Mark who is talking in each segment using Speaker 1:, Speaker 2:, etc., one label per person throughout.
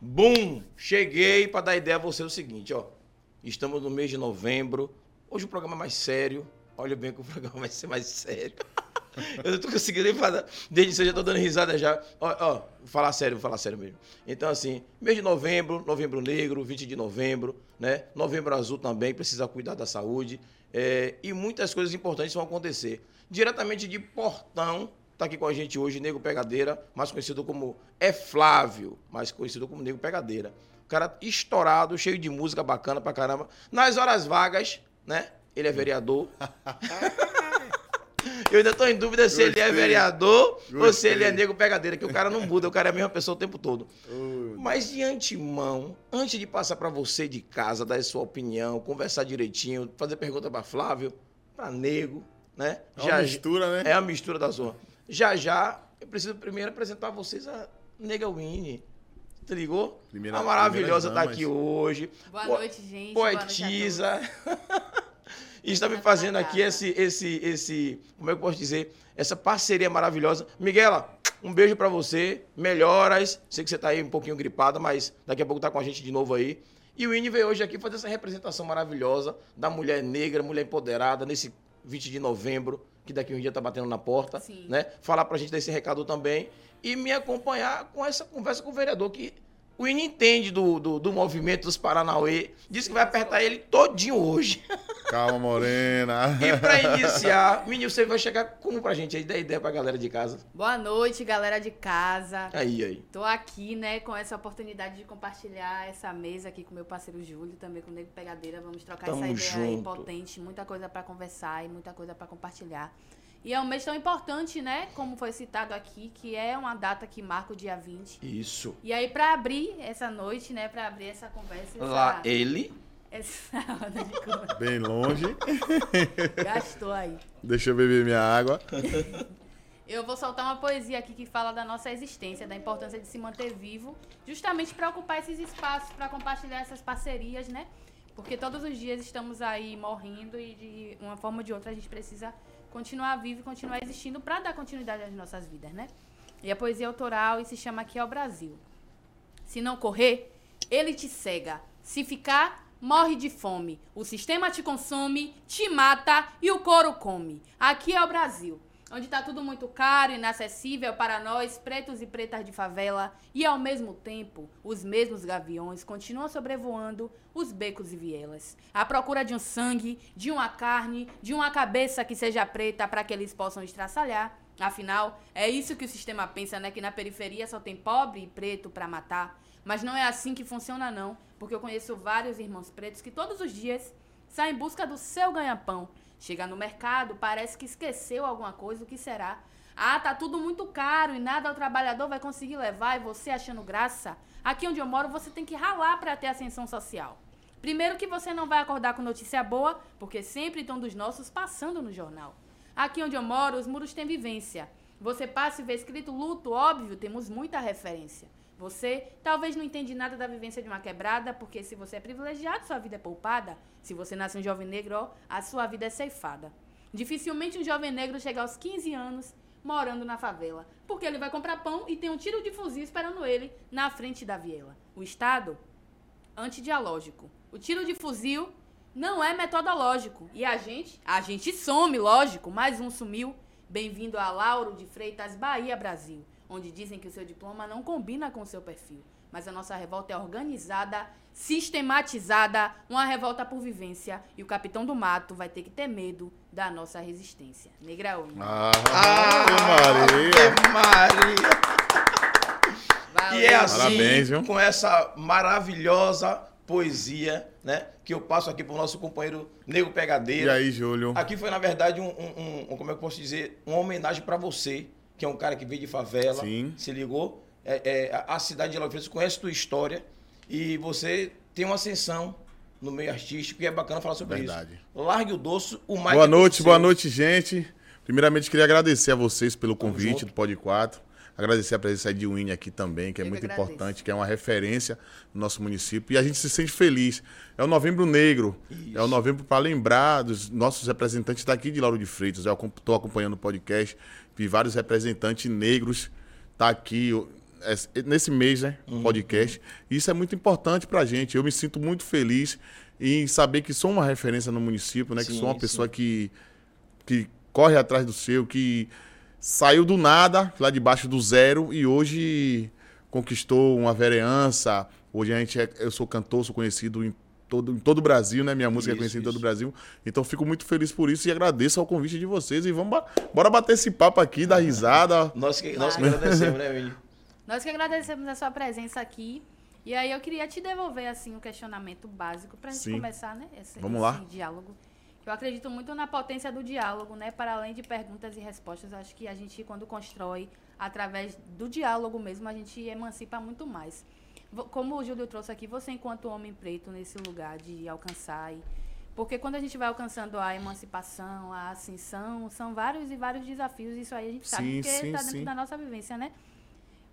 Speaker 1: Bum! Cheguei para dar ideia a você o seguinte, ó. Estamos no mês de novembro. Hoje o programa é mais sério. Olha bem que o programa vai ser mais sério. Eu não tô conseguindo nem falar. Desde isso eu já tô dando risada já. Ó, ó, vou falar sério, vou falar sério mesmo. Então, assim, mês de novembro, novembro negro, 20 de novembro, né? Novembro azul também, precisa cuidar da saúde. É, e muitas coisas importantes vão acontecer. Diretamente de Portão, tá aqui com a gente hoje, Nego Pegadeira, mais conhecido como É Flávio, mais conhecido como Nego Pegadeira. O cara estourado, cheio de música bacana pra caramba. Nas horas vagas, né? Ele é vereador. Eu ainda estou em dúvida se ele é
Speaker 2: Gostei.
Speaker 1: vereador ou se
Speaker 2: Gostei.
Speaker 1: ele é nego pegadeira, que o cara não muda, o cara é a mesma pessoa o tempo todo.
Speaker 2: Ô,
Speaker 1: Mas de antemão, antes de passar para você de casa, dar sua opinião, conversar direitinho, fazer pergunta para Flávio, para Nego, né?
Speaker 2: é uma mistura, né?
Speaker 1: É a mistura da zona. Já já, eu preciso primeiro apresentar vocês a Nega Winnie. Te ligou?
Speaker 2: Primeira-
Speaker 1: a maravilhosa tá
Speaker 2: primeiras
Speaker 1: aqui
Speaker 2: damas.
Speaker 1: hoje.
Speaker 3: Boa
Speaker 1: Boa-
Speaker 3: noite, gente. Boa noite a
Speaker 1: poetisa. é. e está me
Speaker 3: Tá
Speaker 1: fazendo aqui
Speaker 3: tratada.
Speaker 1: esse, esse, esse, como é que eu posso dizer? Essa parceria maravilhosa. Miguela, um beijo para você, melhoras. Sei que você tá aí um pouquinho gripada, mas daqui a pouco tá com a gente de novo aí. E o Ine veio hoje aqui fazer essa representação maravilhosa da mulher negra, mulher empoderada, nesse 20 de novembro, que daqui a um dia tá batendo na porta,
Speaker 3: Sim.
Speaker 1: né? Falar pra gente desse recado também e me acompanhar com essa conversa com o vereador, que o Ini entende do, do, do movimento dos Paranauê, disse que vai apertar ele todinho hoje.
Speaker 2: Calma, Morena.
Speaker 1: E pra iniciar, menino, você vai chegar como pra gente aí? Dá ideia pra galera de casa.
Speaker 3: todos. Boa noite, galera de casa.
Speaker 1: Aí, aí.
Speaker 3: Tô aqui, né, com essa oportunidade de compartilhar essa mesa aqui com meu parceiro Júlio, também com o Nego Pegadeira. Vamos trocar
Speaker 1: Tamo
Speaker 3: essa ideia aí
Speaker 1: junto.
Speaker 3: potente, muita coisa pra conversar e muita coisa pra compartilhar. E é um mês tão importante, né, como foi citado aqui, que é uma data que marca o dia 20.
Speaker 1: Isso.
Speaker 3: E aí, pra abrir essa noite, né, pra abrir essa conversa, essa,
Speaker 1: Lá ele.
Speaker 3: essa roda de conversa,
Speaker 2: Bem longe.
Speaker 3: gastou aí.
Speaker 2: Deixa eu beber minha água.
Speaker 3: Eu vou soltar uma poesia aqui que fala da nossa existência, da importância de se manter vivo, justamente para ocupar esses espaços, para compartilhar essas parcerias, né? Porque todos os dias estamos aí morrendo e de uma forma ou de outra a gente precisa continuar vivo e continuar existindo para dar continuidade às nossas vidas, né? E a poesia é autoral e se chama Aqui é o Brasil. Se não correr, ele te cega. Se ficar, morre de fome. O sistema te consome, te mata e o couro come. Aqui é o Brasil, onde tá tudo muito caro, inacessível para nós, pretos e pretas de favela. E ao mesmo tempo, os mesmos gaviões continuam sobrevoando os becos e vielas. À procura de um sangue, de uma carne, de uma cabeça que seja preta para que eles possam estraçalhar. Afinal, é isso que o sistema pensa, né? Que na periferia só tem pobre e preto pra matar. Mas não é assim que funciona, não. Porque eu conheço vários irmãos pretos que todos os dias saem em busca do seu ganha-pão. Chega no mercado, parece que esqueceu alguma coisa, o que será? Ah, tá tudo muito caro e nada o trabalhador vai conseguir levar e você achando graça? Aqui onde eu moro, você tem que ralar pra ter ascensão social. Primeiro que você não vai acordar com notícia boa, porque sempre estão dos nossos passando no jornal. Aqui onde eu moro, os muros têm vivência. Você passa e vê escrito luto, óbvio, temos muita referência. Você talvez não entende nada da vivência de uma quebrada, porque se você é privilegiado, sua vida é poupada. Se você nasce um jovem negro, ó, a sua vida é ceifada. Dificilmente um jovem negro chega aos 15 anos morando na favela, porque ele vai comprar pão e tem um tiro de fuzil esperando ele na frente da viela. O Estado antidialógico. O tiro de fuzil não é metodológico. E a gente? A gente some, lógico. Mais um sumiu. Bem-vindo a Lauro de Freitas, Bahia, Brasil, onde dizem que o seu diploma não combina com o seu perfil. Mas a nossa revolta é organizada, sistematizada, uma revolta por vivência. E o capitão do mato vai ter que ter medo da nossa resistência. Negraúna.
Speaker 2: Ah,
Speaker 1: Ah,
Speaker 2: Maria.
Speaker 1: Ave Maria. E é assim,
Speaker 2: Parabéns, viu?
Speaker 1: com essa maravilhosa poesia, né? Que eu passo aqui pro nosso companheiro Nego Pegadeira.
Speaker 2: E aí, Júlio?
Speaker 1: Aqui foi, na verdade, um, um- um- um- como é que eu posso dizer? Uma homenagem pra você, que é um cara que veio de favela.
Speaker 2: Sim.
Speaker 1: Se ligou? É- é, a- a cidade de Lauro Freitas conhece tua história e você tem uma ascensão no meio artístico e é bacana falar sobre
Speaker 2: Verdade.
Speaker 1: isso. Largue o doce, o mais.
Speaker 2: Boa noite, boa noite, gente. Primeiramente, queria agradecer a vocês pelo
Speaker 1: Tamo
Speaker 2: convite
Speaker 1: junto.
Speaker 2: do Pod 4. Agradecer a presença de Winnie aqui também, que é
Speaker 3: Eu que
Speaker 2: muito
Speaker 3: agradeço.
Speaker 2: importante, que é uma referência no nosso município. E a gente se sente feliz. É o Novembro Negro. É o Novembro para lembrar dos nossos representantes daqui de Lauro de Freitas. Eu estou acompanhando o podcast, vi vários representantes negros tá aqui. eu- é, nesse mês, né?
Speaker 1: Uhum.
Speaker 2: Podcast. Isso é muito importante pra gente. Eu me sinto muito feliz em saber que sou uma referência no município, né? que
Speaker 1: Sim,
Speaker 2: sou uma
Speaker 1: sim.
Speaker 2: pessoa que, que corre atrás do seu, que saiu do nada, lá debaixo do zero, e hoje conquistou uma vereança. Hoje a gente é, eu sou cantor, sou conhecido em todo, em todo o Brasil, né? Minha música é
Speaker 1: Isso,
Speaker 2: conhecida em todo o
Speaker 1: isso.
Speaker 2: Brasil. Então fico muito feliz por isso e agradeço ao convite de vocês. E vamos ba- bora bater esse papo aqui, dar risada.
Speaker 1: Nós que, nós que agradecemos, né, Vini?
Speaker 3: Nós que agradecemos a sua presença aqui. E aí eu queria te devolver assim um questionamento básico para a gente
Speaker 2: Sim.
Speaker 3: começar, né? Esse,
Speaker 2: Vamos
Speaker 3: esse
Speaker 2: lá.
Speaker 3: diálogo. Eu acredito muito na potência do diálogo, né? Para além de perguntas e respostas, eu acho que a gente quando constrói através do diálogo mesmo, a gente emancipa muito mais. Vo- Como o Júlio trouxe aqui, você enquanto homem preto nesse lugar de alcançar e porque quando a gente vai alcançando a emancipação, a ascensão, são vários e vários desafios, isso aí a gente sabe
Speaker 2: Sim,
Speaker 3: porque
Speaker 2: sim,
Speaker 3: está dentro
Speaker 2: sim.
Speaker 3: da nossa vivência, né?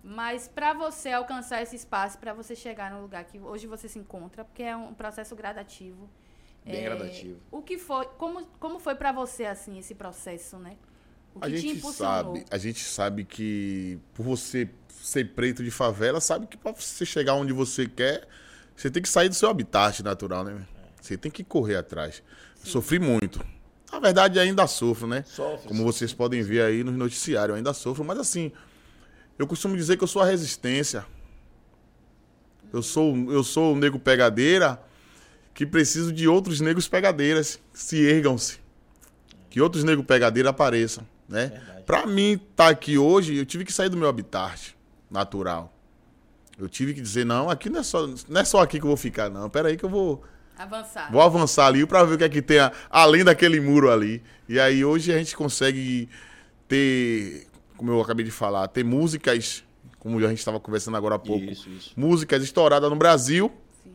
Speaker 3: Mas para você alcançar esse espaço, para você chegar no lugar que hoje você se encontra, porque é um processo gradativo.
Speaker 1: Bem gradativo.
Speaker 3: O que foi, como, como foi para você assim esse processo, né? O que
Speaker 2: A gente sabe, a gente sabe que por você ser preto de favela, sabe que pra você chegar onde você quer, você tem que sair do seu habitat natural,
Speaker 3: É.
Speaker 2: né? Você tem que correr atrás. Sofri muito. Na verdade, ainda sofro, né?
Speaker 1: Sofre.
Speaker 2: Como vocês podem ver aí nos noticiários, eu ainda sofro, mas assim, eu costumo dizer que eu sou a resistência. Eu sou, eu sou um nego pegadeira que preciso de outros negros pegadeiras que se ergam-se. Que outros negros pegadeira apareçam, né?
Speaker 1: Verdade.
Speaker 2: Pra mim estar aqui hoje, eu tive que sair do meu habitat natural. Eu tive que dizer, não, aqui não é só, não é só aqui que eu vou ficar, não. Pera aí que eu vou
Speaker 3: avançar.
Speaker 2: Vou avançar ali pra ver o que é que tem a- além daquele muro ali. E aí hoje a gente consegue ter, como eu acabei de falar, ter músicas, como a gente estava conversando agora há tá pouco,
Speaker 1: Isso, isso.
Speaker 2: músicas estouradas no Brasil,
Speaker 3: Sim.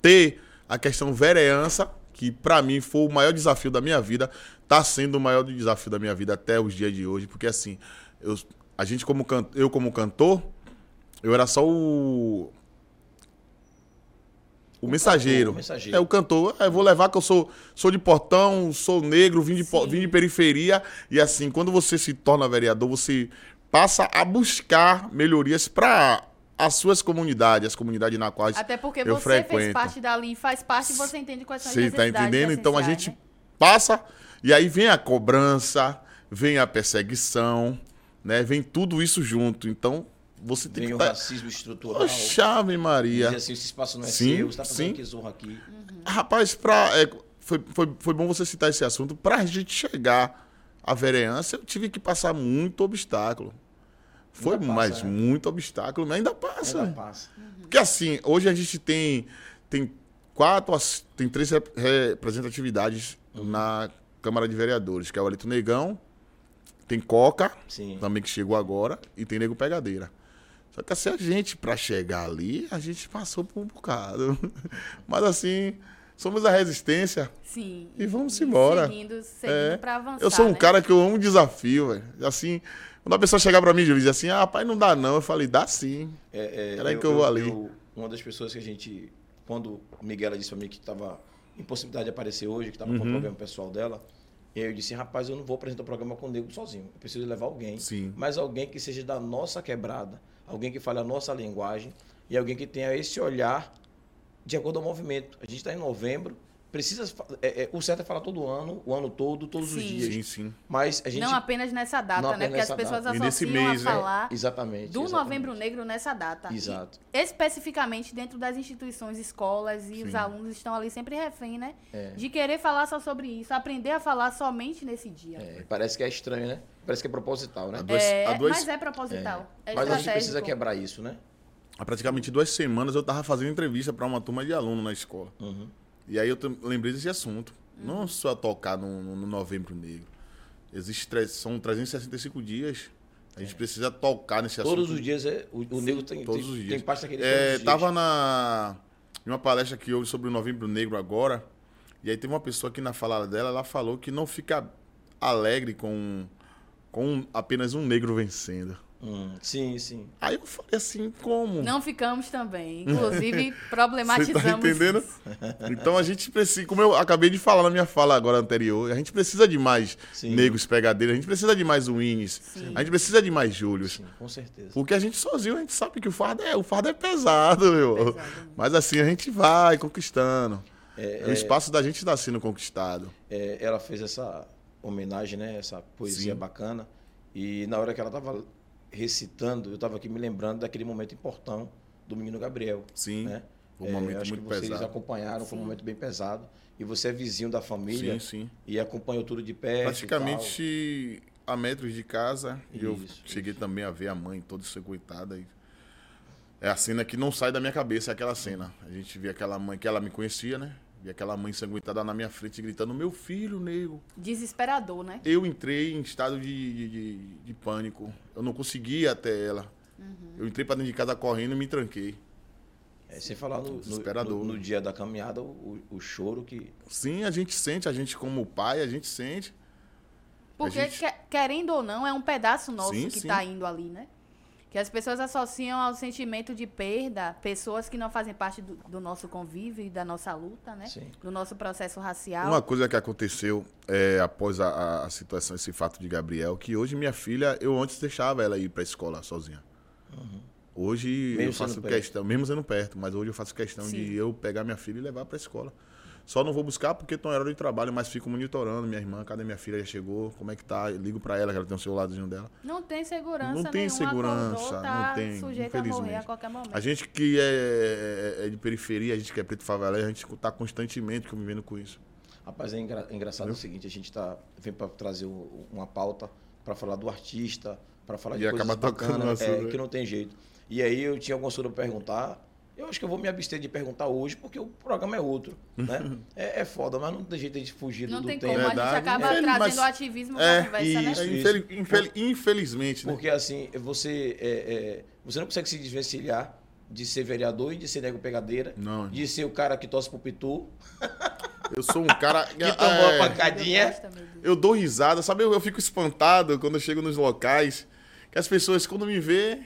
Speaker 2: ter a questão vereança, que pra mim foi o maior desafio da minha vida, tá sendo o maior desafio da minha vida até os dias de hoje, porque assim, eu, a gente como can, eu como cantor, eu era só o o mensageiro.
Speaker 1: o mensageiro.
Speaker 2: É o cantor. Eu vou levar que eu sou, sou de portão, sou negro, vim de, po-
Speaker 3: Sim.
Speaker 2: vim de periferia. E assim, quando você se torna vereador, você passa a buscar melhorias pra as suas comunidades, as comunidades na qual
Speaker 3: Até porque
Speaker 2: eu
Speaker 3: você
Speaker 2: frequento.
Speaker 3: fez parte dali, faz parte, você entende quais são as
Speaker 2: Você tá
Speaker 3: necessidades
Speaker 2: entendendo? Então a
Speaker 3: essenciais,
Speaker 2: gente
Speaker 3: né?
Speaker 2: passa e aí vem a cobrança, vem a perseguição, né? Vem tudo isso junto. Então você tem
Speaker 1: Tem o
Speaker 2: que estar.
Speaker 1: um racismo estrutural.
Speaker 2: Poxa, Ave Maria.
Speaker 1: Diz assim, esse espaço não é
Speaker 2: Sim,
Speaker 1: seu, você tá fazendo
Speaker 2: sim.
Speaker 1: que zorra aqui.
Speaker 2: Rapaz, pra, é, foi, foi, foi bom você citar esse assunto. Para a gente chegar à vereança, eu tive que passar muito obstáculo. Foi
Speaker 1: Ainda passa,
Speaker 2: mais
Speaker 1: né?
Speaker 2: muito obstáculo, mas ainda passa.
Speaker 1: Ainda passa.
Speaker 2: Porque assim, hoje a gente tem, tem quatro, as- tem três rep- representatividades na Câmara de Vereadores, que é o Alito Negão, tem Coca,
Speaker 1: Sim.
Speaker 2: também que chegou agora, e tem Nego Pegadeira. Só que assim, a gente, pra chegar ali, a gente passou por um bocado. Mas assim, somos a resistência.
Speaker 3: Sim.
Speaker 2: E vamos embora.
Speaker 3: Seguindo, seguindo
Speaker 2: É.
Speaker 3: pra avançar.
Speaker 2: Eu sou um
Speaker 3: né?
Speaker 2: cara que eu amo desafio, velho. Assim, quando a pessoa chegar pra mim, Júlio, e diz assim, ah, rapaz, não dá não. Eu falei, dá sim.
Speaker 1: É, é,
Speaker 2: Peraí que eu vou ali.
Speaker 1: uma das pessoas que a gente, quando Miguela disse pra mim que estava em possibilidade de aparecer hoje, que estava
Speaker 2: Uhum.
Speaker 1: com problema pessoal dela, eu disse, rapaz, eu não vou apresentar o programa com o nego sozinho. Eu preciso levar alguém.
Speaker 2: Sim.
Speaker 1: Mas alguém que seja da nossa quebrada, alguém que fale a nossa linguagem e alguém que tenha esse olhar de acordo ao movimento. A gente está em novembro, precisa. fa- é, é, o certo é falar todo ano, o ano todo, todos os
Speaker 3: Sim.
Speaker 1: dias.
Speaker 2: Sim, sim.
Speaker 1: Mas a gente.
Speaker 3: Não apenas nessa
Speaker 1: Não
Speaker 3: data, né?
Speaker 1: apenas
Speaker 3: Porque as
Speaker 1: nessa
Speaker 3: pessoas
Speaker 2: data. E nesse
Speaker 3: associam
Speaker 2: mês,
Speaker 3: a
Speaker 2: né?
Speaker 3: falar
Speaker 1: Exatamente.
Speaker 3: do
Speaker 1: exatamente.
Speaker 3: Novembro Negro nessa data. E
Speaker 1: Exato.
Speaker 3: especificamente dentro das instituições, escolas e os
Speaker 2: Sim.
Speaker 3: alunos estão ali sempre refém, né? De querer falar só sobre isso, aprender a falar somente nesse dia.
Speaker 1: É, parece que é estranho, né? Parece que é proposital, né?
Speaker 2: Há duas,
Speaker 3: É,
Speaker 2: há duas
Speaker 3: Mas é proposital. É,
Speaker 1: Mas a gente
Speaker 3: estratégico.
Speaker 1: precisa quebrar isso, né?
Speaker 2: Há praticamente duas semanas eu tava fazendo entrevista para uma turma de aluno na escola.
Speaker 1: Uhum.
Speaker 2: E aí eu tam- lembrei desse assunto. Não só tocar no, no- no Novembro Negro. Existe, tre- são 365 dias. A gente precisa tocar nesse assunto.
Speaker 1: É. Todos os dias é, o, o nego tem,
Speaker 2: Tá Todos
Speaker 1: tem,
Speaker 2: os dias.
Speaker 1: tem parte daquele
Speaker 2: É,
Speaker 1: todos os dias.
Speaker 2: tava na em uma palestra que houve sobre o Novembro Negro agora, e aí teve uma pessoa que na falada dela, ela falou que não fica alegre com com apenas um negro vencendo.
Speaker 1: Hum, sim, sim.
Speaker 2: Aí eu falei assim, como?
Speaker 3: Não ficamos também. Inclusive, problematizamos.
Speaker 2: Você tá entendendo?
Speaker 3: isso.
Speaker 2: Então a gente precisa, como eu acabei de falar na minha fala agora anterior, a gente precisa de mais
Speaker 1: Sim.
Speaker 2: negros pegadeiros, a gente precisa de mais Winnes,
Speaker 3: Sim.
Speaker 2: a gente precisa de mais Júlios.
Speaker 1: Sim, com certeza.
Speaker 2: Porque a gente sozinho, a gente sabe que o fardo é, o fardo é pesado, meu.
Speaker 3: Pesado.
Speaker 2: Mas assim, a gente vai conquistando.
Speaker 1: É,
Speaker 2: o espaço da gente está sendo conquistado.
Speaker 1: É, ela fez essa homenagem, né? Essa poesia
Speaker 2: Sim.
Speaker 1: bacana. E na hora que ela estava recitando, eu estava aqui me lembrando daquele momento importante do menino Gabriel.
Speaker 2: Sim.
Speaker 1: Né?
Speaker 2: Foi um
Speaker 1: É,
Speaker 2: momento
Speaker 1: acho
Speaker 2: muito
Speaker 1: que vocês
Speaker 2: pesado.
Speaker 1: acompanharam, foi um
Speaker 3: Sim.
Speaker 1: momento bem pesado. E você é vizinho da família
Speaker 2: Sim, sim.
Speaker 1: e acompanhou tudo de perto. e
Speaker 2: Praticamente a metros de casa. e eu
Speaker 1: Isso,
Speaker 2: cheguei também a ver a mãe toda circuitada. E... É a cena que não sai da minha cabeça, é aquela cena. A gente vê aquela mãe que ela me conhecia, né? E aquela mãe sanguentada na minha frente gritando: Meu filho, nego.
Speaker 3: Desesperador, né?
Speaker 2: Eu entrei em estado de, de, de- de pânico. Eu não conseguia até ela.
Speaker 1: Uhum.
Speaker 2: Eu entrei pra dentro de casa correndo e me tranquei.
Speaker 1: Tal. É, sem falar no, no-
Speaker 2: Desesperador,
Speaker 1: no- no
Speaker 2: né?
Speaker 1: dia da caminhada, o, o choro que.
Speaker 2: Sim, a gente sente, a gente como pai, a gente sente.
Speaker 3: Porque,
Speaker 2: A gente-
Speaker 3: que- querendo ou não, é um pedaço nosso
Speaker 2: Sim,
Speaker 3: que
Speaker 2: sim.
Speaker 3: está indo ali, né? Que as pessoas associam ao sentimento de perda pessoas que não fazem parte do, do nosso convívio e da nossa luta, né?
Speaker 1: Sim.
Speaker 3: Do nosso processo racial.
Speaker 2: Uma coisa que aconteceu é, após a, a- a situação, esse fato de Gabriel, que hoje minha filha, eu antes deixava ela ir pra escola sozinha. Hoje
Speaker 1: Uhum. Mesmo
Speaker 2: eu faço
Speaker 1: sendo perto.
Speaker 2: questão, mesmo sendo perto, mas hoje eu faço questão
Speaker 3: Sim.
Speaker 2: de eu pegar minha filha e levar pra escola. Só não vou buscar porque tô em hora de trabalho, mas fico monitorando minha irmã, cadê minha filha, já chegou, como é que tá, Eu ligo pra ela, que ela tem o celularzinho dela.
Speaker 3: Não tem segurança
Speaker 2: Não tem
Speaker 3: nenhuma,
Speaker 2: segurança,
Speaker 3: acordou, tá
Speaker 2: não tem,
Speaker 3: sujeito a morrer a
Speaker 2: infelizmente.
Speaker 3: qualquer momento.
Speaker 2: A gente que é, é- é de periferia, a gente que é preto favelado, a gente tá constantemente convivendo com isso.
Speaker 1: Rapaz, é engra- engraçado o seguinte: a gente tá, vem para trazer o- uma pauta para falar do artista, para falar de
Speaker 2: E
Speaker 1: coisas
Speaker 2: acaba tocando
Speaker 1: bacanas,
Speaker 2: no assunto,
Speaker 1: é,
Speaker 2: né?
Speaker 1: que não tem jeito. E aí eu tinha alguma coisa para perguntar. Eu acho que eu vou me abster de perguntar hoje, porque o programa é outro. Né? é, é foda, mas não tem jeito de a gente fugir do-
Speaker 3: Não
Speaker 1: do
Speaker 3: tem
Speaker 1: tema.
Speaker 3: como, a gente
Speaker 2: Verdade.
Speaker 3: acaba
Speaker 2: É,
Speaker 3: trazendo
Speaker 2: mas-
Speaker 3: o ativismo para
Speaker 2: É,
Speaker 3: pra conversa, né?
Speaker 1: isso.
Speaker 2: É, infeli- infeli- infelizmente, né?
Speaker 1: Porque assim, você, é, é, você não consegue se desvencilhar de ser vereador e de ser nego pegadeira,
Speaker 2: Não,
Speaker 1: de ser o cara que tosse pro pitu,
Speaker 2: eu sou um cara.
Speaker 1: que tomou a
Speaker 2: é,
Speaker 1: pancadinha.
Speaker 3: Gosta, meu Deus.
Speaker 2: eu dou risada, sabe? Eu, eu fico espantado quando eu chego nos locais. Que as pessoas, quando me vê,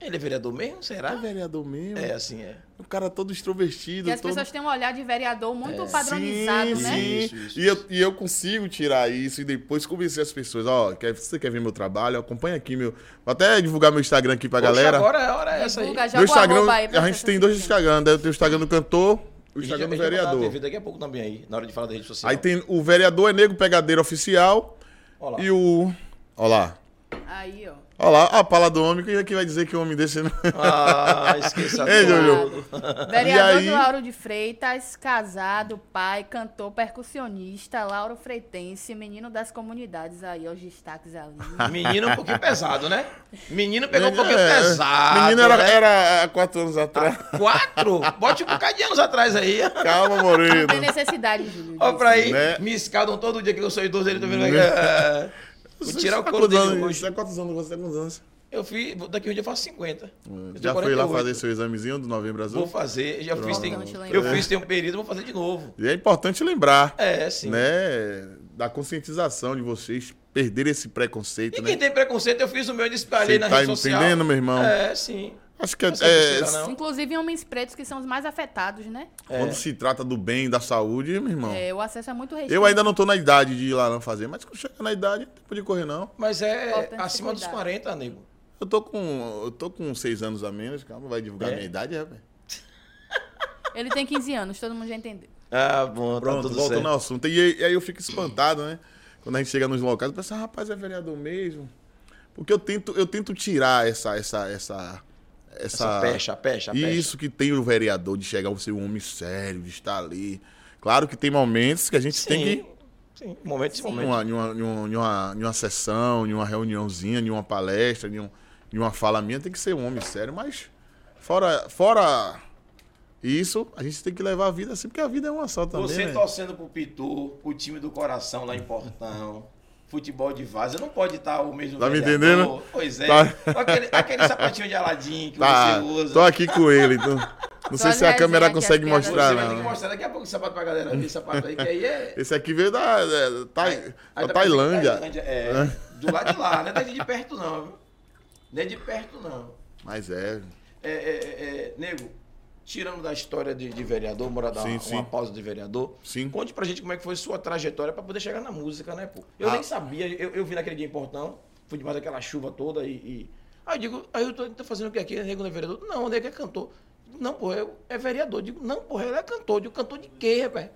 Speaker 1: Ele é vereador mesmo?
Speaker 2: é
Speaker 1: Será?
Speaker 2: vereador mesmo.
Speaker 1: É, assim, é.
Speaker 2: O cara todo extrovertido.
Speaker 3: E as
Speaker 2: todo...
Speaker 3: pessoas têm um olhar de vereador muito padronizado,
Speaker 2: É. sim,
Speaker 3: né?
Speaker 2: Sim.
Speaker 1: Isso, isso,
Speaker 2: e, eu, e eu consigo tirar isso e depois convencer as pessoas. Ó, quer, você quer ver meu trabalho? Acompanha aqui meu. Vou até divulgar meu Instagram aqui pra
Speaker 1: Poxa,
Speaker 2: galera.
Speaker 1: Agora é a hora essa aí.
Speaker 3: Divulga, joga
Speaker 2: meu
Speaker 3: o
Speaker 2: Instagram,
Speaker 3: arroba aí pra
Speaker 2: a gente
Speaker 3: pessoa
Speaker 2: tem dois
Speaker 3: seguir.
Speaker 2: Instagram. né? Tem o Instagram do cantor, o
Speaker 1: A gente
Speaker 2: Instagram do
Speaker 1: vai botar na
Speaker 2: vereador.
Speaker 1: TV daqui a pouco também aí, na hora de falar da rede social.
Speaker 2: Aí tem o vereador é negro pegadeiro oficial
Speaker 1: Olha lá.
Speaker 2: e o. Ó lá.
Speaker 3: Aí, ó.
Speaker 2: Olha lá, a pala do homem, quem é que vai dizer que o homem desse não.
Speaker 1: Ah, esqueça
Speaker 2: Ei,
Speaker 1: tudo.
Speaker 2: Jojo.
Speaker 3: Vereador
Speaker 2: E aí-
Speaker 3: do Lauro de Freitas, casado, pai, cantor, percussionista, Lauro Freitense, menino das comunidades aí, ó, os destaques ali.
Speaker 1: Menino um pouquinho pesado, né? Menino pegou um pouquinho
Speaker 2: É,
Speaker 1: pesado.
Speaker 2: Menino era,
Speaker 1: né?
Speaker 2: era há quatro anos atrás.
Speaker 1: Quatro? Bote um bocado de anos atrás aí.
Speaker 2: Calma,
Speaker 3: Não tem
Speaker 2: Moreno.
Speaker 3: necessidade, Júlio.
Speaker 1: Olha
Speaker 3: disso.
Speaker 1: pra aí.
Speaker 2: Né?
Speaker 1: Me escaldam todo dia que eu sou idoso, ele tá também vai. É. Vou tirar o
Speaker 2: Você tá
Speaker 1: couro dele
Speaker 2: quantos anos?
Speaker 1: hoje.
Speaker 2: Você tá quantos anos? Você tá quantos anos?
Speaker 1: Eu fiz, daqui a um dia eu faço 50. Eu tenho
Speaker 2: É, Já foi lá
Speaker 1: 48.
Speaker 2: fazer seu examezinho do Novembro
Speaker 1: Vou
Speaker 2: Azul?
Speaker 1: fazer, já fiz, tem,
Speaker 3: Importante lembrar.
Speaker 1: eu fiz tem um período, vou fazer de novo.
Speaker 2: E é importante lembrar,
Speaker 1: É, sim.
Speaker 2: né? Da conscientização de vocês perderem esse
Speaker 1: E
Speaker 2: preconceito,
Speaker 1: quem
Speaker 2: né?
Speaker 1: tem preconceito, eu fiz o meu e espalhei
Speaker 2: Você
Speaker 1: na
Speaker 2: tá
Speaker 1: rede social.
Speaker 2: entendendo, meu irmão?
Speaker 1: É, sim.
Speaker 2: Acho que é,
Speaker 1: Essa besteira,
Speaker 2: é-
Speaker 1: não. É.
Speaker 3: Inclusive homens pretos que são os mais afetados, né?
Speaker 2: quando se trata do bem, da saúde, meu irmão.
Speaker 3: É, o acesso é muito restrito.
Speaker 2: Eu ainda não tô na idade de ir lá não fazer, mas quando chegar na idade, não tem tempo de correr, não.
Speaker 1: Mas é
Speaker 3: Importante
Speaker 1: acima dos
Speaker 3: cuidar.
Speaker 1: 40, nego.
Speaker 2: Eu tô com. Eu tô com seis anos a menos, calma, vai divulgar
Speaker 1: É?
Speaker 2: a minha idade, é, velho.
Speaker 3: Ele tem 15 anos, todo mundo já entendeu.
Speaker 1: Ah, bom,
Speaker 2: Pronto, voltando ao assunto. E, aí- e aí eu fico espantado, né? Quando a gente chega nos locais, eu penso, "Ah, rapaz, é vereador mesmo. Porque eu tento, eu tento tirar essa. Essa, essa, essa,
Speaker 1: Essa pecha, a pecha, a pecha.
Speaker 2: Isso que tem o vereador de chegar a ser um homem sério, de estar ali. Claro que tem momentos que a gente
Speaker 1: Sim,
Speaker 2: tem que.
Speaker 1: sim. Momento esse um momento.
Speaker 2: Numa, numa, numa, numa, numa sessão, numa reuniãozinha, numa palestra, num- numa fala minha, tem que ser um homem sério, mas fora, fora isso, a gente tem que levar a vida assim, porque a vida é uma só também.
Speaker 1: Você
Speaker 2: né?
Speaker 1: torcendo pro Pitu, pro time do coração lá em Portão, futebol de vaza, não pode estar o mesmo
Speaker 2: Tá me
Speaker 1: vereador.
Speaker 2: entendendo?
Speaker 1: Pois é.
Speaker 2: Tá.
Speaker 1: Com Aquele, aquele sapatinho de aladim que
Speaker 2: Tá,
Speaker 1: você usa.
Speaker 2: tô aqui com ele, então. Não
Speaker 3: Só
Speaker 2: sei se a
Speaker 3: as
Speaker 2: câmera
Speaker 3: resenhas
Speaker 2: consegue
Speaker 3: que as piadas-
Speaker 1: Você
Speaker 2: mostrar,
Speaker 1: vai ter que
Speaker 2: não.
Speaker 1: mostrar daqui a pouco o sapato pra galera ver esse sapato aí, que aí é...
Speaker 2: Esse aqui veio da, da, da-
Speaker 1: Aí
Speaker 2: da
Speaker 1: tá pensando que
Speaker 2: Tailândia.
Speaker 1: é, do lado de lá, não é daqui de perto não. viu? Nem de perto, não.
Speaker 2: Mas é.
Speaker 1: É, é, é, nego, tirando da história de, de vereador, bora dar
Speaker 2: Sim,
Speaker 1: uma,
Speaker 2: sim.
Speaker 1: uma pausa de vereador.
Speaker 2: Sim.
Speaker 1: Conte pra gente como é que foi sua trajetória pra poder chegar na música, né, pô? Eu
Speaker 2: Ah.
Speaker 1: nem sabia, eu, eu vi naquele dia em Portão, fui debaixo daquela chuva toda e. e- Aí eu digo, aí eu tô, tô fazendo o que aqui? Nego não é vereador? Não, o nego é cantor. Não, porra, eu, é vereador. Eu digo, não, porra, ele é cantor. Eu digo, cantor de quê, rapaz?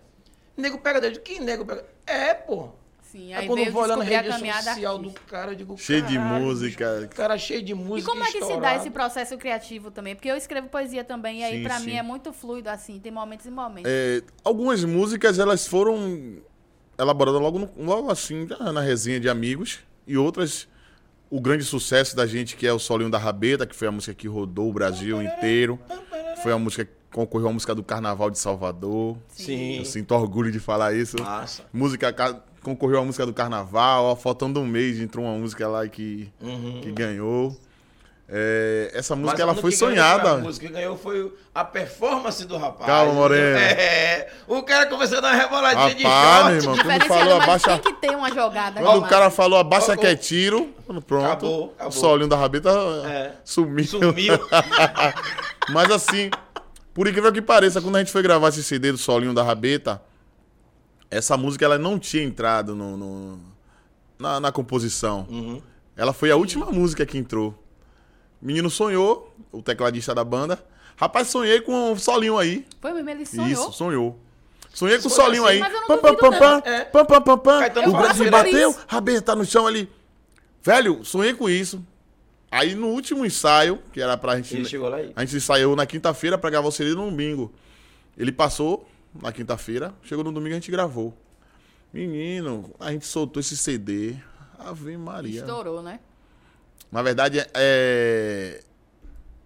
Speaker 1: Nego pega dele, Eu digo, que nego pega? É, porra.
Speaker 3: Sim,
Speaker 1: Aí,
Speaker 3: aí
Speaker 1: É quando eu
Speaker 3: veio
Speaker 1: vou olhar na
Speaker 3: descobrir a
Speaker 1: rede
Speaker 3: caminhada
Speaker 1: social do
Speaker 3: artística.
Speaker 1: cara, eu digo,
Speaker 2: Cheio de
Speaker 1: "Caralho,
Speaker 2: música."
Speaker 1: bicho, Cara, cheio de
Speaker 3: E
Speaker 1: música.
Speaker 3: como é que se dá
Speaker 1: estourado.
Speaker 3: esse processo criativo também? Porque eu escrevo poesia também, e aí
Speaker 2: Sim,
Speaker 3: pra
Speaker 2: sim.
Speaker 3: mim é muito fluido, assim, tem momentos e momentos.
Speaker 2: é, algumas músicas elas foram elaboradas logo, no- logo assim na, na resenha de amigos e outras o grande sucesso da gente que é o Solinho da Rabeta que foi a música que rodou o Brasil inteiro foi a música que concorreu à música do Carnaval de Salvador
Speaker 1: Sim.
Speaker 2: eu sinto orgulho de falar isso
Speaker 1: Massa.
Speaker 2: música ca- concorreu à música do Carnaval ó, faltando um mês entrou uma música lá que
Speaker 1: Uhum.
Speaker 2: que ganhou É, essa música
Speaker 1: Mas
Speaker 2: ela
Speaker 1: quando
Speaker 2: foi
Speaker 1: que ganhou foi
Speaker 2: sonhada
Speaker 1: A música que ganhou foi a performance do rapaz.
Speaker 2: Calma, Moreno.
Speaker 1: É, o cara começou a dar uma reboladinha
Speaker 2: Rapaz,
Speaker 1: de
Speaker 2: meu
Speaker 1: short.
Speaker 2: irmão. quando
Speaker 3: Diferenciado,
Speaker 2: falou
Speaker 3: mas
Speaker 2: abaixa-
Speaker 3: tem é que ter uma
Speaker 1: Tá
Speaker 3: jogada.
Speaker 2: Quando o
Speaker 3: com
Speaker 2: cara
Speaker 3: massa.
Speaker 2: falou abaixa
Speaker 1: Acabou.
Speaker 2: que é tiro, falando, pronto.
Speaker 1: Acabou, acabou.
Speaker 2: O solinho da rabeta
Speaker 1: É.
Speaker 2: sumiu.
Speaker 1: Sumiu.
Speaker 2: Mas assim, por incrível que pareça, quando a gente foi gravar esse CD do solinho da rabeta, essa música ela não tinha entrado no, no- na, na composição.
Speaker 1: Uhum.
Speaker 2: Ela foi a última música que entrou. Menino sonhou, o tecladista da banda. Rapaz, sonhei com o solinho aí.
Speaker 3: Foi mesmo, ele sonhou.
Speaker 2: Isso, sonhou. Sonhei com o
Speaker 1: Sonhou
Speaker 2: solinho
Speaker 1: assim,
Speaker 2: aí.
Speaker 3: mas eu não
Speaker 2: Pam, pam,
Speaker 3: duvido
Speaker 2: pam, pam,
Speaker 3: tanto.
Speaker 1: É.
Speaker 2: pam, pam, pam, pam.
Speaker 1: Caetano
Speaker 2: O braço
Speaker 1: Veloso
Speaker 2: bateu,
Speaker 3: fez.
Speaker 2: arrebentar no chão ali. Velho, sonhei com isso. Aí no último ensaio, que era pra gente.
Speaker 1: Ele chegou lá aí.
Speaker 2: A gente ensaiou na quinta-feira pra gravar o CD no domingo. Ele passou na quinta-feira, chegou no domingo e a gente gravou. Menino, a gente soltou esse CD. Ave Maria.
Speaker 3: Estourou, né?
Speaker 2: Na verdade, é.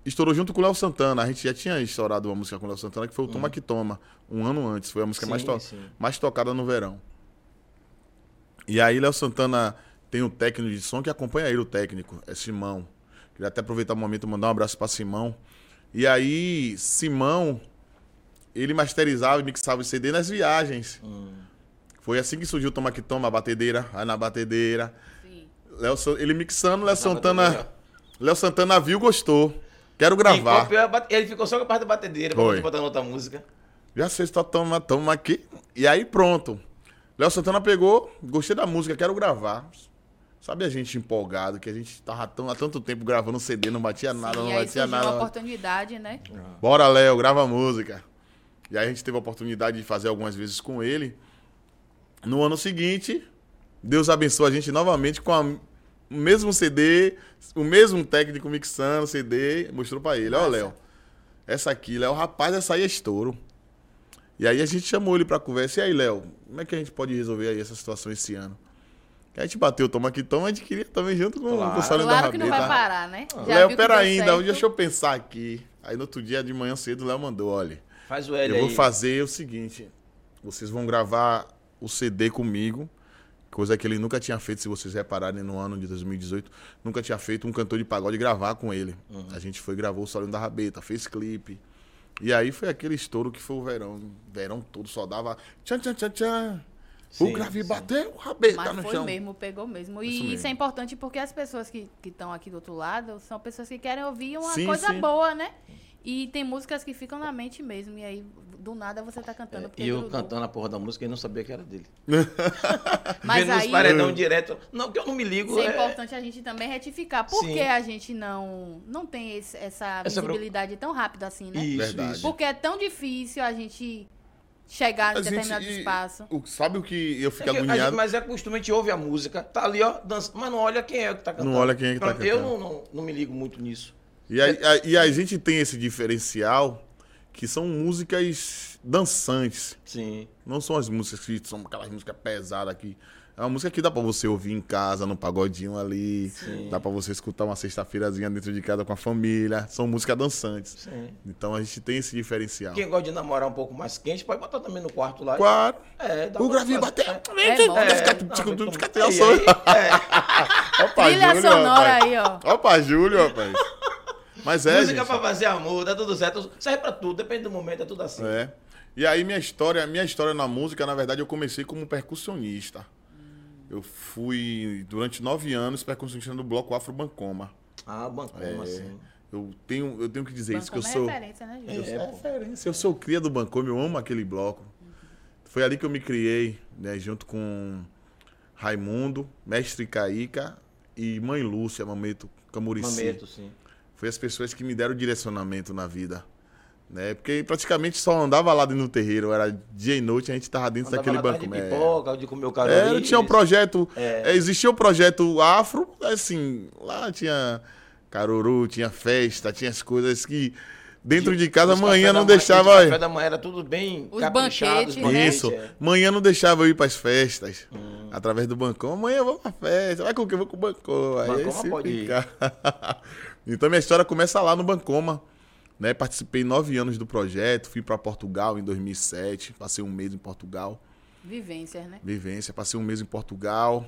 Speaker 2: Estourou junto com o Léo Santana. A gente já tinha estourado uma música com o Léo Santana, que foi o Toma Que Toma, um ano antes. Foi a música mais,
Speaker 1: Hum.
Speaker 2: Tá
Speaker 1: Sim,
Speaker 2: to-
Speaker 1: sim.
Speaker 2: mais tocada no verão. E aí, Léo Santana tem um técnico de som que acompanha ele, o técnico, é Simão. Queria até aproveitar o momento e mandar um abraço pra Simão. E aí, Simão, ele masterizava e mixava o CD nas viagens.
Speaker 1: Hum.
Speaker 2: Foi assim que surgiu o Toma Que Toma, a batedeira, aí na batedeira.
Speaker 3: Sim.
Speaker 2: Léo San- ele mixando, Léo
Speaker 1: batedeira.
Speaker 2: Santana. Léo Santana viu, gostou. Quero
Speaker 1: Quem
Speaker 2: gravar.
Speaker 1: copiou é a bate- Ele ficou só com a parte da batedeira pra poder
Speaker 2: Foi.
Speaker 1: botar outra música.
Speaker 2: Já sei só toma, toma aqui. E aí pronto. Léo Santana pegou, gostei da música, quero gravar. Sabe a gente empolgado, que a gente tava tão, há tanto tempo gravando CD, não batia nada,
Speaker 3: Sim,
Speaker 2: não
Speaker 3: e aí
Speaker 2: batia
Speaker 3: surgiu
Speaker 2: nada.
Speaker 3: uma
Speaker 2: não batia-
Speaker 3: oportunidade, né?
Speaker 2: Ah. Bora, Léo, grava a música. E aí a gente teve a oportunidade de fazer algumas vezes com ele. No ano seguinte, Deus abençoa a gente novamente com a- o mesmo CD, o mesmo técnico mixando o CD, mostrou pra ele, ó, Léo, essa aqui, Léo, rapaz, essa aí é estouro. E aí a gente chamou ele pra conversa, e aí, Léo, como é que a gente pode resolver aí essa situação esse ano? Que a gente bateu, toma que toma, a gente queria também junto com,
Speaker 1: Claro.
Speaker 2: com o Salão da
Speaker 3: Claro que não vai
Speaker 2: Rabeta. Ah.
Speaker 3: parar, né? Já viu
Speaker 2: Léo,
Speaker 3: que
Speaker 2: pera
Speaker 3: deu
Speaker 2: ainda, um
Speaker 3: certo.
Speaker 2: deixa eu pensar aqui. Aí no outro dia de manhã cedo, o Léo mandou, olha,
Speaker 1: Faz o L
Speaker 2: eu
Speaker 1: aí.
Speaker 2: vou fazer o seguinte, vocês vão gravar o CD comigo, coisa que ele nunca tinha feito, se vocês repararem, no ano de 2018, nunca tinha feito um cantor de pagode gravar com ele.
Speaker 1: Uhum.
Speaker 2: A gente foi, gravou o Solinho da Rabeta, fez clipe. E aí foi aquele estouro que foi o verão, verão todo só dava tchan, tchan, tchan, tchan.
Speaker 1: Sim,
Speaker 2: o grave
Speaker 1: sim.
Speaker 2: bateu, o rabeta
Speaker 3: Mas
Speaker 2: tá no
Speaker 3: foi
Speaker 2: chão.
Speaker 3: mesmo, pegou mesmo.
Speaker 2: Isso
Speaker 3: E isso,
Speaker 2: mesmo.
Speaker 3: é importante porque as pessoas que estão aqui do outro lado são pessoas que querem ouvir uma
Speaker 2: Sim,
Speaker 3: coisa
Speaker 2: sim.
Speaker 3: boa, né? E tem músicas que ficam na mente mesmo. E aí, do nada, você tá cantando.
Speaker 2: É,
Speaker 3: porque
Speaker 1: E eu
Speaker 3: grudou.
Speaker 1: cantando a porra da música e não sabia que era dele.
Speaker 3: Mas
Speaker 1: Vendo nos
Speaker 3: aí-
Speaker 1: paredão direto. Não, que eu não me ligo.
Speaker 3: Isso é
Speaker 1: é-
Speaker 3: importante a gente também retificar. Por
Speaker 1: Sim.
Speaker 3: que a gente não, não tem esse- essa
Speaker 1: Essa pro-
Speaker 3: visibilidade tão rápida assim, né?
Speaker 1: Isso,
Speaker 2: Verdade.
Speaker 1: isso.
Speaker 3: Porque é tão difícil a gente chegar em
Speaker 2: A gente-
Speaker 3: determinado
Speaker 2: e-
Speaker 3: espaço.
Speaker 2: o- sabe o que eu
Speaker 1: É
Speaker 2: fico
Speaker 1: que a gente-
Speaker 2: agoniado?
Speaker 1: mas é costume, a gente ouve a música, tá ali, ó, dança, mas não olha quem é que tá cantando.
Speaker 2: olha quem é que tá
Speaker 1: Pra- Eu não,
Speaker 2: cantando.
Speaker 1: não, não me ligo muito nisso.
Speaker 2: E a, a- e a gente tem esse diferencial que são músicas dançantes.
Speaker 1: Sim.
Speaker 2: Não são as músicas que são aquelas músicas pesadas aqui. É uma música que dá pra você ouvir em casa, num pagodinho ali. Dá pra você escutar uma sexta-feirazinha dentro de casa com a família. São músicas dançantes.
Speaker 1: Sim.
Speaker 2: Então a gente tem esse diferencial.
Speaker 1: Quem gosta de namorar um pouco mais quente, pode botar também no quarto lá.
Speaker 2: Claro.
Speaker 1: É, dá
Speaker 2: O
Speaker 1: pra-
Speaker 2: gravinho bateu.
Speaker 1: É.
Speaker 3: É bom.
Speaker 2: Deve
Speaker 1: É,
Speaker 2: ficar tipo,
Speaker 1: não,
Speaker 2: tudo- tudo- tudo-
Speaker 1: mas
Speaker 2: fica
Speaker 1: toma-
Speaker 2: até
Speaker 1: e
Speaker 2: sonho.
Speaker 1: aí,
Speaker 2: Opa,
Speaker 3: Trilha
Speaker 2: Júlio,
Speaker 3: sonora
Speaker 2: rapaz.
Speaker 3: aí, ó.
Speaker 2: Opa, Júlio, rapaz. Mas
Speaker 1: é,
Speaker 2: é,
Speaker 1: música
Speaker 2: gente.
Speaker 1: pra fazer amor, dá tudo certo. Serve pra tudo, depende do momento, é tudo assim.
Speaker 2: É. E aí minha história, minha história na música, na verdade, eu comecei como
Speaker 3: Hum.
Speaker 2: percussionista. Eu fui durante nove anos percussionista do bloco Afro Bancoma.
Speaker 1: Ah, Bancoma,
Speaker 2: É.
Speaker 1: sim.
Speaker 2: Eu tenho, eu tenho que dizer isso, que eu
Speaker 3: Bancoma é
Speaker 2: sou.
Speaker 3: referência, né,
Speaker 1: É,
Speaker 3: Júlio?
Speaker 1: é
Speaker 2: pô.
Speaker 1: referência.
Speaker 2: Se eu sou cria do Bancom, eu amo aquele bloco.
Speaker 3: Uhum.
Speaker 2: Foi ali que eu me criei, né, junto com Raimundo, Mestre Caíca e Mãe Lúcia, Mameto Camurici.
Speaker 1: Mameto, sim.
Speaker 2: Foi as pessoas que me deram direcionamento na vida. Né? Porque praticamente só andava lá dentro do terreiro, era dia e noite, a gente tava dentro
Speaker 1: Andava
Speaker 2: daquele
Speaker 1: lá atrás
Speaker 2: banco.
Speaker 1: de
Speaker 2: É.
Speaker 1: pipoca, de comer o carori.
Speaker 2: É, eu tinha um projeto.
Speaker 1: É.
Speaker 2: é, Existia o projeto afro, assim, lá tinha caruru, tinha festa, tinha as coisas que dentro de casa
Speaker 1: Os
Speaker 2: manhã
Speaker 1: café
Speaker 2: não
Speaker 1: da
Speaker 2: deixava. é.
Speaker 1: Os café da manhã era tudo bem
Speaker 3: Os
Speaker 1: caprichado. os
Speaker 3: banquetes,
Speaker 1: banquetes,
Speaker 3: né?
Speaker 2: Isso.
Speaker 1: é.
Speaker 2: Manhã não deixava eu ir pras festas.
Speaker 1: Hum.
Speaker 2: Através do bancão. Amanhã vamos pra festa. Vai com quem? Vou com o bancão. Aí
Speaker 1: Bancoma
Speaker 2: se
Speaker 1: pode ir.
Speaker 2: ficar. então minha história começa lá no Bancoma. Né? Participei nove anos do projeto. Fui pra Portugal em 2007. Passei um mês em Portugal.
Speaker 3: Vivências, né?
Speaker 2: Vivência. Passei um mês em Portugal.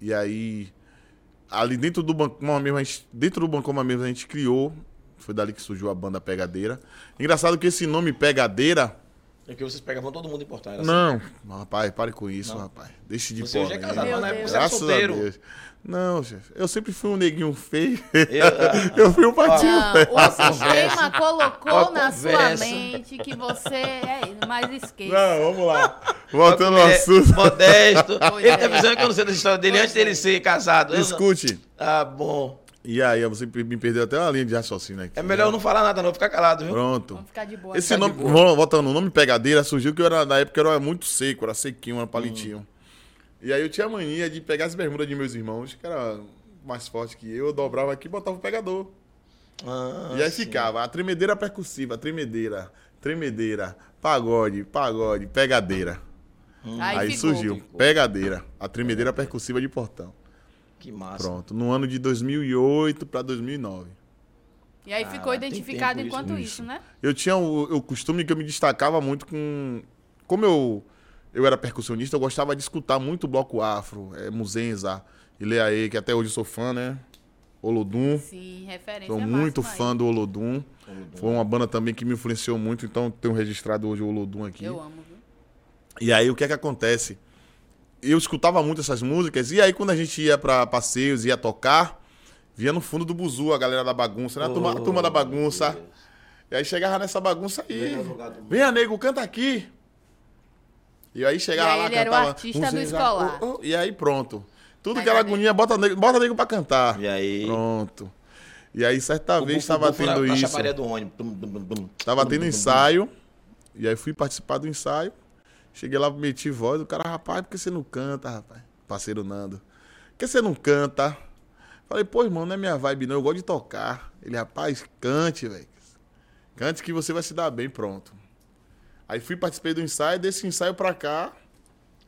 Speaker 2: E aí... Ali dentro do Bancoma mesmo, a gente, dentro do Bancoma mesmo a gente criou. Foi dali que surgiu a banda Pegadeira. Engraçado que esse nome Pegadeira...
Speaker 1: É que vocês pegavam todo mundo em Porto Alegre.
Speaker 2: assim. Não, rapaz, pare com isso,
Speaker 1: Não.
Speaker 2: rapaz. Deixe de
Speaker 1: Você hoje é
Speaker 2: polêmica.
Speaker 1: casado,
Speaker 3: mas na época
Speaker 1: você era
Speaker 2: Graças a
Speaker 1: solteiro.
Speaker 2: Deus. Não, chefe. Eu sempre fui um neguinho feio.
Speaker 1: assim. Eu- ah,
Speaker 2: Eu fui um patinho.
Speaker 3: Não, o
Speaker 1: Ó,
Speaker 3: sistema
Speaker 1: Ó,
Speaker 3: colocou na sua
Speaker 1: conversa.
Speaker 3: mente que você é, mas esqueça.
Speaker 2: Não, vamos lá. Voltando ao
Speaker 1: É,
Speaker 2: assunto.
Speaker 1: Modesto.
Speaker 3: Pois
Speaker 1: ele tá
Speaker 3: é.
Speaker 1: pensando que eu não sei dessa história dele
Speaker 3: Pois
Speaker 1: antes dele
Speaker 3: é.
Speaker 1: ser casado. Eu não-
Speaker 2: Escute.
Speaker 1: Ah, bom.
Speaker 2: E aí, você me perdeu até uma linha de raciocínio aqui. né?
Speaker 1: É melhor eu não falar nada, não. Ficar calado, viu?
Speaker 2: Pronto.
Speaker 3: Vamos ficar de boa.
Speaker 2: Esse
Speaker 3: aqui.
Speaker 2: nome, vol- voltando, o nome pegadeira surgiu que eu era, na época eu era muito seco, era sequinho, era palitinho. E aí eu tinha mania de pegar as bermudas de meus irmãos, que era mais forte que eu, eu dobrava aqui e botava o pegador.
Speaker 1: Ah,
Speaker 2: E aí
Speaker 1: sim.
Speaker 2: ficava a tremedeira percussiva, tremedeira, tremedeira, pagode, pagode, pegadeira.
Speaker 3: Aí,
Speaker 2: Aí,
Speaker 3: ficou.
Speaker 2: surgiu,
Speaker 1: Ficou.
Speaker 2: pegadeira, a tremedeira percussiva de portão.
Speaker 1: Que massa.
Speaker 2: Pronto, no ano de 2008 para 2009.
Speaker 3: E aí ficou
Speaker 1: Ah, tem
Speaker 3: identificado
Speaker 1: tempo isso,
Speaker 3: enquanto
Speaker 2: isso.
Speaker 3: isso, né?
Speaker 2: Eu tinha o, o costume que eu me destacava muito com... Como eu, eu era percussionista, eu gostava de escutar muito bloco afro, é, Muzenza, Ileaê, que até hoje eu sou fã, né? Olodum.
Speaker 3: Sim, referência
Speaker 2: Sou
Speaker 3: máxima
Speaker 2: muito
Speaker 3: aí.
Speaker 2: fã do Olodum.
Speaker 1: Olodum.
Speaker 2: Foi uma banda também que me influenciou muito, então tenho registrado hoje o Olodum aqui.
Speaker 3: Eu amo, viu?
Speaker 2: E aí o que é que acontece? Eu escutava muito essas músicas, e aí quando a gente ia pra passeios, ia tocar, via no fundo do buzu a galera da bagunça, né? A turma, a turma
Speaker 1: Oh,
Speaker 2: da bagunça. E aí chegava nessa bagunça aí.
Speaker 1: Melhor lugar do mundo.
Speaker 2: Venha, nego, canta aqui. E aí chegava
Speaker 3: E aí
Speaker 2: lá,
Speaker 3: ele era o
Speaker 2: cantava.
Speaker 3: artista
Speaker 2: "Muzenza,
Speaker 3: do escolar."
Speaker 2: oh, oh", e aí pronto. Tudo
Speaker 3: Aí
Speaker 2: que era
Speaker 3: cadê?
Speaker 2: agonia, bota nego, bota nego pra cantar.
Speaker 1: E aí?
Speaker 2: Pronto. E aí certa
Speaker 1: O
Speaker 2: vez
Speaker 1: bufo-
Speaker 2: estava
Speaker 1: bufo na-
Speaker 2: tendo
Speaker 1: na
Speaker 2: isso.
Speaker 1: chaparia do ônibus. Bum, bum, bum, bum.
Speaker 2: Tava
Speaker 1: Bum,
Speaker 2: tendo
Speaker 1: bum, bum.
Speaker 2: ensaio. E aí fui participar do ensaio. Cheguei lá, meti voz. O cara, rapaz, por que você não canta, rapaz? Parceiro Nando. Por que você não canta? Falei, pô, irmão, não é minha vibe, não. Eu gosto de tocar. Ele, rapaz, cante, velho. Cante que você vai se dar bem, pronto. Aí fui, participei do ensaio. Desse ensaio pra cá,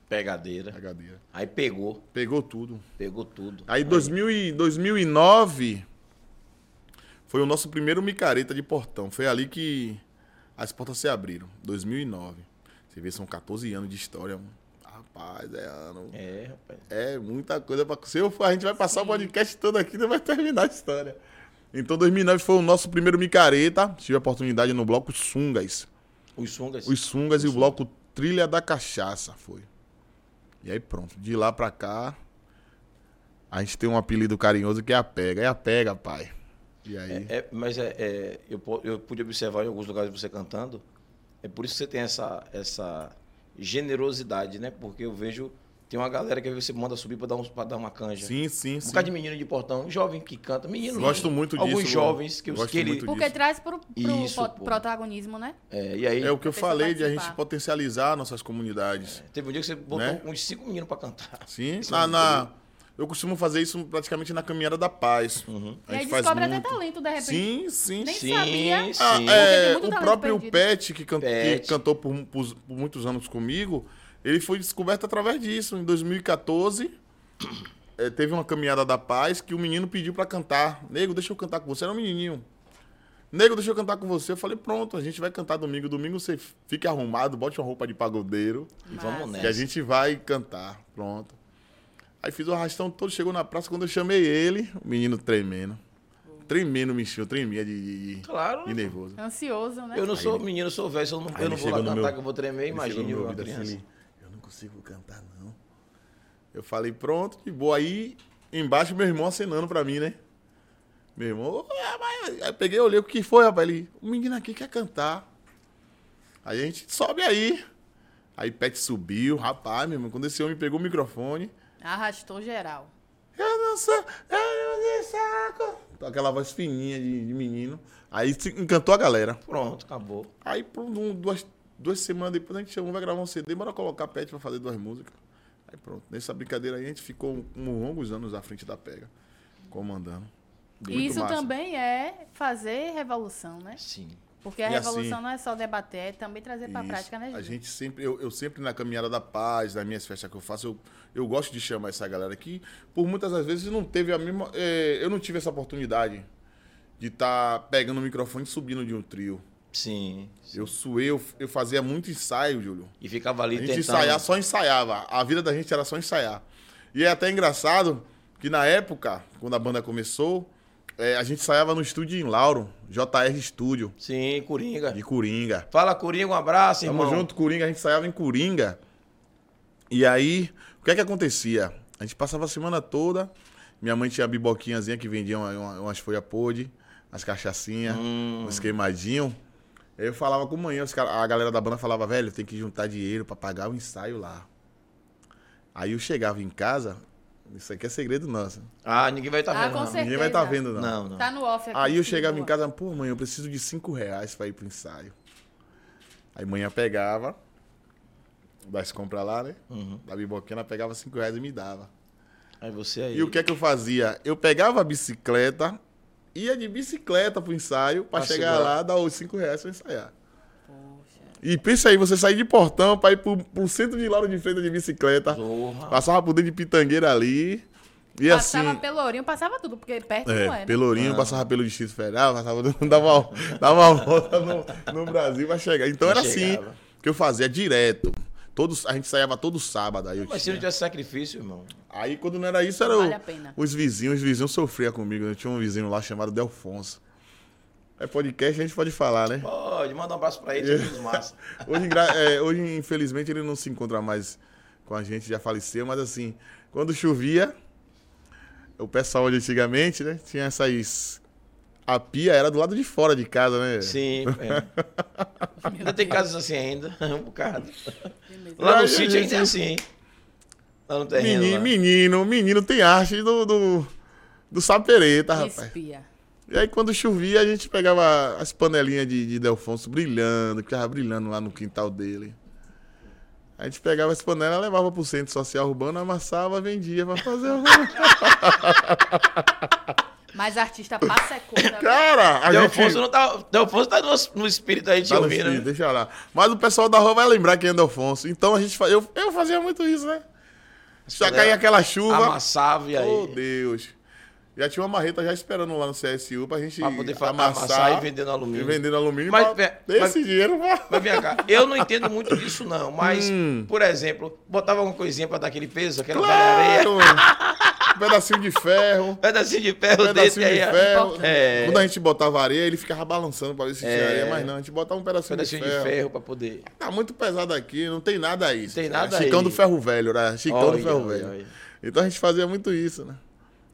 Speaker 1: Pegadeira.
Speaker 2: brincadeira.
Speaker 1: Aí pegou.
Speaker 2: Pegou tudo.
Speaker 1: Pegou tudo.
Speaker 2: Aí, 2000 e 2009 foi o nosso primeiro micareta de portão. Foi ali que as portas se abriram. 2009. Você vê, são 14 anos de história. mano. Rapaz, é ano.
Speaker 1: É, rapaz.
Speaker 2: É muita coisa pra acontecer. Eu- A gente vai passar o
Speaker 3: Sim.
Speaker 2: podcast todo aqui, não vai terminar a história. Então, 2009 foi o nosso primeiro micareta. Tive a oportunidade no bloco Sungas.
Speaker 1: Os sungas.
Speaker 2: Os Sungas e o bloco Trilha da Cachaça foi. E aí pronto, de lá pra cá, a gente tem um apelido carinhoso que é a pega. É a pega, pai. E aí?
Speaker 1: É, é, mas é, é, eu, po- eu pude observar em alguns lugares você cantando. É por isso que você tem essa, essa generosidade, né? Porque eu vejo. Tem uma galera que às vezes você manda subir pra dar, uns, pra dar uma canja.
Speaker 2: Sim, sim,
Speaker 1: Um
Speaker 2: sim.
Speaker 1: bocado de menino de portão, jovem que canta, menino.
Speaker 2: Gosto muito
Speaker 1: Alguns
Speaker 2: disso,
Speaker 1: jovens que,
Speaker 2: gosto
Speaker 1: que ele.
Speaker 2: muito
Speaker 3: Porque é
Speaker 2: disso.
Speaker 3: traz pro, pro
Speaker 1: Isso,
Speaker 3: pot-
Speaker 1: pô.
Speaker 3: protagonismo, né?
Speaker 1: É, e aí,
Speaker 2: É o que eu
Speaker 3: Precisa
Speaker 2: falei de a gente
Speaker 3: participar.
Speaker 2: potencializar nossas comunidades.
Speaker 1: teve um dia que você botou
Speaker 2: Né?
Speaker 1: uns cinco meninos pra cantar.
Speaker 2: Sim,
Speaker 1: Isso é
Speaker 2: na,
Speaker 1: muito
Speaker 2: na- eu costumo fazer isso praticamente na caminhada da paz.
Speaker 1: Uhum.
Speaker 3: E aí descobre até talento, de repente.
Speaker 2: Sim, sim.
Speaker 3: Nem
Speaker 1: Sim,
Speaker 3: sabia.
Speaker 1: sim.
Speaker 2: Ah,
Speaker 1: Porque
Speaker 3: tem
Speaker 2: é,
Speaker 3: muito
Speaker 2: o
Speaker 3: talento
Speaker 2: próprio
Speaker 3: perdido.
Speaker 2: Pet, que, can- que
Speaker 1: Pet.
Speaker 2: cantou por, por- por muitos anos comigo, ele foi descoberto através disso. Em 2014, eh, teve uma caminhada da paz que o menino pediu pra cantar. Nego, deixa eu cantar com você. Era um menininho. Nego, deixa eu cantar com você. Eu falei, pronto, a gente vai cantar domingo. Domingo você fique arrumado, bote uma roupa de pagodeiro.
Speaker 1: E vamos
Speaker 3: Massa.
Speaker 2: Que
Speaker 1: nessa.
Speaker 2: a gente vai cantar. Pronto. Aí fiz o arrastão todo, chegou na praça. Quando eu chamei ele, o menino tremendo. Tremendo, mexeu, tremia de, de- de-
Speaker 1: Claro,
Speaker 2: de
Speaker 1: né?
Speaker 2: nervoso.
Speaker 3: Ansioso, né?
Speaker 1: Eu não sou menino, eu sou velho, se eu não,
Speaker 2: Aí
Speaker 1: eu não vou
Speaker 2: ele
Speaker 1: lá
Speaker 2: chegou no
Speaker 1: cantar
Speaker 2: meu-
Speaker 1: que eu vou tremer,
Speaker 2: Ele chegou no
Speaker 1: imagine
Speaker 2: meu
Speaker 1: uma
Speaker 2: ouvido assim,
Speaker 1: criança.
Speaker 2: ele, eu não consigo cantar, não. Eu falei, pronto, que boa. Aí, embaixo, meu irmão acenando pra mim, né? Meu irmão, "Ah, mas-" aí eu peguei, olhei o que foi, rapaz. Ele, o menino aqui quer cantar. Aí a gente sobe aí. Aí Pet subiu, rapaz, meu irmão. Quando esse homem pegou o microfone,
Speaker 3: Arrastou geral.
Speaker 2: eu não sou, eu não sou saco. Aquela voz fininha de, de menino. Aí se- encantou a galera.
Speaker 1: Pronto, acabou.
Speaker 2: Aí, por um- duas, duas semanas depois, a gente chamou, vai gravar um CD, bora colocar Pet pra fazer duas músicas. Aí pronto, nessa brincadeira aí a gente ficou um- longos anos à frente da pega, comandando. Muito
Speaker 3: e isso
Speaker 2: massa.
Speaker 3: também é fazer revolução, né?
Speaker 1: Sim.
Speaker 3: Porque a
Speaker 2: E assim-
Speaker 3: revolução não é só debater, é também trazer pra
Speaker 2: Isso.
Speaker 3: prática, né, Gil?
Speaker 2: A gente sempre, eu, eu sempre na caminhada da paz, nas minhas festas que eu faço, eu, eu gosto de chamar essa galera aqui, por muitas das vezes não teve a mesma, eh, eu não tive essa oportunidade de estar pegando o microfone e subindo de um trio.
Speaker 1: Sim. sim.
Speaker 2: Eu suei, eu, eu fazia muito ensaio, Júlio.
Speaker 1: E ficava ali
Speaker 2: A gente
Speaker 1: tentando.
Speaker 2: ensaiar, só ensaiava. A vida da gente era só ensaiar. E é até engraçado que na época, quando a banda começou, eh, a gente ensaiava no estúdio em Lauro, JR Studio,
Speaker 1: Sim, Coringa.
Speaker 2: de Coringa.
Speaker 1: Fala, Coringa, um abraço,
Speaker 2: Tamo
Speaker 1: irmão.
Speaker 2: junto, Coringa, a gente ensaiava em Coringa. E aí, o que é que acontecia? A gente passava a semana toda, minha mãe tinha a biboquinhazinha que vendia uma- uma- umas folhas podre, as cachaçinhas,
Speaker 1: Hum.
Speaker 2: uns queimadinhos. Aí eu falava com manhã, os cara- a galera da banda falava, velho, tem que juntar dinheiro pra pagar o ensaio lá. Aí eu chegava em casa, isso aqui é segredo nosso.
Speaker 1: Ah, ninguém vai estar
Speaker 3: Ah,
Speaker 1: vendo.
Speaker 3: com
Speaker 1: não.
Speaker 3: certeza.
Speaker 2: Ninguém vai estar vendo, É, não.
Speaker 1: Não, não.
Speaker 3: Tá no off aqui.
Speaker 2: Aí eu
Speaker 3: de
Speaker 2: chegava em
Speaker 3: boa.
Speaker 2: casa, pô, mãe, eu preciso de cinco reais pra ir pro ensaio. Aí manhã pegava, das compras lá, né?
Speaker 1: Uhum.
Speaker 2: Da biboquinha, ela pegava cinco reais e me dava.
Speaker 1: Aí você aí.
Speaker 2: E o que é que eu fazia? Eu pegava a bicicleta, ia de bicicleta pro ensaio, pra
Speaker 1: Pra
Speaker 2: chegar
Speaker 1: segurar.
Speaker 2: lá, dar os cinco reais pra ensaiar.
Speaker 3: Poxa.
Speaker 2: E pensa aí, você sair de Portão pra ir pro, pro centro de Lauro de Freitas de bicicleta,
Speaker 1: Zorra.
Speaker 2: passava por dentro de Pitangueira ali, e
Speaker 3: Passava
Speaker 2: assim...
Speaker 3: Pelourinho, passava tudo, porque perto não é,
Speaker 2: É,
Speaker 3: né?
Speaker 2: Pelourinho
Speaker 1: Ah.
Speaker 2: passava pelo Distrito Federal, passava, dava, uma, dava uma volta no, no Brasil pra chegar. Então
Speaker 1: Pra
Speaker 2: era assim
Speaker 1: chegava.
Speaker 2: que eu fazia direto. Todos, a gente saiava todo sábado. Aí, eu
Speaker 1: Mas se
Speaker 2: tinha-
Speaker 1: não tivesse sacrifício, irmão.
Speaker 2: aí quando não era isso, era
Speaker 3: Vale
Speaker 2: o-
Speaker 3: a pena.
Speaker 2: os vizinhos. Os vizinhos sofriam comigo. Eu tinha um vizinho lá chamado Delfonso. É podcast, a gente pode falar, né?
Speaker 1: Pode, manda um abraço pra ele, é tudo massa.
Speaker 2: Hoje, gra- é, hoje, infelizmente, ele não se encontra mais com a gente, já faleceu, mas assim, quando chovia, o pessoal de antigamente, né? Tinha essas. A pia era do lado de fora de casa, né?
Speaker 1: Sim, é. Ainda tem casas assim ainda, um bocado.
Speaker 3: Beleza.
Speaker 1: Lá
Speaker 2: Ai,
Speaker 1: no sítio ainda
Speaker 2: gente.
Speaker 1: é assim, hein? Lá no terreno. né?
Speaker 2: Menino,
Speaker 1: lá.
Speaker 2: menino, menino tem arte do, do, do sapereta, rapaz.
Speaker 3: Espia.
Speaker 2: E aí, quando chovia, a gente pegava as panelinhas de, de Delfonso brilhando, que tava brilhando lá no quintal dele. A gente pegava as panelas, levava pro centro social urbano, amassava, vendia pra fazer um- uma.
Speaker 3: Mas artista passa é conta.
Speaker 2: Cara, a
Speaker 1: Delfonso
Speaker 2: gente...
Speaker 1: não tá. Delfonso tá no, no espírito aí de
Speaker 2: Tá no
Speaker 1: ouvir,
Speaker 2: espírito,
Speaker 1: né?
Speaker 2: deixa lá. Mas o pessoal da rua vai lembrar quem é Delfonso. Então a gente fa- eu, eu fazia muito isso, né? Já caía aquela chuva.
Speaker 1: Amassava e aí.
Speaker 2: Oh, Deus. Já tinha uma marreta já esperando lá no CSU pra gente
Speaker 1: Pra poder fa-
Speaker 2: amassar,
Speaker 1: amassar e vender no alumínio.
Speaker 2: E vender no alumínio.
Speaker 1: Mas,
Speaker 2: Mas,
Speaker 1: pé,
Speaker 2: esse
Speaker 1: mas-
Speaker 2: dinheiro vai.
Speaker 1: Mas vem cá, eu não entendo muito disso, não. Mas, por exemplo, botava alguma coisinha pra dar aquele peso, aquela areia,
Speaker 2: Hum. Claro, mano. Um pedacinho de ferro.
Speaker 1: pedacinho de
Speaker 2: Um
Speaker 1: ferro desse
Speaker 2: pedacinho
Speaker 1: aí.
Speaker 2: de
Speaker 1: ó.
Speaker 2: ferro.
Speaker 1: É.
Speaker 2: Quando a gente botava areia, ele ficava balançando pra ver se tinha
Speaker 1: É.
Speaker 2: areia, mas não, a gente botava um pedacinho,
Speaker 1: Pedacinho de ferro pra poder.
Speaker 2: Tá muito pesado aqui, não tem nada aí.
Speaker 1: Tem nada
Speaker 2: é, Chicão
Speaker 1: aí.
Speaker 2: do ferro velho, né? Chicão
Speaker 1: Olha,
Speaker 2: do
Speaker 1: olha,
Speaker 2: ferro velho.
Speaker 1: olha.
Speaker 2: Então a gente fazia muito isso, né?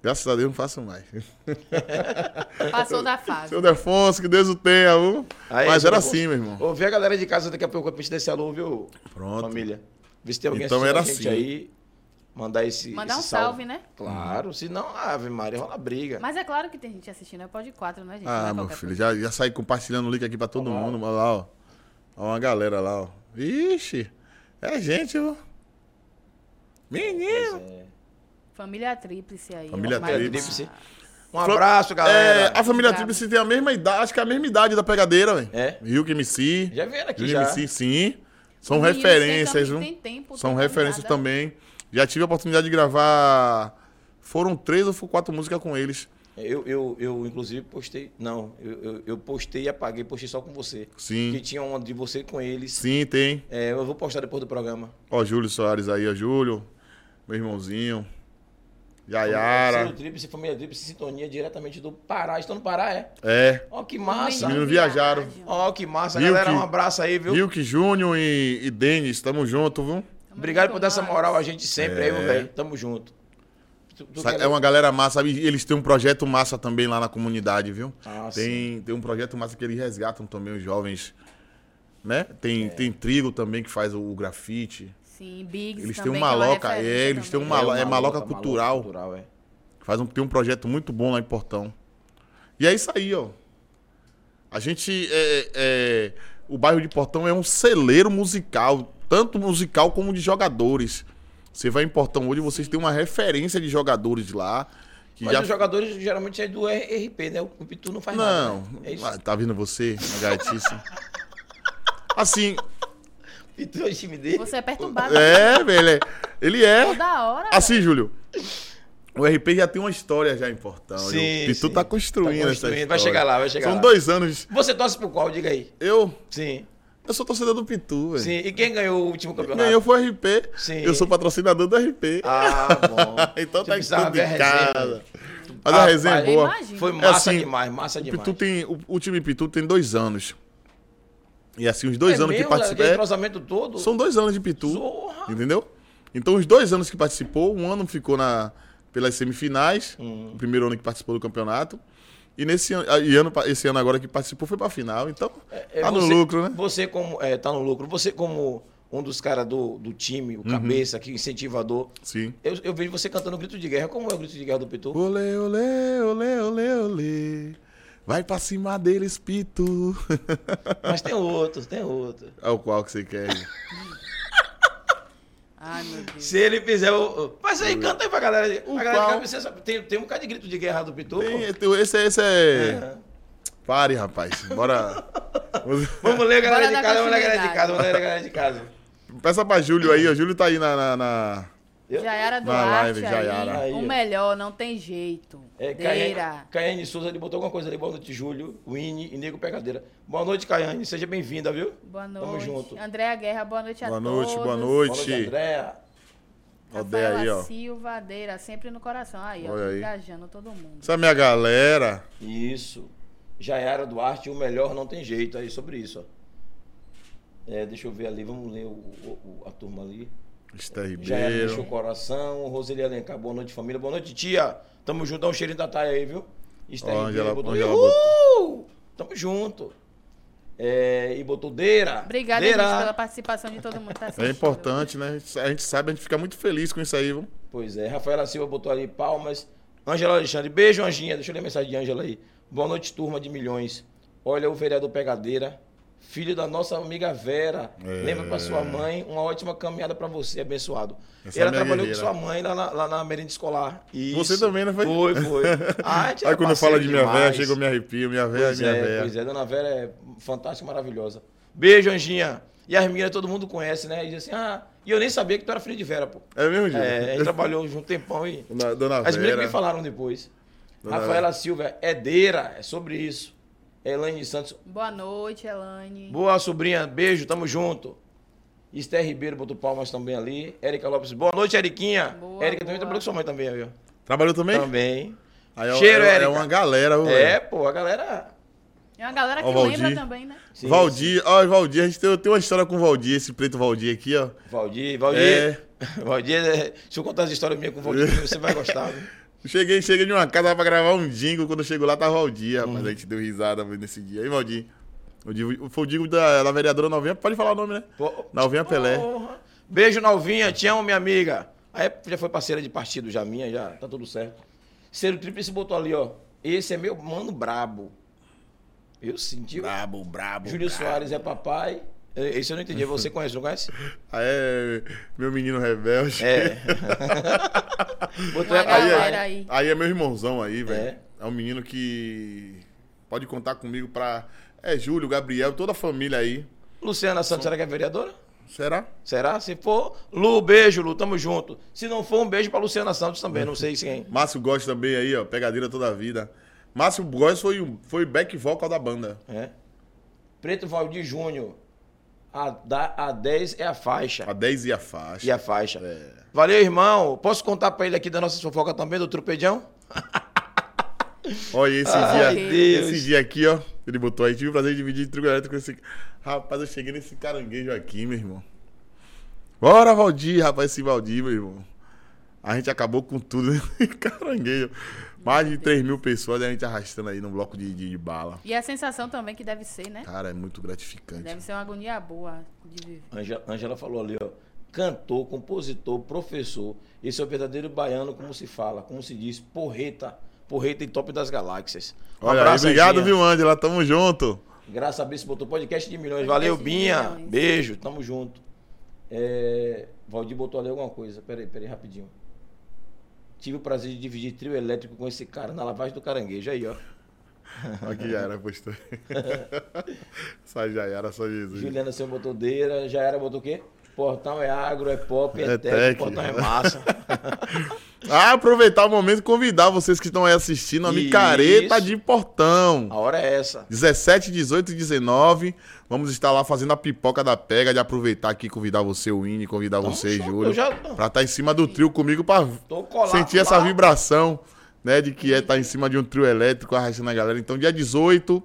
Speaker 2: Graças a Deus não faço mais.
Speaker 3: Passou da fase.
Speaker 2: Seu Defonso, que Deus o tenha, viu?
Speaker 1: Aí, é
Speaker 2: Mas era
Speaker 1: Delfonso,
Speaker 2: assim, meu irmão.
Speaker 1: Ô, vê a galera de casa daqui a pouco, a gente desse alô, viu?
Speaker 2: Pronto.
Speaker 1: Família. Vê se tem alguém
Speaker 2: Então
Speaker 1: assistindo
Speaker 2: era
Speaker 1: a gente
Speaker 2: assim.
Speaker 1: aí. Mandar esse.
Speaker 3: Mandar
Speaker 1: esse
Speaker 3: um salve, né?
Speaker 1: Claro, senão, Ave Maria, rola briga.
Speaker 3: Mas é claro que tem gente assistindo, é pode quatro, né, gente? Não
Speaker 2: Ah,
Speaker 3: é
Speaker 2: meu
Speaker 3: qualquer Tá
Speaker 2: filho, já, já saí compartilhando o link aqui pra todo
Speaker 1: Olha lá,
Speaker 2: mundo. Olha lá, ó. Olha uma galera lá, ó. Ixi, é gente, viu? Menino.
Speaker 1: É.
Speaker 3: coisa. Família Tríplice aí.
Speaker 2: Família
Speaker 3: ó, mais uma.
Speaker 1: Tríplice. Um abraço,
Speaker 2: É, a
Speaker 1: galera.
Speaker 2: família
Speaker 3: Obrigada.
Speaker 2: Tríplice tem a mesma idade, acho que é a mesma idade da pegadeira, velho.
Speaker 1: É?
Speaker 2: Rio que MC.
Speaker 1: Já vieram aqui,
Speaker 2: Rio
Speaker 1: já.
Speaker 2: MC, sim. São
Speaker 3: Meninos, tem
Speaker 2: referências,
Speaker 3: é
Speaker 2: viu?
Speaker 3: também- tem tempo,
Speaker 2: São
Speaker 3: tem
Speaker 2: referências
Speaker 3: caminhada.
Speaker 2: também. Já tive a oportunidade de gravar. Foram três ou foram quatro músicas com eles.
Speaker 1: Eu, eu, eu, inclusive, postei. Não, eu, eu, eu postei e apaguei, postei só com você. Que
Speaker 2: Sim.
Speaker 1: tinha uma de você com eles.
Speaker 2: Sim, tem.
Speaker 1: É, eu vou postar depois do programa.
Speaker 2: Ó, Júlio Soares aí, ó, Júlio. Meu irmãozinho. Yayara.
Speaker 1: Seu Tríplice, família Tríplice, sintonia diretamente do Pará. Estão no Pará, é?
Speaker 2: É.
Speaker 1: Ó, que
Speaker 2: Os
Speaker 1: massa.
Speaker 2: meninos viajaram.
Speaker 1: Ó, que massa.
Speaker 2: Viu
Speaker 1: Galera,
Speaker 2: que-
Speaker 1: um abraço aí, viu?
Speaker 2: Milk Júnior e, e Denis, tamo junto, viu?
Speaker 1: Obrigado por dar essa moral a gente sempre aí, meu
Speaker 2: É.
Speaker 1: velho. Tamo junto. Tu- tu
Speaker 2: Sa-
Speaker 1: quer-
Speaker 2: É uma galera massa, sabe? Eles têm um projeto massa também lá na comunidade, viu?
Speaker 1: Ah,
Speaker 2: tem, tem um projeto massa que eles resgatam também os jovens, né?
Speaker 1: É.
Speaker 2: Tem, tem trigo também que faz o, o grafite.
Speaker 3: Sim, Biggs
Speaker 2: Eles têm
Speaker 3: também,
Speaker 2: uma
Speaker 3: que
Speaker 2: maloca,
Speaker 3: referência
Speaker 2: é, eles têm
Speaker 3: também.
Speaker 2: uma- é maloca cultural.
Speaker 1: cultural, é.
Speaker 2: Faz um, tem um projeto muito bom lá em Portão. E é isso aí, ó. A gente. é- é- o bairro de Portão é um celeiro musical, tanto musical como de jogadores. Você vai em Portão hoje, vocês têm uma referência de jogadores lá. Que
Speaker 1: Mas
Speaker 2: já
Speaker 1: os jogadores geralmente é do RP, né? O Pitu não faz nada.
Speaker 2: Não,
Speaker 1: né? É isso.
Speaker 2: Ah, tá vindo você, gatice. Assim,
Speaker 1: Pitu é o time dele.
Speaker 3: Você é perturbado
Speaker 2: é, velho. é- Ele é.
Speaker 3: toda hora.
Speaker 2: Assim, Júlio. O RP já tem uma história já importante.
Speaker 1: Sim,
Speaker 2: e tu
Speaker 1: sim.
Speaker 2: tá construindo,
Speaker 1: Tá construindo,
Speaker 2: essa história.
Speaker 1: vai chegar lá, vai chegar
Speaker 2: São
Speaker 1: lá.
Speaker 2: dois anos.
Speaker 1: Você torce pro qual? Diga aí.
Speaker 2: Eu,
Speaker 1: Sim.
Speaker 2: eu sou torcedor do Pitu, velho.
Speaker 1: Sim. E quem ganhou o último campeonato?
Speaker 2: Ganhou foi o RP.
Speaker 1: Sim.
Speaker 2: Eu sou patrocinador do RP.
Speaker 1: Ah, bom.
Speaker 2: Então
Speaker 1: Você
Speaker 2: tá
Speaker 1: precisava
Speaker 2: tudo
Speaker 1: ver
Speaker 2: em
Speaker 1: a resenha,
Speaker 2: casa.
Speaker 1: né?
Speaker 2: Mas a
Speaker 1: Rapaz,
Speaker 2: resenha é
Speaker 3: Eu
Speaker 2: boa.
Speaker 3: imagino.
Speaker 1: Foi massa
Speaker 2: assim,
Speaker 1: demais, massa
Speaker 2: O,
Speaker 1: demais.
Speaker 2: Pitu tem, o, o time Pitu tem dois anos. E assim, os dois
Speaker 1: É
Speaker 2: anos
Speaker 1: mesmo,
Speaker 2: que
Speaker 1: aquele
Speaker 2: participei.
Speaker 1: entrosamento todo.
Speaker 2: São dois anos de Pitu.
Speaker 1: Zorra.
Speaker 2: Entendeu? Então, os dois anos que participou, um ano ficou na, pelas semifinais,
Speaker 1: Hum.
Speaker 2: o primeiro ano que participou do campeonato. E nesse ano, e ano, esse ano agora que participou foi pra final. Então,
Speaker 1: É,
Speaker 2: tá no
Speaker 1: você-
Speaker 2: lucro, né?
Speaker 1: Você como. É, tá no lucro. Você como um dos caras do, do time, o
Speaker 2: Uhum.
Speaker 1: cabeça, que incentivador.
Speaker 2: Sim.
Speaker 1: Eu, eu vejo você cantando o grito de guerra. Como é o grito de guerra do Pitu?
Speaker 2: Olê, olê, olê, olê, olê. Vai pra cima deles, Pitu.
Speaker 1: Mas tem outros, tem outros.
Speaker 2: é o qual que você quer.
Speaker 3: Ai, meu Deus.
Speaker 1: Se ele fizer o. o- Mas aí canta aí pra galera.
Speaker 2: O
Speaker 1: a galera
Speaker 2: qual?
Speaker 1: de cabeça sabe- tem, tem um cara de grito de guerra do Pitu.
Speaker 2: Tem-
Speaker 1: pô.
Speaker 2: esse, é- esse é...
Speaker 1: É.
Speaker 2: Pare, rapaz. Bora.
Speaker 1: Vamos ler a galera
Speaker 3: Bora
Speaker 1: de
Speaker 3: dar
Speaker 1: casa, vamos ler a galera de
Speaker 3: continuidade.
Speaker 1: casa, vamos ler a galera de casa.
Speaker 2: Peça pra Júlio aí, ó. Júlio tá aí na- na- na...
Speaker 1: Eu-
Speaker 3: Jaiara
Speaker 2: Na
Speaker 3: Duarte
Speaker 2: live,
Speaker 3: aí,
Speaker 2: Jaiara.
Speaker 1: Aí, ó.
Speaker 3: o melhor, não tem jeito.
Speaker 1: É, Caiane,
Speaker 3: Deira.
Speaker 1: Caiane Souza, ele botou alguma coisa ali. Boa noite, Júlio, Winnie e Nego Pegadeira. Boa noite, Caiane. Seja bem-vinda, viu?
Speaker 3: Boa noite.
Speaker 1: Tamo junto.
Speaker 3: Andréa Guerra, boa noite a
Speaker 2: Boa
Speaker 3: todos.
Speaker 2: noite, boa
Speaker 1: Boa noite,
Speaker 2: noite.
Speaker 1: Andréa.
Speaker 2: Odeia
Speaker 3: Rafaela
Speaker 2: aí, ó.
Speaker 3: Silva, Deira, sempre no coração. Aí, ó,
Speaker 2: Olha aí.
Speaker 3: engajando todo mundo.
Speaker 2: Essa é a minha galera.
Speaker 1: Isso. Jaiara Duarte, o melhor não tem jeito. Aí, sobre isso, ó. É, deixa eu ver ali, vamos ler o- o- o- a turma ali.
Speaker 2: Está
Speaker 1: Já é, deixa o
Speaker 2: Ribeiro.
Speaker 1: coração. Roseli Alencar, boa noite, família. Boa noite, tia. Tamo junto, dá um cheirinho da Thay aí, viu? Está
Speaker 2: Ó, Angela- Angela
Speaker 1: Uhul! Tamo junto. É, e botou Deira.
Speaker 3: Obrigada, gente,
Speaker 1: Deira.
Speaker 3: pela participação de todo mundo que tá
Speaker 2: É
Speaker 3: assistindo.
Speaker 2: importante, né? A gente sabe, a gente fica muito feliz com isso aí, viu?
Speaker 1: Pois é, Rafaela Silva botou ali palmas. Ângela Alexandre, beijo, Anjinha. Deixa eu ler a mensagem de Ângela aí. Boa noite, turma de milhões. Olha o vereador Pegadeira, filho da nossa amiga Vera.
Speaker 2: É.
Speaker 1: Lembra com a sua mãe, uma ótima caminhada pra você, abençoado.
Speaker 2: Essa
Speaker 1: Ela
Speaker 2: é minha
Speaker 1: trabalhou com sua
Speaker 2: guerreira.
Speaker 1: mãe lá na, lá na merenda escolar. Isso.
Speaker 2: Você também, não foi?
Speaker 1: Foi, foi. Ah, a gente
Speaker 2: Aí
Speaker 1: era
Speaker 2: quando fala de minha
Speaker 1: parceiro
Speaker 2: véia,
Speaker 1: demais.
Speaker 2: chega eu me arrepio. Minha véia,
Speaker 1: Pois
Speaker 2: minha
Speaker 1: é,
Speaker 2: véia.
Speaker 1: pois é, Dona Vera é fantástica, maravilhosa. Beijo, Anjinha. E as meninas todo mundo conhece, né? E diz assim, ah, e eu nem sabia que tu era filho de Vera, pô.
Speaker 2: É mesmo, Gil?
Speaker 1: É, a gente trabalhou junto um tempão e.
Speaker 2: Dona, dona
Speaker 1: As meninas que
Speaker 2: Vera.
Speaker 1: me falaram depois.
Speaker 2: Dona
Speaker 1: Rafaela Silva, Edeira, é sobre isso. Elaine Santos,
Speaker 3: Boa noite, Elane.
Speaker 1: boa sobrinha, beijo, tamo junto. Esther Ribeiro botou palmas também ali. Érica Lopes, boa noite, Eriquinha.
Speaker 3: Boa,
Speaker 1: Érica também
Speaker 3: boa.
Speaker 1: trabalhou com sua mãe também, aí, ó.
Speaker 2: Trabalhou também?
Speaker 1: Também.
Speaker 2: Aí é,
Speaker 1: Cheiro,
Speaker 2: é- é
Speaker 1: Érica.
Speaker 2: uma galera, viu?
Speaker 1: É,
Speaker 2: velho?
Speaker 1: pô, a galera.
Speaker 3: É uma galera que
Speaker 2: Ó, Valdir.
Speaker 3: lembra também, né?
Speaker 1: Sim,
Speaker 2: Valdir, ó, Valdir, a gente tem, eu tenho uma história com o Valdir, esse preto Valdir aqui, ó.
Speaker 1: Valdir, Valdir. Valdir, é, deixa eu contar as histórias minhas com o Valdir,
Speaker 2: É.
Speaker 1: você vai gostar. viu?
Speaker 2: Cheguei, cheguei de uma casa tava pra gravar um jingle. Quando eu chego lá, tava o Valdir, rapaz. A gente deu risada nesse dia. Aí, Valdir. O Divo- Foi o Digo da, da vereadora Novinha. Pode falar o nome, né?
Speaker 1: Pô,
Speaker 2: Novinha Pelé.
Speaker 1: Porra. Beijo, Nalvinha. Te amo, minha amiga. Aí já foi parceira de partido, já minha, já tá tudo certo. Ciro Tríplice botou ali, ó. Esse é meu mano brabo. Eu senti. o
Speaker 2: Brabo, brabo.
Speaker 1: Júlio Soares é papai. É, Esse eu não entendi. Você conhece, não conhece?
Speaker 2: Aí é meu menino rebelde.
Speaker 1: É. botou
Speaker 3: Uma
Speaker 2: Aí,
Speaker 3: galera
Speaker 2: é,
Speaker 1: papai.
Speaker 3: aí.
Speaker 2: aí é meu irmãozão aí, velho.
Speaker 1: É.
Speaker 2: É. um menino que pode contar comigo pra. É Júlio, Gabriel, toda a família aí.
Speaker 1: Luciana Santos, será que é vereadora?
Speaker 2: Será?
Speaker 1: Será? Se for, Lu, beijo, Lu, tamo junto. Se não for, um beijo pra Luciana Santos também, não sei quem.
Speaker 2: Márcio Góes também aí, ó. Pegadeira toda a vida. Márcio Góes foi, o- foi back vocal da banda.
Speaker 1: É. Preto Valdir Júnior. A, da, a 10 é a faixa.
Speaker 2: A É. 10 e a faixa.
Speaker 1: E a faixa. Valeu, irmão. Posso contar pra ele aqui da nossa fofoca também, do Trupedião?
Speaker 2: Olha, esse
Speaker 1: Ai,
Speaker 2: dia.
Speaker 1: Deus.
Speaker 2: Esse dia aqui, ó. Ele botou aí. Tive o prazer de dividir trigo elétrico com esse. Rapaz, eu cheguei nesse caranguejo aqui, meu irmão. Bora, Valdir, rapaz, esse Valdir, meu irmão. A gente acabou com tudo. Caranguejo. Mais de 3 mil pessoas né, a gente arrastando aí num bloco de, de- de bala.
Speaker 3: E a sensação também que deve ser, né?
Speaker 2: Cara, é muito gratificante.
Speaker 3: Deve ser uma agonia boa de viver.
Speaker 1: Ângela Ângela falou ali, ó. Cantor, compositor, professor. Esse é o verdadeiro baiano, como se fala, como se diz, porreta. Porreta e top das galáxias. Um
Speaker 2: Olha, aí,
Speaker 1: abraço,
Speaker 2: obrigado,
Speaker 1: Anjinha.
Speaker 2: viu, Ângela? Tamo junto.
Speaker 1: Graças a Deus, você botou podcast de milhões.
Speaker 3: Podcast
Speaker 1: Valeu,
Speaker 3: de
Speaker 1: Binha.
Speaker 3: milhões.
Speaker 1: Beijo, tamo junto. É, Valdir botou ali alguma coisa. Peraí, peraí, rapidinho. Tive o prazer de dividir trio elétrico com esse cara na lavagem do caranguejo. Aí, ó.
Speaker 2: Aqui já era, postou. Sai já era, só Jesus.
Speaker 1: Juliana Silva botou Deira. Já era, botou o quê? Portão é agro, é pop, é,
Speaker 2: É
Speaker 1: tech,
Speaker 2: tech.
Speaker 1: portão é massa.
Speaker 2: Ah, aproveitar o momento e convidar vocês que estão aí assistindo a
Speaker 1: Isso.
Speaker 2: micareta de portão.
Speaker 1: A hora é essa.
Speaker 2: 17, 18 e 19. Vamos estar lá fazendo a pipoca da pega. De aproveitar aqui, convidar você, Winnie, convidar
Speaker 1: Tamo
Speaker 2: você,
Speaker 1: junto,
Speaker 2: Júlio.
Speaker 1: eu já-
Speaker 2: Pra estar em cima do trio comigo, pra
Speaker 1: Tô colado.
Speaker 2: sentir
Speaker 1: lá.
Speaker 2: essa vibração, né? De que é estar em cima de um trio elétrico arrastando a galera. Então, dia 18,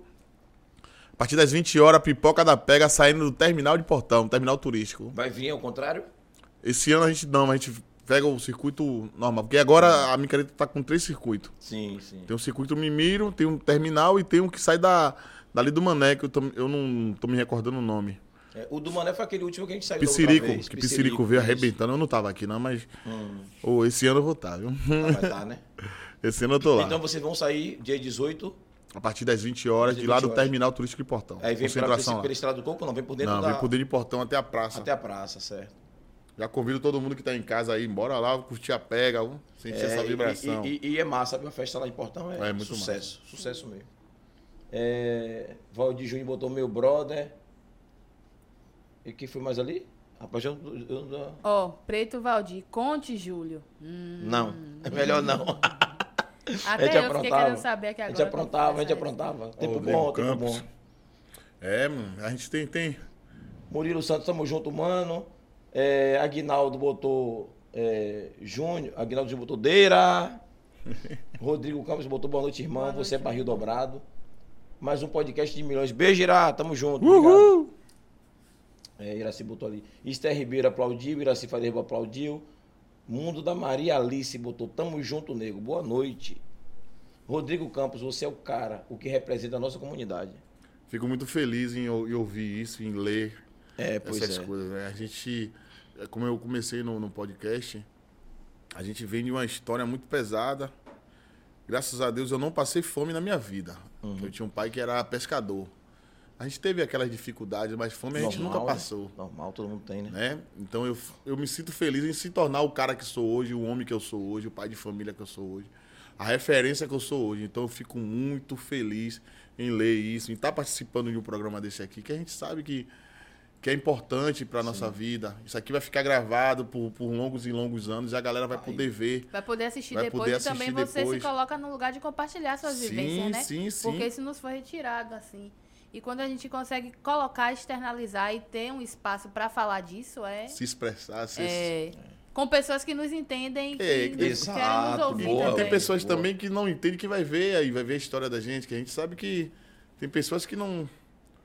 Speaker 2: a partir das 20 horas, pipoca da pega saindo do terminal de portão, terminal turístico.
Speaker 1: Vai vir ao contrário?
Speaker 2: Esse ano a gente não, a gente pega o circuito normal. Porque agora a micareta tá com três circuitos.
Speaker 1: Sim, sim.
Speaker 2: Tem um circuito Mimiro, tem um terminal e tem um que sai da, dali do Mané, que eu, tam- eu não tô me recordando o nome.
Speaker 1: É, o do Mané foi aquele último que a gente saiu da outra
Speaker 2: Piscirico,
Speaker 1: vez.
Speaker 2: que Piscirico veio
Speaker 1: isso.
Speaker 2: arrebentando. Eu não tava aqui não, mas
Speaker 1: Hum,
Speaker 2: ô, esse ano eu vou estar, viu?
Speaker 1: vai tá, né?
Speaker 2: Esse ano eu tô lá.
Speaker 1: Então vocês vão sair dia 18,
Speaker 2: a partir das 20 horas,
Speaker 1: das
Speaker 2: de lá
Speaker 1: 20
Speaker 2: do
Speaker 1: horas.
Speaker 2: terminal turístico de Portão.
Speaker 1: aí vem pela,
Speaker 2: Concentração
Speaker 1: pela,
Speaker 2: lá.
Speaker 1: pela Estrada do Coco, não, vem por dentro
Speaker 2: Não,
Speaker 1: da...
Speaker 2: vem poder de Portão até a praça.
Speaker 1: até a praça, certo.
Speaker 2: Já convido todo mundo que tá em casa aí, bora lá, curtir a pega, viu? sentir
Speaker 1: É,
Speaker 2: essa
Speaker 1: e-
Speaker 2: vibração.
Speaker 1: E, e- e é massa, viu? a festa lá em Portão é,
Speaker 2: É, muito
Speaker 1: sucesso, sucesso mesmo. É, Valdir Júnior botou meu brother. E quem foi mais ali? Rapaz, eu, não- eu não...
Speaker 3: Ó, Preto Valdir, conte, Júlio. Hum,
Speaker 1: Não, é melhor não.
Speaker 3: até eu fiquei querendo saber aqui
Speaker 1: a
Speaker 3: agora.
Speaker 1: gente aprontava, a gente
Speaker 3: como que
Speaker 1: aprontava. Tempo
Speaker 2: Diego
Speaker 1: bom, tempo
Speaker 2: Campos.
Speaker 1: bom.
Speaker 2: É, mano, a gente tem, tem.
Speaker 1: Murilo Santos, tamo junto, mano. É, Aguinaldo botou é, Júnior. Aguinaldo Júnior botou Deira. Rodrigo Campos botou boa noite, irmão.
Speaker 3: Boa noite,
Speaker 1: Você é barril dobrado. Mais um podcast de milhões. Beijo, Irá. Tamo junto. Obrigado.
Speaker 2: Uhul!
Speaker 1: É, Iraci botou ali. Esther Ribeiro aplaudiu. Iraci Faria aplaudiu. Mundo da Maria Alice botou. Tamo junto, nego. Boa noite. Rodrigo Campos, você é o cara, o que representa a nossa comunidade.
Speaker 2: Fico muito feliz em, ou- em ouvir isso, em ler
Speaker 1: É,
Speaker 2: essas coisas, né? A gente, é, como eu comecei no, no podcast, a gente vem de uma história muito pesada. Graças a Deus eu não passei fome na minha vida.
Speaker 1: Uhum.
Speaker 2: Eu tinha um pai que era pescador. A gente teve aquelas dificuldades, mas fome a gente nunca
Speaker 1: né?
Speaker 2: passou.
Speaker 1: Normal, todo mundo tem, né?
Speaker 2: né? Então eu, eu me sinto feliz em se tornar o cara que sou hoje, o homem que eu sou hoje, o pai de família que eu sou hoje, a referência que eu sou hoje. Então eu fico muito feliz em ler isso, em estar participando de um programa desse aqui, que a gente sabe que, que é importante para nossa vida. Isso aqui vai ficar gravado por, por longos e longos anos e a galera vai poder ver.
Speaker 3: Vai poder assistir
Speaker 2: Vai
Speaker 3: depois
Speaker 2: poder
Speaker 3: e também
Speaker 2: assistir
Speaker 3: você
Speaker 2: depois.
Speaker 3: se coloca no lugar de compartilhar suas
Speaker 2: Sim,
Speaker 3: vivências, né?
Speaker 2: sim, sim.
Speaker 3: Porque isso nos foi retirado, assim. E quando a gente consegue colocar, externalizar e ter um espaço pra falar disso, é,
Speaker 2: Se expressar, se
Speaker 3: é, com pessoas que nos entendem e que,
Speaker 2: É,
Speaker 3: nos-
Speaker 1: exato,
Speaker 3: querem nos ouvir
Speaker 1: boa,
Speaker 2: E tem
Speaker 3: também.
Speaker 1: velho.
Speaker 2: pessoas
Speaker 1: Boa.
Speaker 2: também que não entendem que vai ver aí, vai ver a história da gente, que a gente sabe que tem pessoas que não.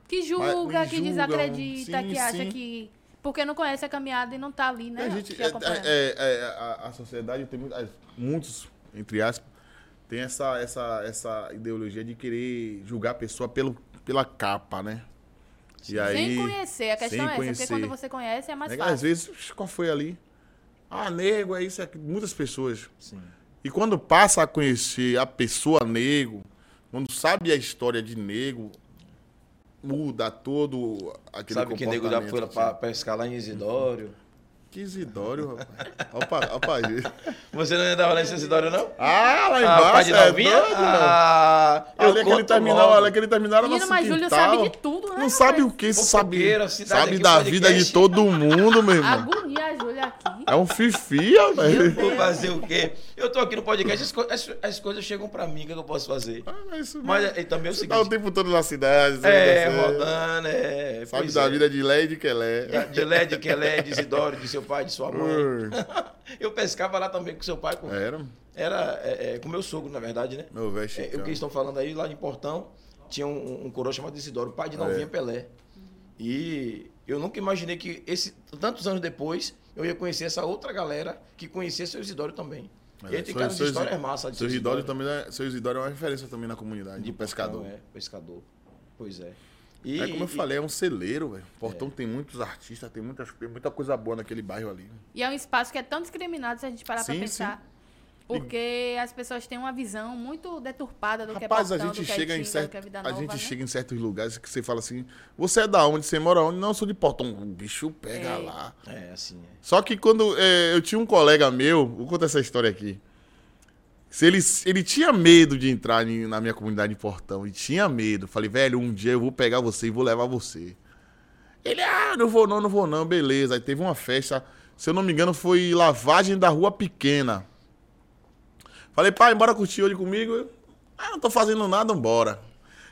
Speaker 3: Que
Speaker 2: Mas me
Speaker 3: julga, que
Speaker 2: julgam.
Speaker 3: desacredita,
Speaker 2: Sim,
Speaker 3: que acha
Speaker 2: sim.
Speaker 3: que. Porque não conhece a caminhada e não tá ali, né?
Speaker 2: a gente,
Speaker 3: te
Speaker 2: é-
Speaker 3: acompanhando.
Speaker 2: é- é- a, a sociedade tem muito- muitos, entre aspas, tem essa, essa, essa ideologia de querer julgar a pessoa pelo, pela capa, né? E aí,
Speaker 3: sem conhecer, a questão
Speaker 2: sem
Speaker 3: é essa, porque
Speaker 2: conhecer.
Speaker 3: quando você conhece é mais
Speaker 2: né,
Speaker 3: fácil.
Speaker 2: às vezes, "Ux, qual foi ali? Ah, nego, é isso, é aquilo. Muitas pessoas.
Speaker 1: Sim.
Speaker 2: E quando passa a conhecer a pessoa negro, quando sabe a história de negro, muda todo aquele
Speaker 1: Sabe que nego já
Speaker 2: comportamento. assim.
Speaker 1: foi pra pescar lá em Isidório?
Speaker 2: Que Isidório, rapaz. Opa, opa. aí.
Speaker 1: Você não andava lá em Isidório, não?
Speaker 2: Ah, lá
Speaker 1: Ah, pai
Speaker 2: embaixo
Speaker 1: de
Speaker 2: é
Speaker 1: novinha?
Speaker 2: doido, mano.
Speaker 1: Ah, eu
Speaker 2: Olha aquele
Speaker 1: conto
Speaker 2: terminal,
Speaker 1: logo.
Speaker 2: olha aquele terminal era
Speaker 3: Menino,
Speaker 2: nosso
Speaker 3: mas Júlio
Speaker 2: quintal.
Speaker 3: sabe de tudo, né?
Speaker 2: Não sabe o
Speaker 3: rapaz?
Speaker 2: que, sabe,
Speaker 1: Fofoqueira, cidade
Speaker 2: sabe
Speaker 1: aqui,
Speaker 2: da
Speaker 1: assim, podcast.
Speaker 2: vida de todo mundo, meu irmão.
Speaker 3: Agonia a Júlia aqui.
Speaker 2: É um Ah, fifi, rapaz.
Speaker 1: Vou fazer o quê? Eu tô aqui no podcast, as, co- as- as coisas chegam pra mim, o que, é que eu posso fazer?
Speaker 2: Ah, mas isso
Speaker 1: Mas
Speaker 2: mesmo.
Speaker 1: é, e também é o
Speaker 2: Você tá o
Speaker 1: seguinte,
Speaker 2: tempo todo na cidade, sabe
Speaker 1: é,
Speaker 2: você-
Speaker 1: rodando, é...
Speaker 2: sabe
Speaker 1: pois
Speaker 2: da
Speaker 1: é.
Speaker 2: vida de Lé e de Kelé.
Speaker 1: Da- De LED, que é LED, Isidório, de seu pai, de sua mãe.
Speaker 2: Ui.
Speaker 1: Eu pescava lá também com seu pai, com,
Speaker 2: É, Era, um-
Speaker 1: era é, é, com meu sogro, na verdade, né?
Speaker 2: meu velho
Speaker 1: É, o que
Speaker 2: Chicão.
Speaker 1: eles estão falando um
Speaker 2: É.
Speaker 1: aí, lá em Portão, tinha um, um coroa chamado Isidoro, pai de Novinha Pelé. E Eu nunca imaginei que esse, tantos anos depois eu ia conhecer essa outra galera que conhecia seu Isidoro também. e aí tem caras de histórias massas. de
Speaker 2: É, Seu Isidoro também é, seu Isidoro é uma referência também na comunidade, de pescador.
Speaker 1: Não, é, pescador. Pois é. E,
Speaker 2: é como eu
Speaker 1: e-
Speaker 2: falei, é um celeiro, velho.
Speaker 1: É.
Speaker 2: Portão tem muitos artistas, tem muitas, tem muita coisa boa naquele bairro ali.
Speaker 3: E é um espaço que é tão discriminado se a gente parar para
Speaker 2: Sim,
Speaker 3: pra pensar. Porque as pessoas têm uma visão muito deturpada do que é
Speaker 2: Rapaz, a
Speaker 3: portão, do
Speaker 2: gente
Speaker 3: que é
Speaker 2: chega em
Speaker 3: Tinga, do
Speaker 2: certo,
Speaker 3: que é vida
Speaker 2: a
Speaker 3: nova,
Speaker 2: gente
Speaker 3: né?
Speaker 2: chega em certos lugares que você fala assim: "Você é da onde? Você mora onde?" Não, eu sou de Portão. O bicho pega
Speaker 3: É.
Speaker 2: lá.
Speaker 1: É, assim, é.
Speaker 2: Só que quando é, eu tinha um colega meu, vou contar essa história aqui. Se ele, ele tinha medo de entrar em- na minha comunidade de portão, e tinha medo. Falei, velho, um dia eu vou pegar você e vou levar você. Ele, ah, não vou não, não vou não, beleza. Aí teve uma festa, se eu não me engano, foi lavagem da rua pequena. Falei, pai, bora curtir hoje comigo? Eu, ah, não tô fazendo nada, bora.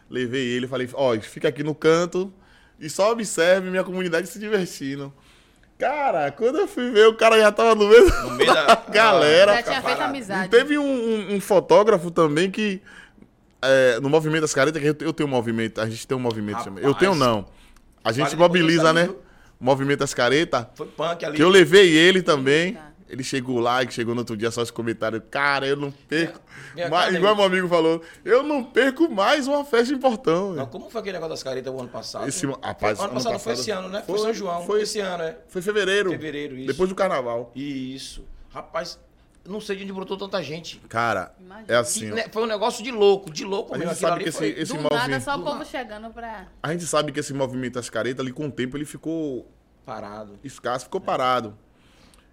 Speaker 2: Levei ele, falei, ó, fica aqui no canto e só observe minha comunidade se divertindo. Cara, quando eu fui ver, o cara já tava no mesmo.
Speaker 1: No meio da Ah.
Speaker 2: Galera.
Speaker 3: Já tinha feito
Speaker 1: parado.
Speaker 2: E
Speaker 3: amizade.
Speaker 2: teve um, um- um fotógrafo também que. é, no movimento das caretas, que eu, eu tenho um movimento, a gente tem um movimento
Speaker 1: Rapaz.
Speaker 2: também. Eu tenho não. A gente
Speaker 1: Vale
Speaker 2: mobiliza,
Speaker 1: contar
Speaker 2: né?
Speaker 1: isso.
Speaker 2: Movimento das caretas.
Speaker 1: Foi punk ali.
Speaker 2: Que eu levei ele também.
Speaker 3: Eita.
Speaker 2: Ele chegou lá, que chegou no outro dia só os comentários. Cara, eu não perco.
Speaker 1: Vem cá,
Speaker 2: mais-
Speaker 1: vem cá,
Speaker 2: igual
Speaker 1: David.
Speaker 2: meu amigo falou, eu não perco mais uma festa em Portão.
Speaker 1: Mas como foi aquele negócio das caretas o ano passado?
Speaker 2: Esse mo- rapaz,
Speaker 1: ano,
Speaker 2: ano
Speaker 1: passado, foi
Speaker 2: passado
Speaker 1: esse ano, né? Foi,
Speaker 2: foi-
Speaker 1: São João.
Speaker 2: foi-
Speaker 1: Foi esse ano, é.
Speaker 2: Foi em fevereiro.
Speaker 1: Fevereiro, isso.
Speaker 2: Depois do carnaval.
Speaker 1: Isso. Rapaz, não sei de onde brotou tanta gente.
Speaker 2: Cara,
Speaker 3: Imagina.
Speaker 2: é
Speaker 1: Que,
Speaker 2: assim. ó.
Speaker 1: né, foi um negócio de louco, de louco
Speaker 2: A
Speaker 1: mesmo.
Speaker 2: gente
Speaker 1: Aquilo
Speaker 2: sabe
Speaker 1: ali
Speaker 2: que esse,
Speaker 1: foi-
Speaker 2: esse
Speaker 3: do
Speaker 2: malzinho.
Speaker 3: nada, só o
Speaker 1: Do
Speaker 3: povo
Speaker 1: nada.
Speaker 3: chegando pra...
Speaker 2: A gente sabe que esse movimento das caretas ali com o tempo ele ficou
Speaker 1: Parado.
Speaker 2: escasso, ficou parado.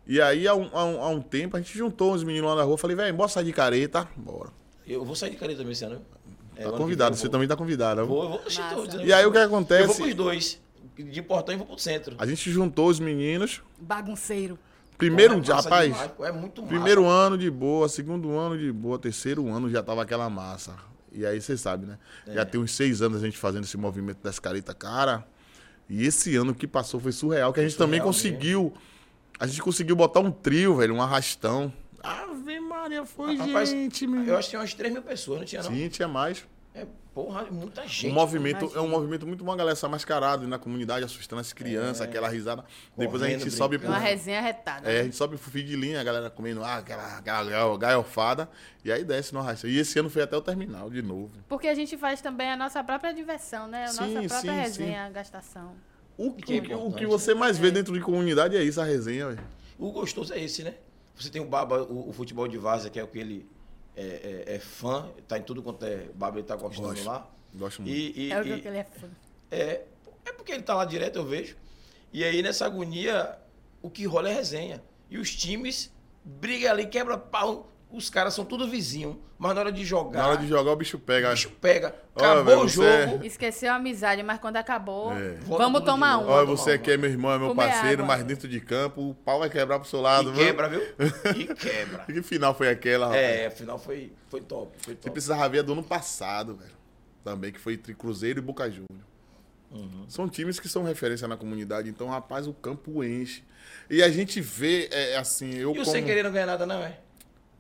Speaker 2: E aí, há um, há um- há um tempo, a gente juntou uns meninos lá na rua, falei, velho, bora sair de careta, Tá, bora.
Speaker 1: Eu vou sair de careta também esse ano. É,
Speaker 2: tá
Speaker 1: o ano que
Speaker 2: convidado,
Speaker 1: vem
Speaker 2: você
Speaker 1: eu
Speaker 2: também tá convidado.
Speaker 1: Vou, vou, eu vou. Oxi,
Speaker 3: Massa.
Speaker 1: tô dizendo,
Speaker 2: E aí o que
Speaker 1: Eu vou
Speaker 2: acontece?
Speaker 1: pros dois. De portão e vou pro centro.
Speaker 2: A gente juntou os meninos.
Speaker 3: Bagunceiro.
Speaker 2: Primeiro
Speaker 1: Pô, é
Speaker 2: dia,
Speaker 1: massa
Speaker 2: rapaz.
Speaker 1: demais, pô, é muito massa.
Speaker 2: Primeiro ano de boa, segundo ano de boa, terceiro ano já tava aquela massa. E aí você sabe, né? Já tem uns seis anos a gente fazendo esse movimento das caretas, cara. E esse ano que passou foi surreal, que a gente também
Speaker 1: Surreal
Speaker 2: conseguiu. A gente conseguiu botar um trio, velho, um arrastão. Ave Maria, foi
Speaker 1: Rapaz,
Speaker 2: gente, meu.
Speaker 1: Eu acho que tinha umas 3 mil pessoas, não tinha não?
Speaker 2: Sim, tinha mais.
Speaker 1: É, porra, muita
Speaker 2: O
Speaker 1: gente.
Speaker 2: movimento é
Speaker 3: imagina.
Speaker 2: um movimento muito bom, a galera sai mascarado e na comunidade, assustando as crianças, aquela risada. Depois a
Speaker 1: Correndo,
Speaker 2: gente sobe
Speaker 1: brincando.
Speaker 3: É Uma
Speaker 2: pro,
Speaker 3: resenha retada.
Speaker 2: É, a gente sobe pro fim de linha, a galera comendo ah, aquela galho- gaiofada, e aí desce no arrastão. E esse ano foi até o terminal de novo.
Speaker 3: Porque a gente faz também a nossa própria diversão, né? A
Speaker 2: Sim,
Speaker 3: nossa própria
Speaker 2: sim,
Speaker 3: resenha, gastação.
Speaker 2: O
Speaker 1: que é
Speaker 2: que, o
Speaker 1: importante,
Speaker 2: que você mais vê dentro de comunidade é isso, a resenha, velho.
Speaker 1: O gostoso é esse, né? Você tem o Baba, o, o futebol de Vaza, que é o que ele é, é- é fã, tá em tudo quanto é Baba, ele tá gostando
Speaker 2: Gosto.
Speaker 1: lá.
Speaker 2: Gosto muito.
Speaker 1: E, e-
Speaker 3: é o
Speaker 1: e-
Speaker 3: que ele é fã.
Speaker 1: é, é porque ele tá lá direto, eu vejo. E aí, nessa agonia, o que rola é resenha. E os times brigam ali, quebra pau. Os caras são tudo vizinho, mas na hora de jogar,
Speaker 2: Na hora de jogar, o bicho pega.
Speaker 1: o bicho pega.
Speaker 2: Olha,
Speaker 1: Acabou
Speaker 2: velho,
Speaker 1: o
Speaker 2: você-
Speaker 1: jogo.
Speaker 3: Esqueceu a amizade, mas quando acabou,
Speaker 2: É.
Speaker 1: Volta
Speaker 3: vamos
Speaker 1: tudo
Speaker 3: tomar
Speaker 1: de
Speaker 3: um.
Speaker 1: novo.
Speaker 2: Olha,
Speaker 1: tomar
Speaker 2: você
Speaker 1: uma.
Speaker 2: que é meu irmão, é meu
Speaker 3: Comer
Speaker 2: parceiro,
Speaker 3: água.
Speaker 2: mas dentro de campo, o pau vai quebrar pro seu lado,
Speaker 1: E
Speaker 2: viu?
Speaker 1: quebra, viu? E quebra.
Speaker 2: Que final foi aquela, rapaz?
Speaker 1: É, afinal foi, foi top. Foi
Speaker 2: Você
Speaker 1: top.
Speaker 2: precisava ver a do ano passado, velho. Também, que foi entre Cruzeiro e Boca Júnior.
Speaker 1: Uhum.
Speaker 2: São times que são referência na comunidade, então, rapaz, o campo enche. E a gente vê, é, assim, eu
Speaker 1: E o
Speaker 2: como...
Speaker 1: sem querer não ganha nada, não, é?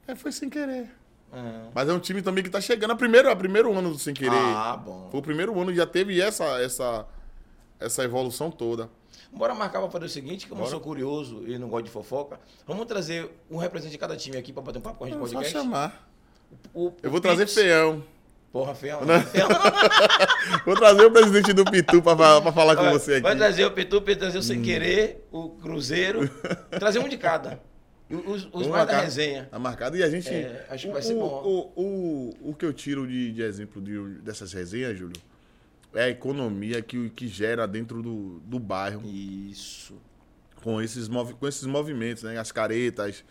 Speaker 2: É, foi sem querer.
Speaker 1: Ah,
Speaker 2: Mas é um time também que tá chegando. É o primeiro, é o primeiro ano do sem querer.
Speaker 1: Ah, bom.
Speaker 2: Foi o primeiro ano que já teve essa, essa, essa evolução toda.
Speaker 1: Bora marcar pra fazer o seguinte, como
Speaker 2: Bora.
Speaker 1: eu sou curioso e não gosto de fofoca, vamos trazer um representante de cada time aqui pra bater um papo com a gente
Speaker 2: É
Speaker 1: no
Speaker 2: só
Speaker 1: podcast.
Speaker 2: chamar.
Speaker 1: O-
Speaker 2: Eu
Speaker 1: o
Speaker 2: vou trazer
Speaker 1: Pix-
Speaker 2: Feão.
Speaker 1: Porra, feão.
Speaker 2: Né? Vou trazer o presidente do Pitu pra, fa- pra falar Tá com
Speaker 1: Vai-
Speaker 2: você
Speaker 1: Vai
Speaker 2: aqui. Hum.
Speaker 1: trazer o Petu, vai trazer o Sem Querer, o Cruzeiro. trazer um de cada. E Os, os
Speaker 2: Vamos
Speaker 1: mais da
Speaker 2: marcar-
Speaker 1: resenha.
Speaker 2: Tá marcado. E a gente.
Speaker 1: É, acho que
Speaker 2: o-
Speaker 1: vai ser
Speaker 2: o,
Speaker 1: bom.
Speaker 2: O, o, o que eu tiro de, de exemplo de- dessas resenhas, Júlio, é a economia que, que gera dentro do, do bairro.
Speaker 1: Isso.
Speaker 2: com esses, movi- com esses movimentos, né? As caretas,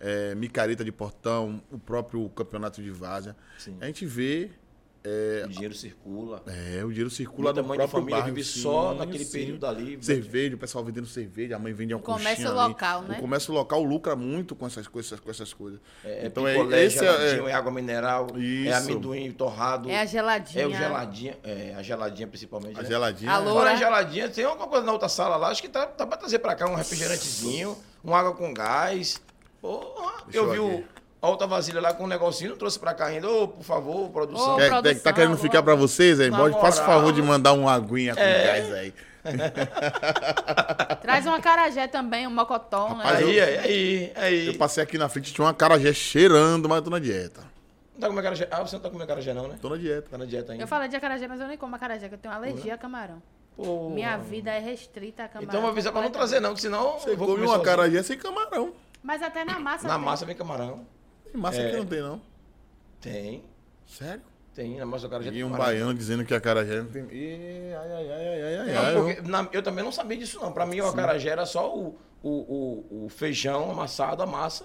Speaker 2: é, micareta de portão, o próprio campeonato de várzea.
Speaker 1: Sim.
Speaker 2: A gente vê,
Speaker 1: O dinheiro circula.
Speaker 2: é, o dinheiro circula
Speaker 1: O
Speaker 2: no
Speaker 1: tamanho da
Speaker 2: próprio
Speaker 1: família
Speaker 2: bairro,
Speaker 1: vive
Speaker 2: sim,
Speaker 1: só naquele
Speaker 2: sim.
Speaker 1: período ali. né?
Speaker 2: Cerveja, o pessoal vendendo cerveja, a mãe vende alguma coisa.
Speaker 3: comércio local, né?
Speaker 2: O comércio local lucra muito com essas coisas, com essas coisas.
Speaker 1: É,
Speaker 2: então, é,
Speaker 1: picolé,
Speaker 2: esse é,
Speaker 1: geladinho, é, água mineral, é
Speaker 2: Isso.
Speaker 1: amendoim torrado,
Speaker 3: É a
Speaker 1: é,
Speaker 3: geladinha.
Speaker 1: o geladinha, é a geladinha principalmente.
Speaker 2: a
Speaker 1: né?
Speaker 2: geladinha.
Speaker 3: Alô?
Speaker 1: Fora a geladinha, tem alguma coisa na outra sala lá, acho que tá, tá pra trazer pra cá um refrigerantezinho, uma água com gás. Porra,
Speaker 2: Deixa
Speaker 1: eu
Speaker 2: eu
Speaker 1: vi o,
Speaker 2: aqui.
Speaker 1: a outra vasilha lá com um negocinho, não trouxe pra cá ainda. Ô, por favor, produção.
Speaker 3: Ô,
Speaker 2: Quer-
Speaker 3: produção,
Speaker 2: tá querendo
Speaker 3: alô?
Speaker 2: ficar pra vocês aí?
Speaker 1: Na
Speaker 2: Pode, faça o
Speaker 1: moral.
Speaker 2: favor de mandar uma aguinha com
Speaker 1: É.
Speaker 2: gás aí.
Speaker 3: Traz uma carajé também, um mocotó,
Speaker 2: Rapaz,
Speaker 3: né?
Speaker 1: Aí, aí, aí, aí.
Speaker 2: Eu passei aqui na frente, tinha uma carajé cheirando, mas eu tô na dieta.
Speaker 1: Não tá comendo acarajé. Ah, você não tá comendo acarajé não, né?
Speaker 2: Tô na dieta.
Speaker 1: Tá na dieta ainda.
Speaker 3: Eu falei de acarajé, mas eu nem como acarajé, que eu tenho alergia a camarão.
Speaker 1: Pô,
Speaker 3: Minha vida é restrita a camarão.
Speaker 1: Então vou avisar pra não trazer não, que senão
Speaker 2: Você
Speaker 1: eu vou
Speaker 2: come
Speaker 1: comer
Speaker 2: uma
Speaker 1: sozinho.
Speaker 2: acarajé sem camarão.
Speaker 3: Mas até na massa.
Speaker 1: Na
Speaker 3: tem.
Speaker 1: massa vem camarão.
Speaker 2: Tem massa
Speaker 1: É.
Speaker 2: que não tem, não.
Speaker 1: Tem,
Speaker 2: Sério?
Speaker 1: tem. Na massa do acarajé
Speaker 2: E
Speaker 1: tem
Speaker 2: um
Speaker 1: É camarão.
Speaker 2: baiano dizendo que a acarajé não tem... Ih, ai, ai, ai, ai, ai,
Speaker 1: Não,
Speaker 2: ai.
Speaker 1: porque na- eu também não sabia disso, não. Pra mim, o acarajé era só o, o, o, o feijão amassado, a massa,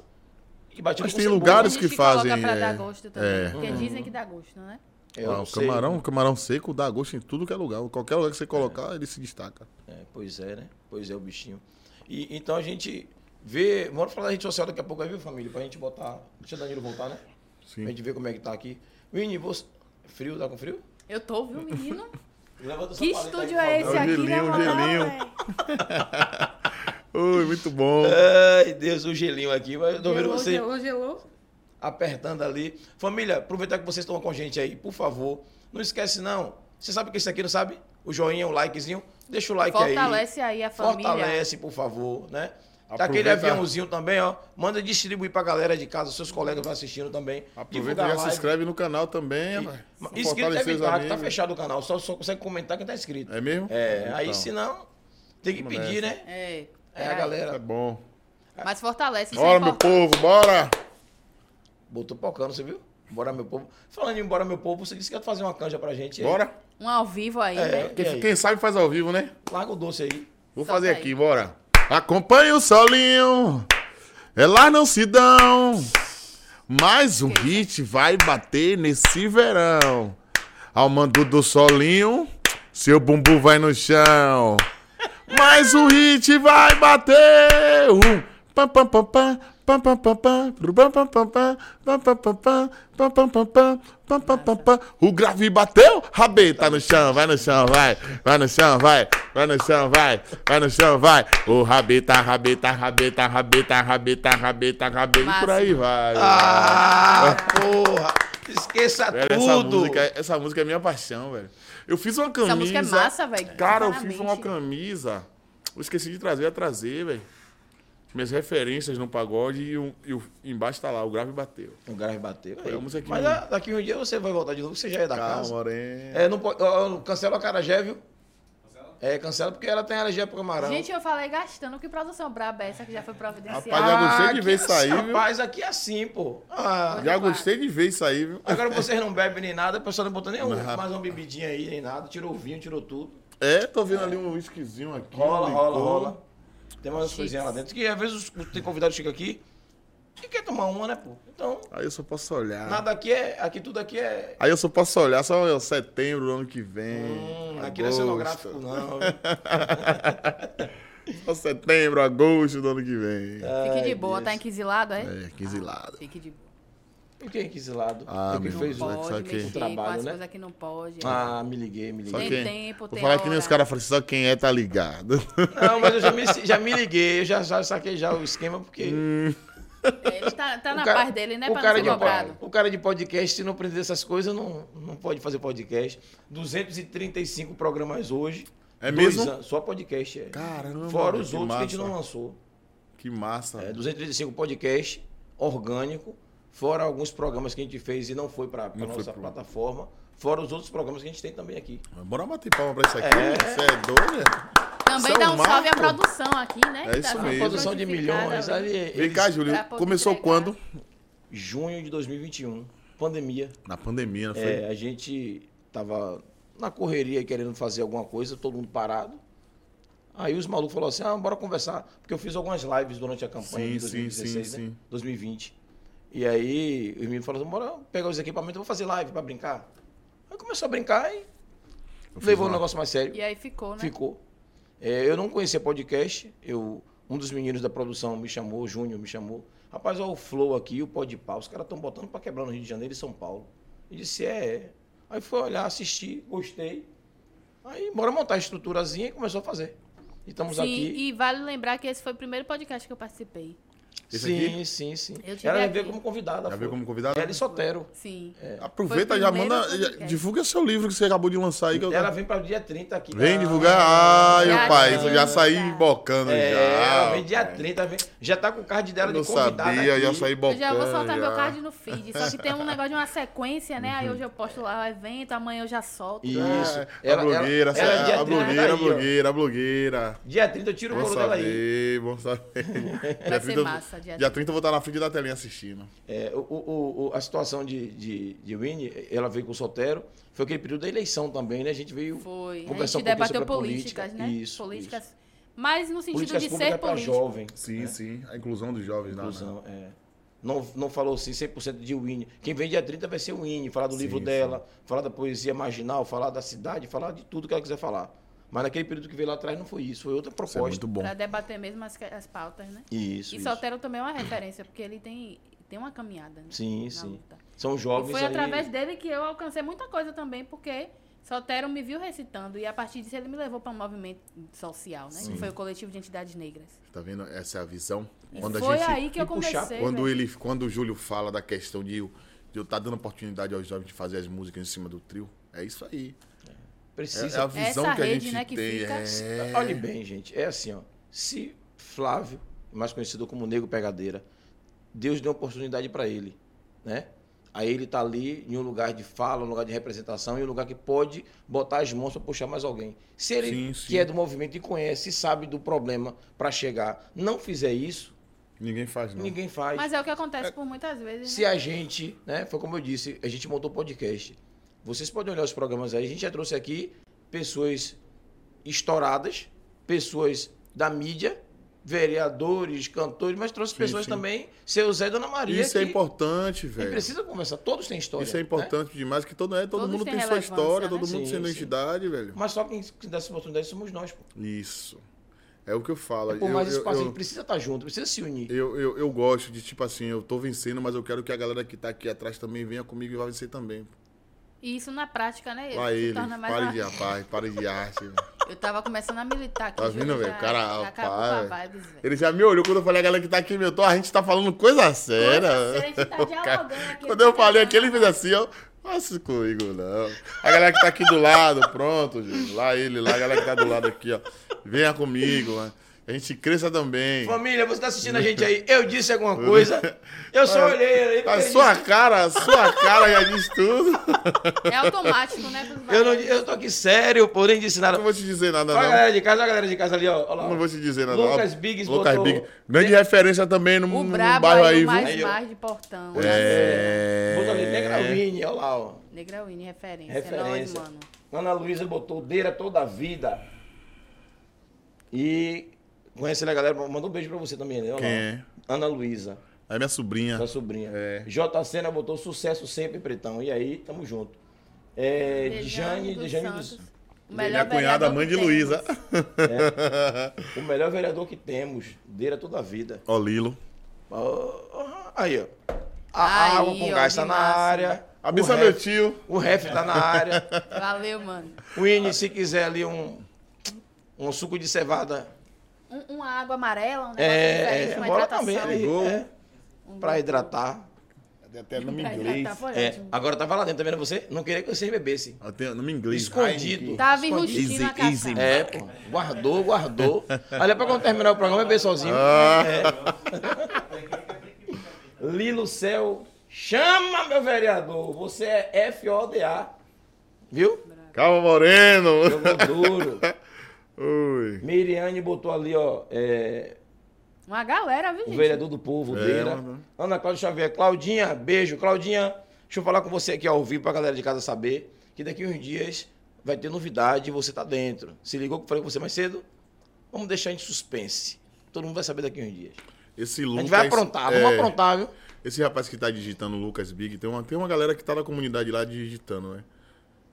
Speaker 1: e batido
Speaker 2: Mas
Speaker 1: com
Speaker 2: tem
Speaker 1: cebola.
Speaker 3: Tem
Speaker 2: lugares-
Speaker 3: gente
Speaker 2: que
Speaker 3: coloca
Speaker 2: fazem,
Speaker 3: pra
Speaker 2: é,
Speaker 3: dar gosto também.
Speaker 2: é.
Speaker 3: Porque dizem que dá gosto, né?
Speaker 1: Eu
Speaker 2: Ah,
Speaker 1: não
Speaker 2: o
Speaker 1: sei.
Speaker 2: camarão, o camarão seco dá gosto em tudo que é lugar. Qualquer lugar que você colocar, ele se destaca.
Speaker 1: É, pois é, né? Pois é, o bichinho. E, então a gente vê. Bora falar da rede social daqui a pouco aí, viu, família? Pra gente botar. Deixa o Danilo voltar, né? Pra
Speaker 2: Sim.
Speaker 1: gente ver como é que tá aqui. Vini, você. Frio, tá com frio?
Speaker 3: Eu tô, viu, menino?
Speaker 1: Levanta o
Speaker 3: que
Speaker 1: seu palito aí,
Speaker 3: estúdio
Speaker 1: por
Speaker 3: é
Speaker 1: favor.
Speaker 3: esse
Speaker 2: É um
Speaker 3: aqui,
Speaker 2: gelinho, um
Speaker 3: né, mano?
Speaker 2: gelinho. Ui, muito bom.
Speaker 1: Ai, Deus, o gelinho aqui. mas Eu tô vendo
Speaker 3: Gelou,
Speaker 1: você.
Speaker 3: gelou, gelou.
Speaker 1: apertando ali. Família, aproveitar que vocês estão com a gente aí, por favor. Não esquece, não. Você sabe o que isso aqui, não sabe? O joinha, o likezinho. Deixa o like É aí.
Speaker 3: Fortalece aí a família.
Speaker 1: Fortalece, por favor, né? Tá
Speaker 2: Aproveita-
Speaker 1: aquele aviãozinho também, ó. Manda distribuir pra galera de casa, seus colegas que estão assistindo também.
Speaker 2: Aproveita e já se inscreve no canal também, rapaz.
Speaker 1: E, inscrito é
Speaker 2: Fortalecer os
Speaker 1: verdade, tá
Speaker 2: amigos.
Speaker 1: fechado o canal. Só, só consegue comentar quem tá inscrito.
Speaker 2: É mesmo?
Speaker 1: É, aí
Speaker 2: Então,
Speaker 1: senão tem que
Speaker 2: Vamos
Speaker 1: pedir,
Speaker 2: nessa.
Speaker 1: né?
Speaker 3: É,
Speaker 1: É a
Speaker 3: peraí.
Speaker 2: Tá
Speaker 1: galera.
Speaker 2: bom.
Speaker 3: Mas fortalece. isso é
Speaker 2: Bora, meu
Speaker 3: importante.
Speaker 2: povo, bora!
Speaker 1: Botou pocando, você viu? Bora, meu povo. Falando em Bora, meu povo, você disse que ia fazer uma canja pra gente. aí.
Speaker 2: Bora!
Speaker 3: Um ao vivo aí, né?
Speaker 1: É. E aí?
Speaker 2: Quem sabe faz ao vivo, né?
Speaker 1: Larga o doce aí.
Speaker 2: Vou
Speaker 3: Solta
Speaker 2: fazer
Speaker 3: aí.
Speaker 2: aqui, bora. Acompanhe o solinho, É elas não se dão, mas o um hit vai bater nesse verão. Ao mando do solinho, seu bumbum vai no chão, mas o hit vai bater. Um, pam, pam, pam, pam. Pam, pam, pam, pam, tru, pam, pam, pam, pam, pam, pam, pam, pam, pam, pam, pam, pam, pam, pam, pam, pam. O grave bateu, rabê tá no chão, vai no chão, vai, vai no chão, vai, vai no chão, vai, vai no chão, vai. O rabê tá, rabê tá, rabê tá, rabê tá, rabê tá, rabê tá, rabê e por aí vai.
Speaker 1: Ah, porra! Esqueça
Speaker 2: Velho, essa
Speaker 1: tudo!
Speaker 2: música, essa música é minha paixão, velho. Eu fiz uma camisa.
Speaker 3: Essa música é massa, velho.
Speaker 2: Cara, eu
Speaker 3: Tá na
Speaker 2: fiz
Speaker 3: mente.
Speaker 2: uma camisa. Eu esqueci de trazer, ia trazer, velho. Minhas referências no pagode e, o, e o- embaixo tá lá, o grave bateu.
Speaker 1: O Garve bateu.
Speaker 2: Foi a música que
Speaker 1: Mas
Speaker 2: me-
Speaker 1: ah, daqui um dia você vai voltar de novo, você já é da
Speaker 2: Ah, Tá?
Speaker 1: casa.
Speaker 2: Moreno.
Speaker 1: É, não pode, ó, ó, cancela a Carajé, viu? É, cancela porque ela tem alergia pro camarão.
Speaker 3: Gente, eu falei gastando. Que produção braba é essa que já foi providenciada?
Speaker 2: Rapaz, já gostei de
Speaker 1: aqui-
Speaker 2: ver isso aí, viu?
Speaker 1: Ah, Rapaz, aqui é assim, pô. Ah,
Speaker 2: Já gostei de ver isso aí, viu?
Speaker 1: agora vocês não bebem nem nada, a pessoa não botou nem um-
Speaker 2: Não.
Speaker 1: mais uma bebidinha aí, nem nada. Tirou o vinho, tirou tudo.
Speaker 2: É, tô vendo ali um whiskyzinho aqui.
Speaker 1: Rola,
Speaker 2: um
Speaker 1: rola,
Speaker 2: licor.
Speaker 1: rola. Tem umas
Speaker 3: Chiques.
Speaker 1: coisinhas lá dentro. Que às vezes os- tem convidado que chega aqui e quer tomar uma, né, pô? Então,
Speaker 2: Aí eu só posso olhar.
Speaker 1: nada aqui é. Aqui tudo aqui é
Speaker 2: Aí eu só posso olhar só em setembro, ano que vem.
Speaker 1: Hum, aqui não é
Speaker 2: agosto.
Speaker 1: cenográfico, não.
Speaker 2: Só setembro, agosto do ano que vem.
Speaker 3: Fique de
Speaker 1: Ai,
Speaker 3: boa, tá
Speaker 1: Deus.
Speaker 3: enquisilado, é?
Speaker 2: É, 15 lados.
Speaker 3: Fique de boa.
Speaker 1: E quem é que esse lado?
Speaker 2: Ah,
Speaker 1: Foi quem
Speaker 2: meu
Speaker 1: fez
Speaker 2: Deus.
Speaker 1: o...
Speaker 2: Só
Speaker 3: Pode
Speaker 2: que-
Speaker 3: mexer com
Speaker 1: Trabalho,
Speaker 3: as
Speaker 1: né?
Speaker 3: coisas que não pode.
Speaker 1: Ah, me liguei, me
Speaker 2: Só
Speaker 1: liguei.
Speaker 3: Tem
Speaker 2: que
Speaker 3: tempo,
Speaker 2: vou
Speaker 3: tem
Speaker 2: falar que nem
Speaker 3: hora.
Speaker 2: os caras falam, só quem é tá ligado.
Speaker 1: Não, mas eu já me, já me liguei, eu já, já saquei já o esquema, porque.
Speaker 2: Hum.
Speaker 3: Ele tá, tá
Speaker 1: o
Speaker 3: na
Speaker 1: cara-
Speaker 3: paz dele, né?
Speaker 1: o
Speaker 3: Pra não
Speaker 1: cara
Speaker 3: ser
Speaker 1: de
Speaker 3: cobrado.
Speaker 1: pod- O cara de podcast, se não aprender essas coisas, não, não pode fazer podcast. 235 programas hoje.
Speaker 2: É
Speaker 1: Dois
Speaker 2: mesmo?
Speaker 1: anos, só podcast. É.
Speaker 2: Caramba,
Speaker 1: Fora
Speaker 2: que
Speaker 1: os outros que a gente
Speaker 2: massa.
Speaker 1: não lançou.
Speaker 2: Que massa.
Speaker 1: É, 235 podcast orgânico, fora alguns programas que a gente fez e não foi para a
Speaker 2: Não foi
Speaker 1: nossa
Speaker 2: pro-
Speaker 1: plataforma, fora os outros programas que a gente tem também aqui.
Speaker 2: Bora bater palma pra isso aqui. Você é doido?
Speaker 3: Também
Speaker 2: Isso é
Speaker 3: dá
Speaker 2: um
Speaker 3: um salve à
Speaker 2: marco.
Speaker 3: produção aqui, né?
Speaker 2: É
Speaker 3: Tá
Speaker 2: isso
Speaker 3: sendo
Speaker 2: mesmo.
Speaker 1: Produção de
Speaker 3: frutificada,
Speaker 1: milhões,
Speaker 3: né?
Speaker 1: ali,
Speaker 2: Vem
Speaker 1: eles-
Speaker 2: cá, Júlio.
Speaker 3: Pra poder
Speaker 2: Começou
Speaker 3: entregar.
Speaker 2: quando?
Speaker 1: junho de 2021, pandemia.
Speaker 2: Na pandemia, não foi?
Speaker 1: É, a gente tava na correria querendo fazer alguma coisa, todo mundo parado. Aí os malucos falaram assim: ah, bora conversar. Porque eu fiz algumas lives durante a campanha
Speaker 2: Sim,
Speaker 1: de
Speaker 2: sim,
Speaker 1: 2016,
Speaker 2: sim,
Speaker 1: né?
Speaker 2: sim.
Speaker 1: 2020. E aí os meninos falaram assim: bora pegar os equipamentos, eu vou fazer live pra brincar. Aí começou a brincar e
Speaker 2: Eu fiz
Speaker 1: levou o
Speaker 2: uma-
Speaker 1: negócio mais sério.
Speaker 3: E aí ficou, né?
Speaker 1: Ficou. É, eu não conhecia podcast. Eu, um dos meninos da produção me chamou, o Júnior me chamou. Rapaz, olha o Flow aqui, o Pode Pau. Os caras estão botando para quebrar no Rio de Janeiro e São Paulo. E disse, é, é. Aí fui olhar, assisti, gostei. Aí bora montar a estruturazinha e começou a fazer. E estamos
Speaker 3: Sim,
Speaker 1: aqui.
Speaker 3: e vale lembrar que esse foi o primeiro podcast que eu participei.
Speaker 2: Esse
Speaker 1: sim,
Speaker 2: aqui?
Speaker 1: sim, sim.
Speaker 3: Eu tive
Speaker 1: Ela
Speaker 3: aqui.
Speaker 1: veio como convidada.
Speaker 2: Já veio
Speaker 1: foi.
Speaker 2: como convidada?
Speaker 1: Ela e Sotero.
Speaker 3: Sim.
Speaker 1: É.
Speaker 2: Aproveita
Speaker 3: Foi o
Speaker 2: já
Speaker 3: primeiro
Speaker 2: manda. já-
Speaker 3: podcast.
Speaker 2: divulga seu livro que você acabou de lançar aí. Que eu...
Speaker 1: Ela vem para o dia 30 aqui. Ah,
Speaker 2: Vem
Speaker 1: na-
Speaker 2: divulgar. Ai,
Speaker 3: Já
Speaker 2: meu pai, eu já
Speaker 3: divulga.
Speaker 2: saí bocando
Speaker 1: É, ela
Speaker 2: já.
Speaker 1: vem dia 30. Vem, já tá com o card dela
Speaker 2: Eu não
Speaker 1: de convidada.
Speaker 2: sabia, eu
Speaker 1: aqui.
Speaker 2: já saí
Speaker 3: Eu
Speaker 2: bocando.
Speaker 3: já vou soltar meu
Speaker 2: já.
Speaker 3: card no feed. Só que tem um negócio de uma sequência, né?
Speaker 1: Uhum.
Speaker 3: Aí hoje eu posto lá o evento, amanhã eu já solto.
Speaker 1: Isso.
Speaker 2: É,
Speaker 1: Ela-
Speaker 2: a blogueira,
Speaker 1: ela- ela
Speaker 2: a,
Speaker 1: é dia
Speaker 2: blogueira,
Speaker 1: 30
Speaker 2: a
Speaker 1: aí, ó.
Speaker 2: blogueira, a blogueira.
Speaker 1: Dia 30 eu tiro o
Speaker 2: Bom
Speaker 1: bolo dela aí.
Speaker 2: saber, bom saber.
Speaker 3: Vai
Speaker 2: Dia
Speaker 3: ser
Speaker 2: 30 eu-
Speaker 3: massa, dia
Speaker 2: Dia 30 eu vou estar na frente da telinha assistindo.
Speaker 1: É, o- o- o- a situação de, de, de Winnie, ela veio com o Sotero, foi aquele período da eleição também, né? A gente veio
Speaker 3: Foi. A
Speaker 1: conversar
Speaker 3: gente
Speaker 1: um pouquinho
Speaker 3: debateu
Speaker 1: sobre a
Speaker 3: políticas,
Speaker 1: política.
Speaker 3: né?
Speaker 1: Isso,
Speaker 3: políticas. Mas no sentido
Speaker 1: políticas
Speaker 3: de
Speaker 1: públicas
Speaker 3: ser
Speaker 1: para
Speaker 3: político.
Speaker 1: jovem.
Speaker 3: É.
Speaker 2: Sim, sim. A inclusão dos jovens né, na
Speaker 1: Inclusão, é. Não, não falou assim 100% de Winnie. Quem vem dia 30 vai ser o Winnie, falar do
Speaker 2: Sim,
Speaker 1: livro
Speaker 2: sim.
Speaker 1: dela, falar da poesia marginal, falar da cidade, falar de tudo que ela quiser falar. Mas naquele período que veio lá atrás não foi isso, foi outra
Speaker 2: Isso é
Speaker 1: proposta.
Speaker 2: muito bom.
Speaker 3: Pra debater mesmo as, as pautas, né?
Speaker 1: Isso,
Speaker 3: e
Speaker 1: isso.
Speaker 3: Sotero também é uma referência, porque ele tem, tem uma caminhada, né?
Speaker 1: Sim,
Speaker 3: na
Speaker 1: sim.
Speaker 3: luta.
Speaker 1: São
Speaker 3: E
Speaker 1: jovens
Speaker 3: foi
Speaker 1: aí...
Speaker 3: através dele que eu alcancei muita coisa também, porque Sotero me viu recitando. E a partir disso ele me levou para um movimento social, né? Que foi o Coletivo de Entidades Negras.
Speaker 2: Tá vendo? Essa é a visão.
Speaker 3: E
Speaker 2: Quando a
Speaker 3: foi
Speaker 2: gente.
Speaker 3: aí que eu
Speaker 1: e puxar-
Speaker 3: comecei.
Speaker 2: Quando,
Speaker 3: velho.
Speaker 2: ele, quando o Júlio fala da questão de eu, de eu tá dando oportunidade aos jovens de fazer as músicas em cima do trio, é isso aí. É,
Speaker 1: Precisa
Speaker 2: é a visão
Speaker 3: Essa
Speaker 2: que a
Speaker 3: rede,
Speaker 2: gente
Speaker 3: né, que
Speaker 2: tem.
Speaker 3: fica-
Speaker 2: É...
Speaker 1: Olhe bem, gente. É assim, ó. Se Flávio, mais conhecido como Negro Pegadeira, Deus deu oportunidade para ele, né? Aí ele tá ali em um lugar de fala, um lugar de representação, em um lugar que pode botar as mãos para puxar mais alguém. Se ele,
Speaker 2: Sim, sim.
Speaker 1: que é do movimento e conhece, e sabe do problema para chegar, não fizer isso,
Speaker 2: Ninguém faz, não.
Speaker 1: ninguém faz.
Speaker 3: Mas é o que acontece por muitas vezes,
Speaker 1: Se
Speaker 3: né?
Speaker 1: a gente, né? Foi como eu disse, a gente montou o podcast. Vocês podem olhar os programas aí. A gente já trouxe aqui pessoas estouradas, pessoas da mídia, vereadores, cantores, mas trouxe
Speaker 2: Sim,
Speaker 1: pessoas
Speaker 2: sim.
Speaker 1: também, seu Zé e Dona Maria.
Speaker 2: Isso é
Speaker 1: que-
Speaker 2: importante,
Speaker 1: E
Speaker 2: velho.
Speaker 1: precisa conversar. Todos têm história.
Speaker 2: Isso é
Speaker 1: né?
Speaker 2: importante demais, que todo, é, todo
Speaker 3: Todos
Speaker 2: mundo
Speaker 3: têm
Speaker 2: tem sua
Speaker 3: relevância,
Speaker 2: história,
Speaker 3: né?
Speaker 2: todo mundo
Speaker 1: Sim,
Speaker 2: tem
Speaker 1: sim.
Speaker 2: identidade, velho.
Speaker 1: Mas só quem dá essa oportunidade somos nós, pô.
Speaker 2: Isso. É o que eu falo.
Speaker 1: É por
Speaker 2: eu,
Speaker 1: mais
Speaker 2: eu-
Speaker 1: espaço, a
Speaker 2: eu-
Speaker 1: gente precisa estar junto, precisa se unir.
Speaker 2: Eu, eu, eu gosto de, tipo assim, eu tô vencendo, mas eu quero que a galera que tá aqui atrás também venha comigo e vai vencer também.
Speaker 3: E isso na prática, né?
Speaker 2: Vai
Speaker 3: se
Speaker 2: ele,
Speaker 3: torna mais
Speaker 2: pare
Speaker 3: uma-
Speaker 2: de rapaz, pare de arte. velho.
Speaker 3: Eu tava começando a militar aqui.
Speaker 2: Tá
Speaker 3: Júlio,
Speaker 2: vendo, velho?
Speaker 3: já-
Speaker 2: Cara,
Speaker 3: já acabou
Speaker 2: rapaz.
Speaker 3: com a vibes, velho.
Speaker 2: Ele já me olhou quando eu falei a galera que tá aqui, meu, tô, a gente tá falando coisa séria.
Speaker 3: Coisa séria, a gente tá
Speaker 2: velho.
Speaker 3: dialogando aqui,
Speaker 2: Quando eu
Speaker 3: tá
Speaker 2: falei aqui, ele
Speaker 3: dialogando.
Speaker 2: fez assim, ó. Nossa, comigo não. A galera que tá aqui do lado, pronto, gente. Lá ele, lá a galera que tá do lado aqui, ó. Venha comigo, mano. A gente cresça também.
Speaker 1: Família, você tá assistindo a gente aí. Eu disse alguma coisa. Eu só olhei. ele
Speaker 2: A
Speaker 1: fez
Speaker 2: tá sua cara, a sua cara já diz tudo.
Speaker 3: É automático, né? pros
Speaker 1: Eu, não,
Speaker 3: baianos.
Speaker 1: eu tô aqui sério, pô, nem disse nada.
Speaker 2: Não vou te dizer nada,
Speaker 1: Olha a
Speaker 2: não.
Speaker 1: galera de casa, olha a galera de casa ali, ó. Olha lá, ó.
Speaker 2: Não vou te dizer nada.
Speaker 1: Lucas
Speaker 2: Ó,
Speaker 1: Biggs
Speaker 2: Lucas
Speaker 1: botou-
Speaker 2: Biggs. Grande referência também no,
Speaker 3: O
Speaker 2: no
Speaker 3: brabo
Speaker 2: bairro
Speaker 3: aí, é
Speaker 2: aí,
Speaker 3: o
Speaker 2: viu?
Speaker 3: mais,
Speaker 1: Aí, ó.
Speaker 3: mais de portão. né?
Speaker 2: É.
Speaker 1: Botou ali, Negra Winnie, olha lá, ó.
Speaker 3: Negrauine, referência.
Speaker 1: Referência.
Speaker 3: É nóis, mano.
Speaker 1: Ana Luísa botou Deira toda a vida. E conhece a galera, manda um beijo pra você também, né? Olha lá.
Speaker 2: Quem é?
Speaker 1: Ana Luísa,
Speaker 2: É minha sobrinha.
Speaker 1: sua sobrinha.
Speaker 2: É.
Speaker 1: J. Sena botou sucesso sempre, Pretão. E aí, tamo junto. É, Djane,
Speaker 3: dos
Speaker 1: Djane dos-
Speaker 3: Santos. O
Speaker 2: Minha
Speaker 3: melhor
Speaker 2: cunhada,
Speaker 3: vereador
Speaker 2: mãe
Speaker 3: que
Speaker 2: de
Speaker 3: temos.
Speaker 2: Luísa.
Speaker 1: o melhor vereador que temos, Deira toda a vida.
Speaker 2: Ó, Lilo.
Speaker 1: Ó, Aí, ó. A
Speaker 3: Aí,
Speaker 1: água com
Speaker 3: ó,
Speaker 1: gás
Speaker 3: que
Speaker 1: tá na
Speaker 3: massa.
Speaker 1: área.
Speaker 2: A
Speaker 1: O
Speaker 2: missa é
Speaker 1: ref-
Speaker 2: meu tio.
Speaker 1: O ref tá na área.
Speaker 3: Valeu, mano.
Speaker 1: O Ine, se quiser ali um, um suco de cevada,
Speaker 3: Um, uma água amarela, um negócio
Speaker 1: é,
Speaker 3: diferente,
Speaker 1: é,
Speaker 3: uma
Speaker 1: bora
Speaker 3: hidratação.
Speaker 1: também ali,
Speaker 2: Ligou?
Speaker 1: é, pra hidratar.
Speaker 2: Tem até nome
Speaker 3: Pra
Speaker 2: inglês.
Speaker 3: hidratar, foi
Speaker 1: É,
Speaker 3: ótimo.
Speaker 1: agora tava lá dentro, tá vendo você? Não queria que vocês bebessem.
Speaker 2: Ela tem nome inglês.
Speaker 1: Escondido.
Speaker 3: Tava
Speaker 1: escondido.
Speaker 3: enrustindo a
Speaker 2: Easy, easy.
Speaker 3: cachaça.
Speaker 1: É, pô. Guardou, guardou. Olha, pra quando terminar o programa, beber sozinho. É. Lilo Céu, chama meu vereador. Você é FODA. Viu?
Speaker 2: Calma, Moreno.
Speaker 1: Jogou duro.
Speaker 2: Ui.
Speaker 1: Miriane botou ali, ó. é,
Speaker 3: Uma galera,
Speaker 2: Um
Speaker 3: viu,
Speaker 1: O
Speaker 3: gente?
Speaker 1: vereador do povo,
Speaker 2: É,
Speaker 1: Deira.
Speaker 2: mano.
Speaker 1: Ana Cláudia Xavier. Claudinha, beijo. Claudinha, deixa eu falar com você aqui ao vivo pra galera de casa saber que daqui uns dias vai ter novidade e você tá dentro. Se ligou que eu falei com você mais cedo? Vamos deixar em suspense. Todo mundo vai saber daqui uns dias.
Speaker 2: Esse
Speaker 1: A
Speaker 2: Lucas.
Speaker 1: gente vai aprontar,
Speaker 2: é,
Speaker 1: vamos aprontar, viu?
Speaker 2: Esse rapaz que tá digitando Lucas Big, tem uma, tem uma galera que tá na comunidade lá digitando, né?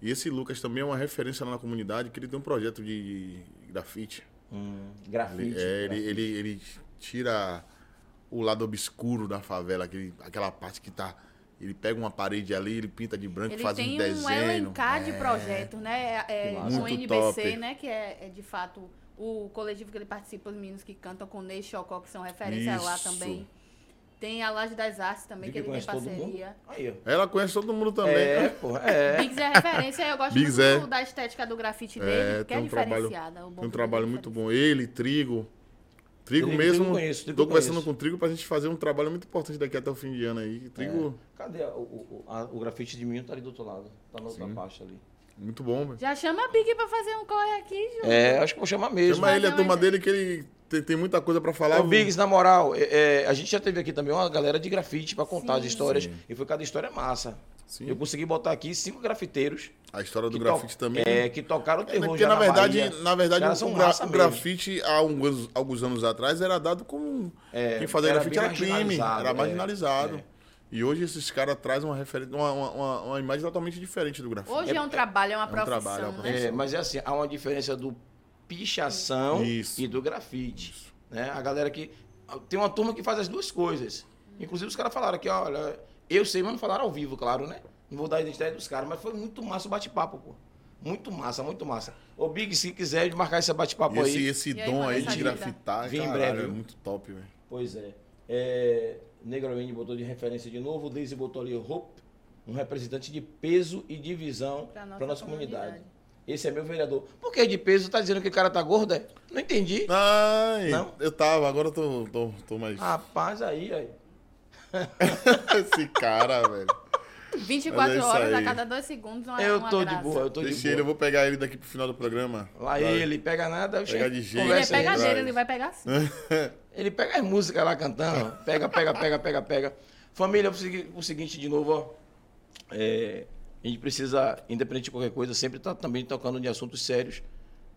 Speaker 2: E esse Lucas também é uma referência lá na comunidade, que ele tem um projeto de grafite.
Speaker 1: Hum,
Speaker 2: Ele,
Speaker 1: grafite.
Speaker 2: é, ele, ele, ele tira o lado obscuro da favela, aquele, aquela parte que tá. Ele pega uma parede ali, ele pinta de branco,
Speaker 3: Ele
Speaker 2: faz um
Speaker 3: tem um,
Speaker 2: desenho.
Speaker 3: elencar de projetos, né? É, é,
Speaker 1: Que
Speaker 2: massa.
Speaker 3: o
Speaker 2: Muito
Speaker 3: NBC,
Speaker 2: top.
Speaker 3: né? Que é, é, de fato o coletivo que ele participa, os meninos que cantam com Ney Chocó, que são referência lá
Speaker 2: Isso.
Speaker 3: também. Tem a Laje das Artes também,
Speaker 1: Vi
Speaker 3: que ele tem
Speaker 1: conhece todo mundo.
Speaker 3: parceria.
Speaker 1: Aí, ó.
Speaker 2: Ela conhece todo mundo também.
Speaker 1: É,
Speaker 2: É,
Speaker 1: porra, é.
Speaker 3: Biggs é referência, eu gosto
Speaker 2: Biggs
Speaker 3: muito
Speaker 2: é.
Speaker 3: da estética do grafite
Speaker 2: é
Speaker 3: dele, que é
Speaker 2: tem um trabalho,
Speaker 3: diferenciada. o bom
Speaker 2: tem um
Speaker 3: do
Speaker 2: trabalho
Speaker 3: Biggs é
Speaker 2: muito bom. Ele, Trigo. Trigo
Speaker 1: Trigo,
Speaker 2: mesmo.
Speaker 1: Trigo eu conheço, Trigo
Speaker 2: tô
Speaker 1: eu
Speaker 2: conversando
Speaker 1: conheço.
Speaker 2: com o Trigo pra gente fazer um trabalho muito importante daqui até o fim de ano aí. Trigo,
Speaker 1: Cadê a- o, o, a- o grafite de mim? Tá ali do outro lado. Tá na outra pasta ali.
Speaker 3: É.
Speaker 2: muito bom, velho.
Speaker 3: Já chama a Big pra fazer um corre aqui, Ju.
Speaker 1: É, acho que vou chamar mesmo.
Speaker 2: Chama ele, a
Speaker 3: Fazer um
Speaker 2: turma
Speaker 3: exe-
Speaker 2: dele, que ele tem, tem muita coisa pra falar.
Speaker 1: Ô, Biggs, na moral, é, é, a gente já teve aqui também uma galera de grafite pra contar as
Speaker 3: Sim.
Speaker 1: histórias. E foi cada história massa.
Speaker 2: Sim.
Speaker 1: Eu consegui botar aqui cinco grafiteiros.
Speaker 2: A história do
Speaker 1: que
Speaker 2: grafite
Speaker 1: to-
Speaker 2: também.
Speaker 1: É, que tocaram
Speaker 2: É, né,
Speaker 1: terror
Speaker 2: porque
Speaker 1: já
Speaker 2: na verdade,
Speaker 1: Bahia.
Speaker 2: na verdade
Speaker 1: Os caras
Speaker 2: o,
Speaker 1: são
Speaker 2: gra-
Speaker 1: massa
Speaker 2: o
Speaker 1: mesmo.
Speaker 2: grafite há alguns, alguns anos atrás era dado como um,
Speaker 1: É,
Speaker 2: quem fazia
Speaker 1: era
Speaker 2: grafite
Speaker 1: bem
Speaker 2: era crime,
Speaker 1: marginalizado,
Speaker 2: era
Speaker 1: é,
Speaker 2: marginalizado. E hoje esses caras trazem uma, referen- uma, uma- uma- uma imagem totalmente diferente do grafite.
Speaker 3: Hoje é, um trabalho, é uma
Speaker 2: um
Speaker 3: profissão,
Speaker 2: trabalho, é uma
Speaker 3: né?
Speaker 1: É, mas é assim, há uma diferença do pichação
Speaker 2: Isso.
Speaker 1: e do grafite. Né? A galera que. Tem uma turma que faz as duas coisas. Inclusive, os caras falaram que, olha, eu sei, mas não falaram ao vivo, claro, né? Não vou dar a identidade dos caras, mas foi muito massa o bate-papo, pô. Muito massa, muito massa. Ô, Big, se quiser marcar esse
Speaker 2: E
Speaker 1: bate-papo
Speaker 2: esse,
Speaker 1: aí.
Speaker 2: esse
Speaker 3: E aí,
Speaker 2: dom
Speaker 3: mano,
Speaker 2: aí
Speaker 3: essa
Speaker 2: de
Speaker 3: ajuda.
Speaker 2: grafitar,
Speaker 1: Vem em
Speaker 2: caralho,
Speaker 1: breve,
Speaker 2: é
Speaker 1: viu?
Speaker 2: muito top, velho.
Speaker 1: Pois é. é Negroini botou de referência de novo, Daisy botou ali Hope, um representante de peso e divisão para
Speaker 3: Pra
Speaker 1: nossa,
Speaker 3: nossa
Speaker 1: comunidade.
Speaker 3: comunidade.
Speaker 1: Esse é meu vereador. Por que de peso? Tá dizendo que o cara tá gordo? é? Não entendi.
Speaker 2: Ai,
Speaker 1: Não?
Speaker 2: eu tava, agora eu tô, tô, tô mais...
Speaker 1: Rapaz, aí, aí.
Speaker 2: esse cara, velho.
Speaker 3: 24
Speaker 2: Mas é isso
Speaker 3: horas a
Speaker 2: aí.
Speaker 3: cada dois segundos uma
Speaker 1: eu
Speaker 3: é uma
Speaker 1: tô
Speaker 3: graça.
Speaker 1: de boa, eu tô
Speaker 2: Deixa
Speaker 1: de
Speaker 2: ele, eu
Speaker 1: boa.
Speaker 2: vou pegar ele daqui pro final do programa.
Speaker 1: Lá
Speaker 2: Vai.
Speaker 1: ele, pega nada, eu
Speaker 2: Pega de jeito. né?
Speaker 3: Ele é
Speaker 1: conversa aí.
Speaker 3: pegadeiro,
Speaker 2: Verdade.
Speaker 3: ele vai pegar sim.
Speaker 1: Ele pega as músicas lá cantando. ó. Pega, pega, pega, pega, pega. Família, o segui- o seguinte de novo, ó. É, a gente precisa, independente de qualquer coisa, sempre estar também tocando em assuntos sérios.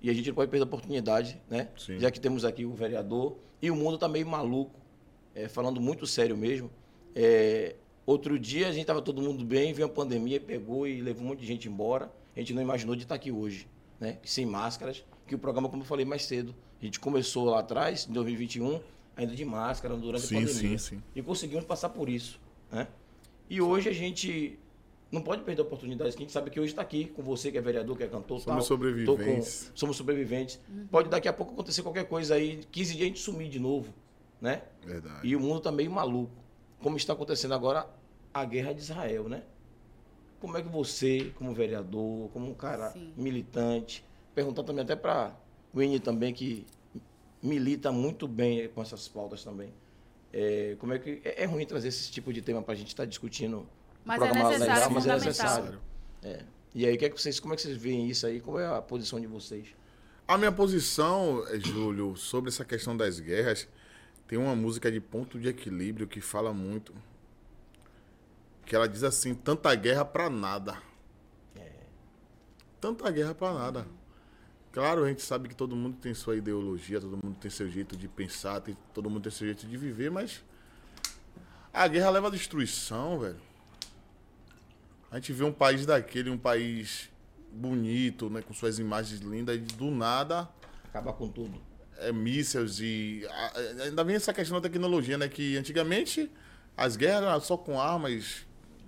Speaker 1: E a gente não pode perder a oportunidade, né?
Speaker 2: Sim.
Speaker 1: Já que temos aqui o vereador e o mundo tá meio maluco, é, falando muito sério mesmo. É, outro dia a gente tava todo mundo bem, veio a pandemia, pegou e levou um monte de gente embora. A gente não imaginou de estar aqui hoje, né? Sem máscaras, que o programa, como eu falei mais cedo, a gente começou lá atrás, em 2021, ainda de máscara, durante a
Speaker 2: Sim,
Speaker 1: pandemia
Speaker 2: sim, sim.
Speaker 1: e conseguimos passar por isso. Né? E hoje a gente não pode perder oportunidades. que A gente sabe que hoje está aqui com você, que é vereador, que é cantor.
Speaker 2: Somos
Speaker 1: tal. Tô
Speaker 2: sobreviventes.
Speaker 1: Com, somos sobreviventes. Pode daqui a pouco acontecer qualquer coisa aí, 15 dias a gente sumir de novo. Né?
Speaker 2: Verdade.
Speaker 1: E o mundo está meio maluco. Como está acontecendo agora a guerra de Israel, né? Como é que você, como vereador, como um cara
Speaker 3: Sim.
Speaker 1: militante, perguntar também até para o Winnie também, que milita muito bem com essas pautas também. É, como é que é, é ruim trazer esse tipo de tema para a gente estar discutindo?
Speaker 3: Mas
Speaker 1: um
Speaker 3: é
Speaker 1: programa
Speaker 3: necessário,
Speaker 1: mas é
Speaker 3: é fundamental.
Speaker 1: necessário. É. E aí, o que é que vocês, como é que vocês veem isso aí? Qual é a posição de vocês?
Speaker 2: A minha posição, eh, Júlio, sobre essa questão das guerras, tem uma música de ponto de equilíbrio que fala muito. Que ela diz assim: tanta guerra pra nada. Tanta guerra pra nada. Claro, a gente sabe que todo mundo tem sua ideologia, todo mundo tem seu jeito de pensar, tem- todo mundo tem seu jeito de viver, mas a guerra leva à destruição, velho. A gente vê um país daquele, um país bonito, né, com suas imagens lindas, e do nada
Speaker 1: Acabar com tudo.
Speaker 2: é, mísseis e. a- a- ainda vem essa questão da tecnologia, né? Que antigamente as guerras eram só com armas,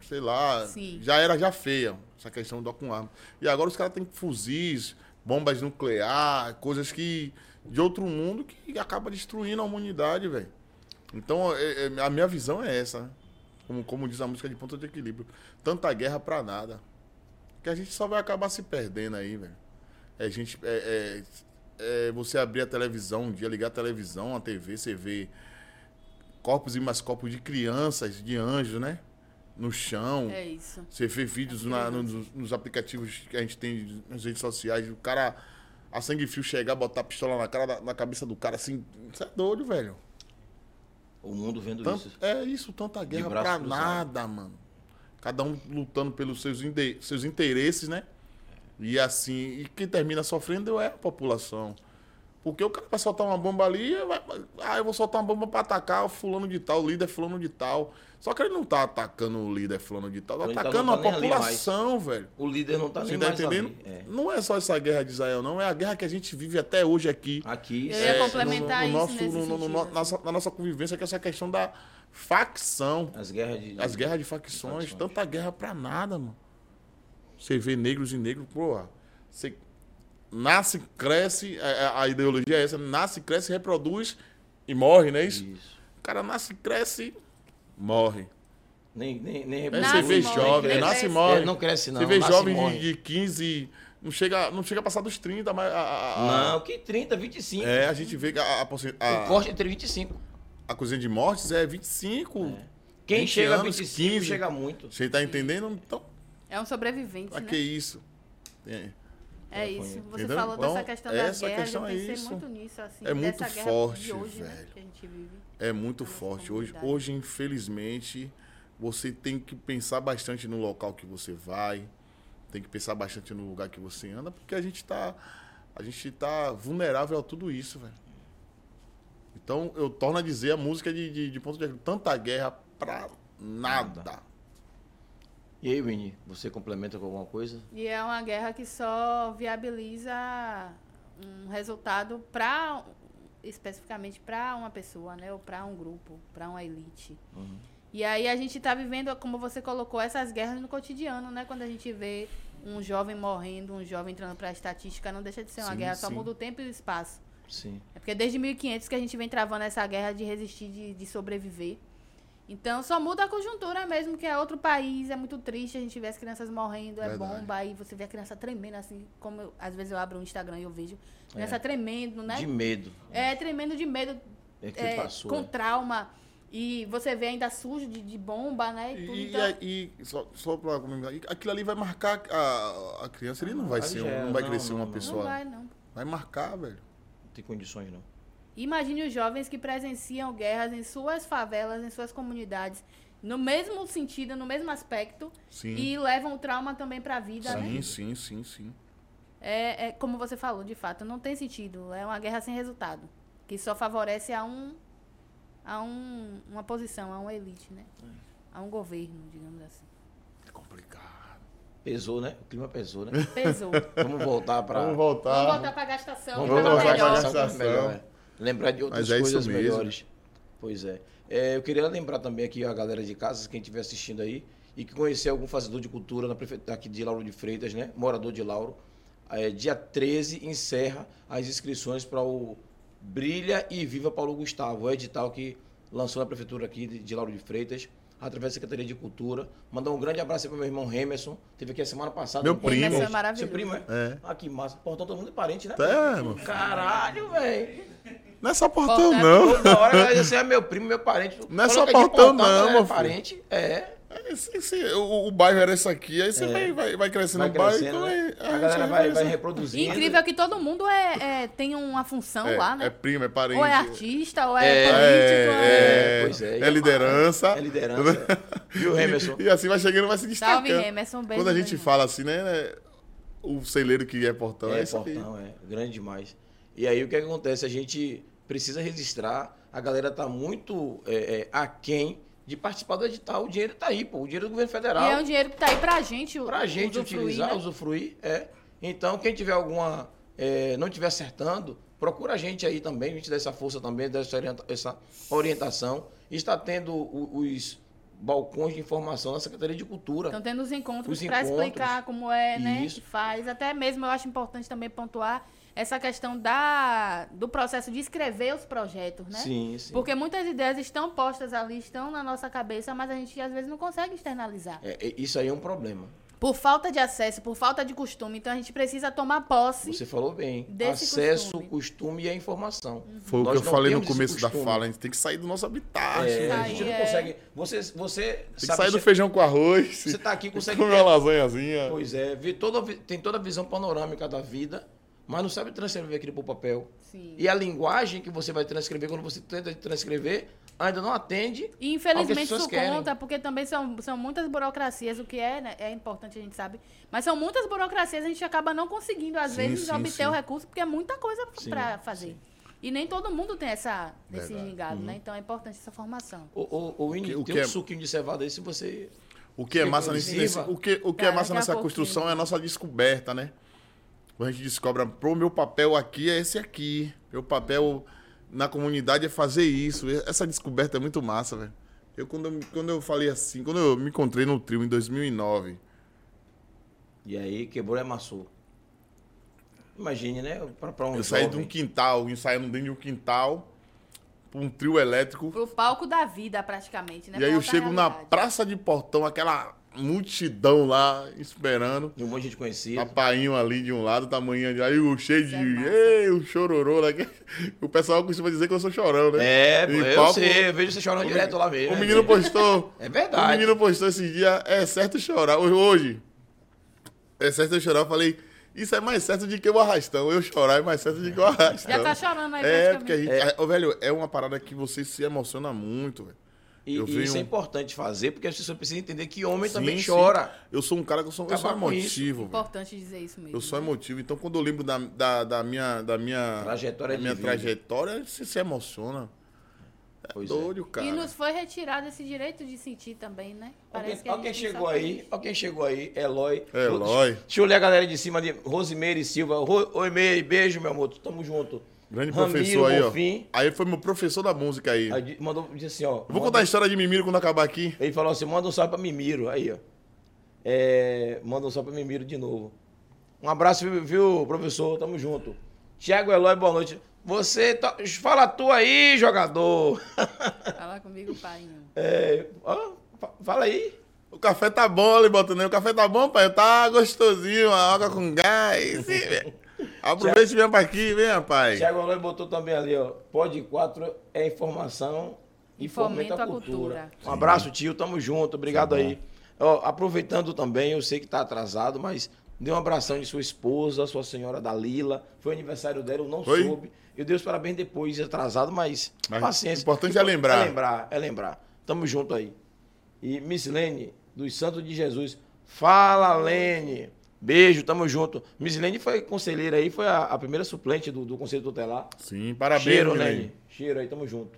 Speaker 2: sei lá,
Speaker 3: Sim.
Speaker 2: já era já feia, essa questão do com arma. E agora os caras têm fuzis, bombas nucleares, coisas que. de outro mundo que acaba destruindo a humanidade, velho. Então, é- é- a minha visão é essa, né? Como, como diz a música de ponto de equilíbrio. Tanta guerra pra nada. Que a gente só vai acabar se perdendo aí, velho. É gente. É, é- é você abrir a televisão um dia, ligar a televisão, a TV, você vê corpos e mais corpos de crianças, de anjos, né? No chão.
Speaker 3: É isso.
Speaker 2: Você vê vídeos na- nos, nos aplicativos que a gente tem nas redes sociais, o cara a sangue frio chegar, botar a pistola na cara, da- na cabeça do cara assim. Isso é doido, velho.
Speaker 1: O mundo vendo
Speaker 2: Tan-
Speaker 1: isso.
Speaker 2: É isso, tanta guerra
Speaker 1: braço
Speaker 2: pra
Speaker 1: cruzado.
Speaker 2: nada, mano. Cada um lutando pelos seus, inde- seus interesses, né? E assim, e quem termina sofrendo é a população. Porque o cara vai soltar uma bomba ali, vai- ah, eu vou soltar uma bomba pra atacar o fulano de tal, o líder fulano de tal. Só que ele não tá atacando o líder fulano de tal, tá
Speaker 1: Ele tá-
Speaker 2: atacando
Speaker 1: não
Speaker 2: a
Speaker 1: tá nem ali mais.
Speaker 2: população, velho.
Speaker 1: O líder não tá
Speaker 2: Você
Speaker 1: nem
Speaker 2: tá
Speaker 1: mais
Speaker 2: entendendo?
Speaker 1: ali. É.
Speaker 2: Não é só essa guerra de Israel, não. É a guerra que a gente vive até hoje aqui
Speaker 1: Aqui,
Speaker 3: Eu ia
Speaker 1: é,
Speaker 3: complementar isso
Speaker 2: nosso,
Speaker 3: nesse
Speaker 2: no- no- no-
Speaker 3: sentido.
Speaker 2: nossa- na nossa convivência, que é essa questão da facção.
Speaker 1: as guerras de...
Speaker 2: As guerras de facções,
Speaker 1: Uhum. Facções.
Speaker 2: tanta guerra pra nada, mano. Você vê negros e negros, porra. Você nasce, cresce, a, a- a ideologia é essa, nasce, cresce, reproduz e morre, não é isso?
Speaker 1: Isso.
Speaker 2: O cara nasce, cresce, morre.
Speaker 1: Nem, nem, nem
Speaker 2: É, você
Speaker 3: Nasce
Speaker 2: vê
Speaker 3: e morre,
Speaker 2: jovem,
Speaker 3: cresce.
Speaker 2: nasce e
Speaker 1: É,
Speaker 2: morre.
Speaker 1: não cresce, não.
Speaker 2: você vê
Speaker 1: nasce e
Speaker 2: jovem de,
Speaker 1: morre.
Speaker 2: de 15, não chega, não chega a passar dos 30, mas. a- a- a-
Speaker 1: Não, que 30, 25.
Speaker 2: Ah. É, Ah. a gente vê que a, a, porcent- a,
Speaker 1: O corte é entre 25.
Speaker 2: a cozinha de mortes é 25.
Speaker 1: Quem
Speaker 2: 20
Speaker 1: chega a
Speaker 2: anos,
Speaker 1: 25
Speaker 2: 15.
Speaker 1: chega muito.
Speaker 2: Você tá entendendo? Então,
Speaker 3: É um sobrevivente,
Speaker 2: pra
Speaker 3: né?
Speaker 2: que isso? É,
Speaker 3: É isso. Você
Speaker 2: Entendeu?
Speaker 3: falou
Speaker 2: Então,
Speaker 3: dessa questão da
Speaker 2: essa
Speaker 3: guerra,
Speaker 2: questão
Speaker 3: eu
Speaker 2: é
Speaker 3: pensei
Speaker 2: isso.
Speaker 3: muito nisso, assim.
Speaker 2: É muito
Speaker 3: dessa guerra
Speaker 2: forte,
Speaker 3: de hoje, né,
Speaker 2: velho.
Speaker 3: que a gente vive.
Speaker 2: é muito
Speaker 3: Nossa
Speaker 2: forte. Hoje,
Speaker 3: comunidade.
Speaker 2: hoje, infelizmente, você tem que pensar bastante no local que você vai, tem que pensar bastante no lugar que você anda, porque a gente tá, a gente tá vulnerável a tudo isso, velho. Então, eu torno a dizer, a música é de, de, de ponto de tanta guerra pra nada.
Speaker 1: E aí, Winnie, você complementa com alguma coisa?
Speaker 3: E é uma guerra que só viabiliza um resultado para especificamente para uma pessoa, né, ou para um grupo, para uma elite.
Speaker 2: Uhum.
Speaker 3: E aí a gente está vivendo, como você colocou, essas guerras no cotidiano, né? Quando a gente vê um jovem morrendo, um jovem entrando para a estatística, não deixa de ser uma
Speaker 2: Sim,
Speaker 3: guerra, só
Speaker 2: sim.
Speaker 3: muda o tempo e o espaço.
Speaker 1: Sim.
Speaker 3: É porque desde 1500 que a gente vem travando essa guerra de resistir, de, de sobreviver. Então só muda a conjuntura mesmo, que é outro país, é muito triste a gente vê as crianças morrendo, é
Speaker 2: Verdade.
Speaker 3: bomba, aí você vê a criança tremendo assim, como eu- às vezes eu abro o Instagram e eu vejo criança tremendo, né?
Speaker 1: De medo.
Speaker 3: É tremendo de medo,
Speaker 1: É que
Speaker 3: é,
Speaker 1: passou.
Speaker 3: com
Speaker 1: né?
Speaker 3: trauma. E você vê ainda sujo de, de bomba, né? E tudo.
Speaker 2: E,
Speaker 3: então,
Speaker 2: e- e só, só pra comentar, e aquilo ali vai marcar a, a criança, ele não vai,
Speaker 1: Aí
Speaker 2: ser,
Speaker 1: já
Speaker 2: um-
Speaker 1: era,
Speaker 2: não vai
Speaker 1: não,
Speaker 2: crescer
Speaker 1: não,
Speaker 2: uma
Speaker 1: não.
Speaker 2: pessoa.
Speaker 3: não
Speaker 2: vai.
Speaker 3: vai, não.
Speaker 2: marcar, velho.
Speaker 1: Não tem condições, não.
Speaker 3: Imagine os jovens que presenciam guerras em suas favelas, em suas comunidades, no mesmo sentido, no mesmo aspecto,
Speaker 2: Sim.
Speaker 3: e levam o trauma também para a vida, né?
Speaker 2: Sim, sim, sim, sim.
Speaker 3: É, é como você falou, de fato, não tem sentido. É uma guerra sem resultado, que só favorece a um, a um, uma posição, a uma elite, né? A um governo, digamos assim.
Speaker 2: É complicado.
Speaker 1: Pesou, né? O clima pesou, né?
Speaker 3: Pesou.
Speaker 1: Vamos voltar para.
Speaker 2: Vamos
Speaker 3: Vamos
Speaker 2: voltar.
Speaker 3: voltar para gastação.
Speaker 1: Vamos
Speaker 3: Vamos
Speaker 2: Vamos
Speaker 1: voltar pra
Speaker 2: voltar pra
Speaker 3: Então, melhor.
Speaker 2: gastação.
Speaker 1: gastação, melhor, é. Lembrar de outras
Speaker 2: Mas é isso
Speaker 1: coisas
Speaker 2: mesmo.
Speaker 1: melhores. Pois é. É, Eu queria lembrar também aqui a galera de casa, quem estiver assistindo aí, e que conhecer algum fazedor de cultura na prefeitura aqui de Lauro de Freitas, né? Morador de Lauro. É, dia 13 encerra as inscrições para o Brilha e Viva Paulo Gustavo, o edital que lançou na prefeitura aqui de, de Lauro de Freitas, através da Secretaria de Cultura. Mandar um grande abraço aí para meu irmão Hemerson, teve aqui a semana passada.
Speaker 2: Meu
Speaker 1: no podcast.
Speaker 2: primo. Hemerson é
Speaker 1: Seu
Speaker 3: maravilhoso.
Speaker 1: primo, é?
Speaker 2: É.
Speaker 1: Ah, que massa. Portão, todo mundo é parente, né?
Speaker 2: É, mano.
Speaker 1: Caralho, velho.
Speaker 2: Não é só portão,
Speaker 3: Voltar
Speaker 2: não.
Speaker 1: Toda hora que você é meu primo, meu parente.
Speaker 2: Não é
Speaker 1: Coloca
Speaker 2: só
Speaker 1: aqui,
Speaker 2: portão, não,
Speaker 1: galera,
Speaker 2: meu filho.
Speaker 1: parente, é.
Speaker 2: Esse- esse- o, o bairro era esse aqui, aí você vai, vai, vai crescendo
Speaker 1: Vai
Speaker 2: o bairro.
Speaker 1: crescendo,
Speaker 2: então
Speaker 1: né?
Speaker 2: aí- aí
Speaker 1: A galera
Speaker 2: você
Speaker 1: vai, vai
Speaker 2: crescendo.
Speaker 3: E
Speaker 1: reproduzindo.
Speaker 3: Incrível que todo mundo é, é- tem uma função
Speaker 2: é,
Speaker 3: lá, né?
Speaker 2: É primo, é parente.
Speaker 3: Ou é artista, ou é,
Speaker 1: É,
Speaker 2: É,
Speaker 3: político. É...
Speaker 2: é,
Speaker 1: É, pois é.
Speaker 2: é liderança.
Speaker 1: É liderança. Viu, Emerson?
Speaker 2: E, e assim vai chegando, vai se destacando.
Speaker 3: Salve, Emerson. Beijo.
Speaker 2: Quando a gente
Speaker 3: Daniel.
Speaker 2: fala assim, né? né, O celeiro que é portão é,
Speaker 1: é,
Speaker 2: isso aqui.
Speaker 1: portão, é. Grande demais. E aí o que, é que acontece? A gente precisa registrar. A galera tá muito é, é, aquém de participar do edital. O dinheiro tá aí, pô. O dinheiro do governo federal.
Speaker 3: E é um dinheiro que tá aí pra gente. u-
Speaker 1: Pra gente
Speaker 3: usufruir,
Speaker 1: utilizar,
Speaker 3: né?
Speaker 1: usufruir, é. Então, quem tiver alguma. é, não estiver acertando, procura a gente aí também, a gente dá essa força também, dá essa, orienta- essa orientação. Está tendo o- os balcões de informação na Secretaria de Cultura.
Speaker 3: Então, tendo os encontros
Speaker 1: Os
Speaker 3: para
Speaker 1: encontros.
Speaker 3: explicar como é, né?
Speaker 1: Isso.
Speaker 3: Que faz. Até mesmo eu acho importante também pontuar essa questão da, do processo de escrever os projetos, né?
Speaker 1: Sim, sim.
Speaker 3: Porque muitas ideias estão postas ali, estão na nossa cabeça, mas a gente às vezes não consegue externalizar.
Speaker 1: É, é, isso aí é um problema.
Speaker 3: Por falta de acesso, por falta de costume. Então a gente precisa tomar posse.
Speaker 1: Você falou bem.
Speaker 3: Desse
Speaker 1: Acesso,
Speaker 3: costume. Uhum.
Speaker 1: costume. e a informação.
Speaker 2: Foi o
Speaker 1: Nós
Speaker 2: que eu
Speaker 1: não
Speaker 2: falei no
Speaker 1: temos esse
Speaker 2: começo da
Speaker 1: costume.
Speaker 2: fala. A gente tem que sair do nosso habitat.
Speaker 1: É,
Speaker 2: né?
Speaker 1: a
Speaker 3: Aí
Speaker 1: gente não
Speaker 3: é-
Speaker 1: consegue. Você, você
Speaker 2: Tem que
Speaker 1: sabe,
Speaker 2: sair do
Speaker 1: che-
Speaker 2: feijão com arroz.
Speaker 1: Você tá aqui, consegue
Speaker 2: comer
Speaker 1: ter-
Speaker 2: uma lasanhazinha.
Speaker 1: Pois é, vê toda, a vi- tem toda a visão panorâmica da vida, mas não sabe transcrever aquilo para o papel.
Speaker 3: Sim.
Speaker 1: E a linguagem que você vai transcrever, quando você tenta transcrever, ainda não atende.
Speaker 3: E
Speaker 1: Ao que as
Speaker 3: infelizmente
Speaker 1: pessoas
Speaker 3: isso
Speaker 1: querem.
Speaker 3: conta, porque também são, são muitas burocracias, o que é, né, é importante, a gente sabe. Mas são muitas burocracias, a gente acaba não conseguindo, às
Speaker 2: Sim,
Speaker 3: vezes,
Speaker 2: sim,
Speaker 3: obter
Speaker 2: sim.
Speaker 3: o recurso, porque é muita coisa
Speaker 1: Sim,
Speaker 3: para fazer. E nem todo mundo tem essa, esse
Speaker 2: Verdade. Uhum.
Speaker 3: gingado, né? Então é importante essa formação.
Speaker 1: O, o, o, Winnie,
Speaker 2: que- o
Speaker 1: tem
Speaker 2: que
Speaker 1: um
Speaker 2: é-
Speaker 1: suquinho de cevada aí, se você.
Speaker 2: O que é massa nesse,
Speaker 1: Inclusiva.
Speaker 2: nesse- o que, o que é
Speaker 3: Cara,
Speaker 2: massa
Speaker 3: daqui a
Speaker 2: nessa
Speaker 3: pouquinho.
Speaker 2: construção é a nossa descoberta, né? Quando a gente descobre, pro meu papel aqui é esse aqui. Meu papel na comunidade é fazer isso. Essa descoberta é muito massa, velho. Eu quando, eu me- quando eu falei assim, quando eu me encontrei no trio em 2009,
Speaker 1: E aí, quebrou e amassou. Imagine, né? Para um
Speaker 2: eu saí um
Speaker 1: jovem.
Speaker 2: de um quintal, ensaiando dentro de um quintal, um trio elétrico.
Speaker 3: Pro palco da vida, praticamente, né?
Speaker 2: e aí
Speaker 3: Pra
Speaker 2: eu
Speaker 3: outra
Speaker 2: chego na
Speaker 3: realidade.
Speaker 2: Praça de Portão, aquela multidão lá esperando.
Speaker 1: E um monte de gente conhecida.
Speaker 2: Papainho ali de um lado, tamanho de aí, o cheio de.
Speaker 3: é massa.
Speaker 2: Ei, o chororô lá. que- O pessoal costuma dizer que eu sou chorão, né?
Speaker 1: É,
Speaker 2: E
Speaker 1: eu
Speaker 2: palco-
Speaker 1: sei, eu vejo você chorando direto lá mesmo.
Speaker 2: O
Speaker 1: né,
Speaker 2: menino
Speaker 1: filho?
Speaker 2: postou.
Speaker 1: É
Speaker 2: O
Speaker 1: verdade.
Speaker 2: menino postou esse dia, é certo chorar. Hoje- Hoje, é certo eu chorar. Eu falei, isso é mais certo de que o arrastão. Eu chorar é mais certo de que o arrastão.
Speaker 3: Já tá chorando aí,
Speaker 2: É,
Speaker 3: praticamente.
Speaker 2: porque a gente. Ô, velho, é uma parada que você se emociona muito, velho.
Speaker 1: E,
Speaker 2: Eu
Speaker 1: e
Speaker 2: vi
Speaker 1: isso é
Speaker 2: um-
Speaker 1: importante fazer, porque as pessoas precisam entender que homem
Speaker 2: Sim,
Speaker 1: também
Speaker 2: sim.
Speaker 1: chora.
Speaker 2: Eu sou um cara que eu sou, eu sou
Speaker 1: Acabar com isso.
Speaker 2: emotivo, velho.
Speaker 3: Importante dizer isso mesmo.
Speaker 2: Eu sou
Speaker 3: né?
Speaker 2: emotivo. Então, quando eu lembro da, da, da minha. Da minha
Speaker 1: Trajetória
Speaker 2: da minha
Speaker 1: de vida.
Speaker 2: trajetória, você se emociona. É
Speaker 1: Pois é.
Speaker 2: doido, cara.
Speaker 3: E nos foi retirado esse direito de sentir também, né?
Speaker 1: Olha quem,
Speaker 3: a
Speaker 1: ó quem
Speaker 3: gente
Speaker 1: chegou
Speaker 3: sabe
Speaker 1: aí, ó quem chegou aí, Eloy.
Speaker 2: Eloy.
Speaker 1: Deixa eu olhar a galera de cima ali, Rosimeire Silva. Ro- Oi, Meire, beijo, meu amor, tamo junto.
Speaker 2: Grande
Speaker 1: Ramiro
Speaker 2: professor aí,
Speaker 1: Bonfim.
Speaker 2: ó. Aí foi meu professor da música aí.
Speaker 1: Aí di- mandou, disse assim, ó.
Speaker 2: Eu vou
Speaker 1: manda-
Speaker 2: contar a história de Mimiro quando acabar aqui.
Speaker 1: Ele falou assim, manda um salve pra Mimiro, aí, ó. É, manda um salve pra Mimiro de novo. Um abraço, viu, viu, professor, tamo junto. Tiago Eloy, boa noite. Você, to- fala tu aí, jogador.
Speaker 3: Fala comigo, painho.
Speaker 1: É, ó, fa- fala aí.
Speaker 2: O café tá bom ali, Botanei. O café tá bom, pai. Tá gostosinho. A água com gás. Ih, velho. Aproveite e vem pra aqui, vem, rapaz.
Speaker 1: Tiago Eloy botou também ali, ó. Pod 4 é informação e fomenta a cultura. Um abraço, tio. Tamo junto. Obrigado aí. Ó, aproveitando também, eu sei que tá atrasado, mas dê um abração de sua esposa, sua senhora Dalila. Foi aniversário dela, eu não
Speaker 2: Foi?
Speaker 1: soube. Eu dei os parabéns depois, atrasado, mas,
Speaker 2: Mas
Speaker 1: paciência.
Speaker 2: o importante é lembrar.
Speaker 1: É lembrar, é lembrar. Tamo junto aí. E Miss Lene, dos Santos de Jesus. Fala, Lene. Beijo, tamo junto. Miss Lene foi conselheira aí, foi a, a primeira suplente do, do Conselho Tutelar.
Speaker 2: Sim, parabéns,
Speaker 1: Cheiro,
Speaker 2: Milene.
Speaker 1: Lene. Cheiro aí, tamo junto.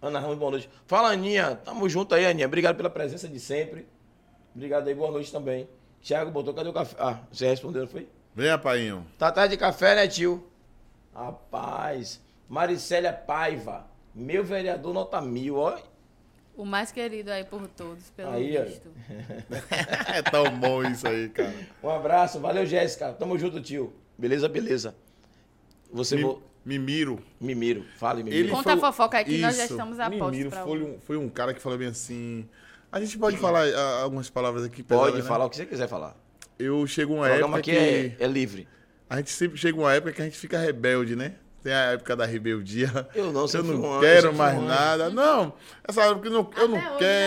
Speaker 1: Ana Ramos, boa noite. Fala, Aninha. Tamo junto aí, Aninha. Obrigado pela presença de sempre. Obrigado aí, boa noite também. Thiago botou, cadê o café? Ah, você respondeu, não foi?
Speaker 2: Vem, rapainho.
Speaker 1: Tá atrás de café, né, tio? Rapaz. Maricélia Paiva. Meu vereador nota mil, ó.
Speaker 3: O mais querido aí por todos, pelo
Speaker 1: Aí, ó.
Speaker 3: visto.
Speaker 2: É tão bom isso aí, cara.
Speaker 1: Um abraço. Valeu, Jéssica. Tamo junto, tio. Beleza, beleza. Você
Speaker 2: Mi-
Speaker 1: vou...
Speaker 2: Mimiro.
Speaker 1: me miro. Fale, me
Speaker 2: Ele
Speaker 1: miro.
Speaker 3: Conta
Speaker 2: foi-
Speaker 3: a fofoca aí que nós já
Speaker 2: Isso.
Speaker 3: estamos a postos
Speaker 2: Mimiro
Speaker 3: pra
Speaker 2: foi
Speaker 3: ouvir.
Speaker 2: um, foi um cara que falou bem assim. A gente pode falar ah, algumas palavras aqui.
Speaker 1: Pode
Speaker 2: pesadas, né?
Speaker 1: falar o que você quiser falar.
Speaker 2: Eu chego
Speaker 1: O
Speaker 2: uma
Speaker 1: programa aqui
Speaker 2: época que...
Speaker 1: é, é livre.
Speaker 2: A gente sempre chega uma época que a gente fica rebelde, né? Tem a época da rebeldia.
Speaker 1: Eu não,
Speaker 2: Eu
Speaker 1: sempre fui um
Speaker 2: não
Speaker 1: anjo,
Speaker 2: quero
Speaker 1: sempre
Speaker 2: mais
Speaker 1: fui um anjo.
Speaker 2: nada. Não, essa época que eu não, eu
Speaker 3: Até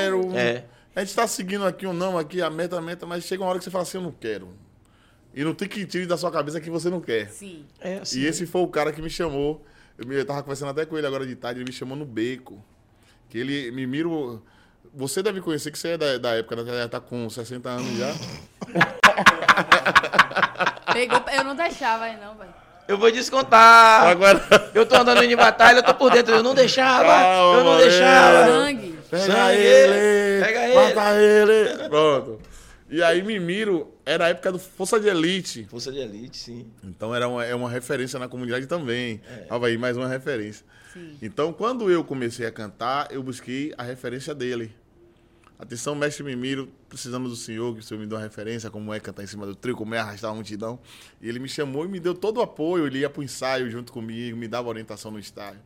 Speaker 2: não
Speaker 3: hoje, né,
Speaker 2: quero.
Speaker 1: É.
Speaker 2: A gente tá seguindo aqui um não, aqui a meta, a meta, mas chega uma hora que você fala assim, eu não quero. E não tem que tirar da sua cabeça que você não quer.
Speaker 3: Sim.
Speaker 1: É assim.
Speaker 2: E esse foi o cara que me chamou. Eu, me- eu tava conversando até com ele agora de tarde, ele me chamou no beco. Que ele me mira. o- Você deve conhecer que você é da, da época, né? já tá com 60 anos já.
Speaker 3: Pegou, eu não deixava aí não, velho.
Speaker 1: Eu vou descontar.
Speaker 2: Agora.
Speaker 1: Eu tô andando de batalha, eu tô por dentro. Eu não deixava.
Speaker 2: Calma,
Speaker 1: eu não
Speaker 2: Ah, moleque.
Speaker 1: deixava.
Speaker 3: Sangue.
Speaker 2: Pega
Speaker 1: Sangue!
Speaker 2: ele!
Speaker 1: Pega ele!
Speaker 2: Mata ele! Pronto. E aí, Mimiro era a época do Força de Elite.
Speaker 1: Força de elite, sim.
Speaker 2: Então era uma, é uma referência na comunidade também.
Speaker 1: É.
Speaker 2: Havaí, mais uma referência.
Speaker 3: Sim.
Speaker 2: Então, quando eu comecei a cantar, eu busquei a referência dele. Atenção, mestre Mimiro, precisamos do senhor, que o senhor me dê uma referência, como é cantar em cima do trio, como é arrastar a multidão. E ele me chamou e me deu todo o apoio, ele ia pro ensaio junto comigo, me dava orientação no estágio.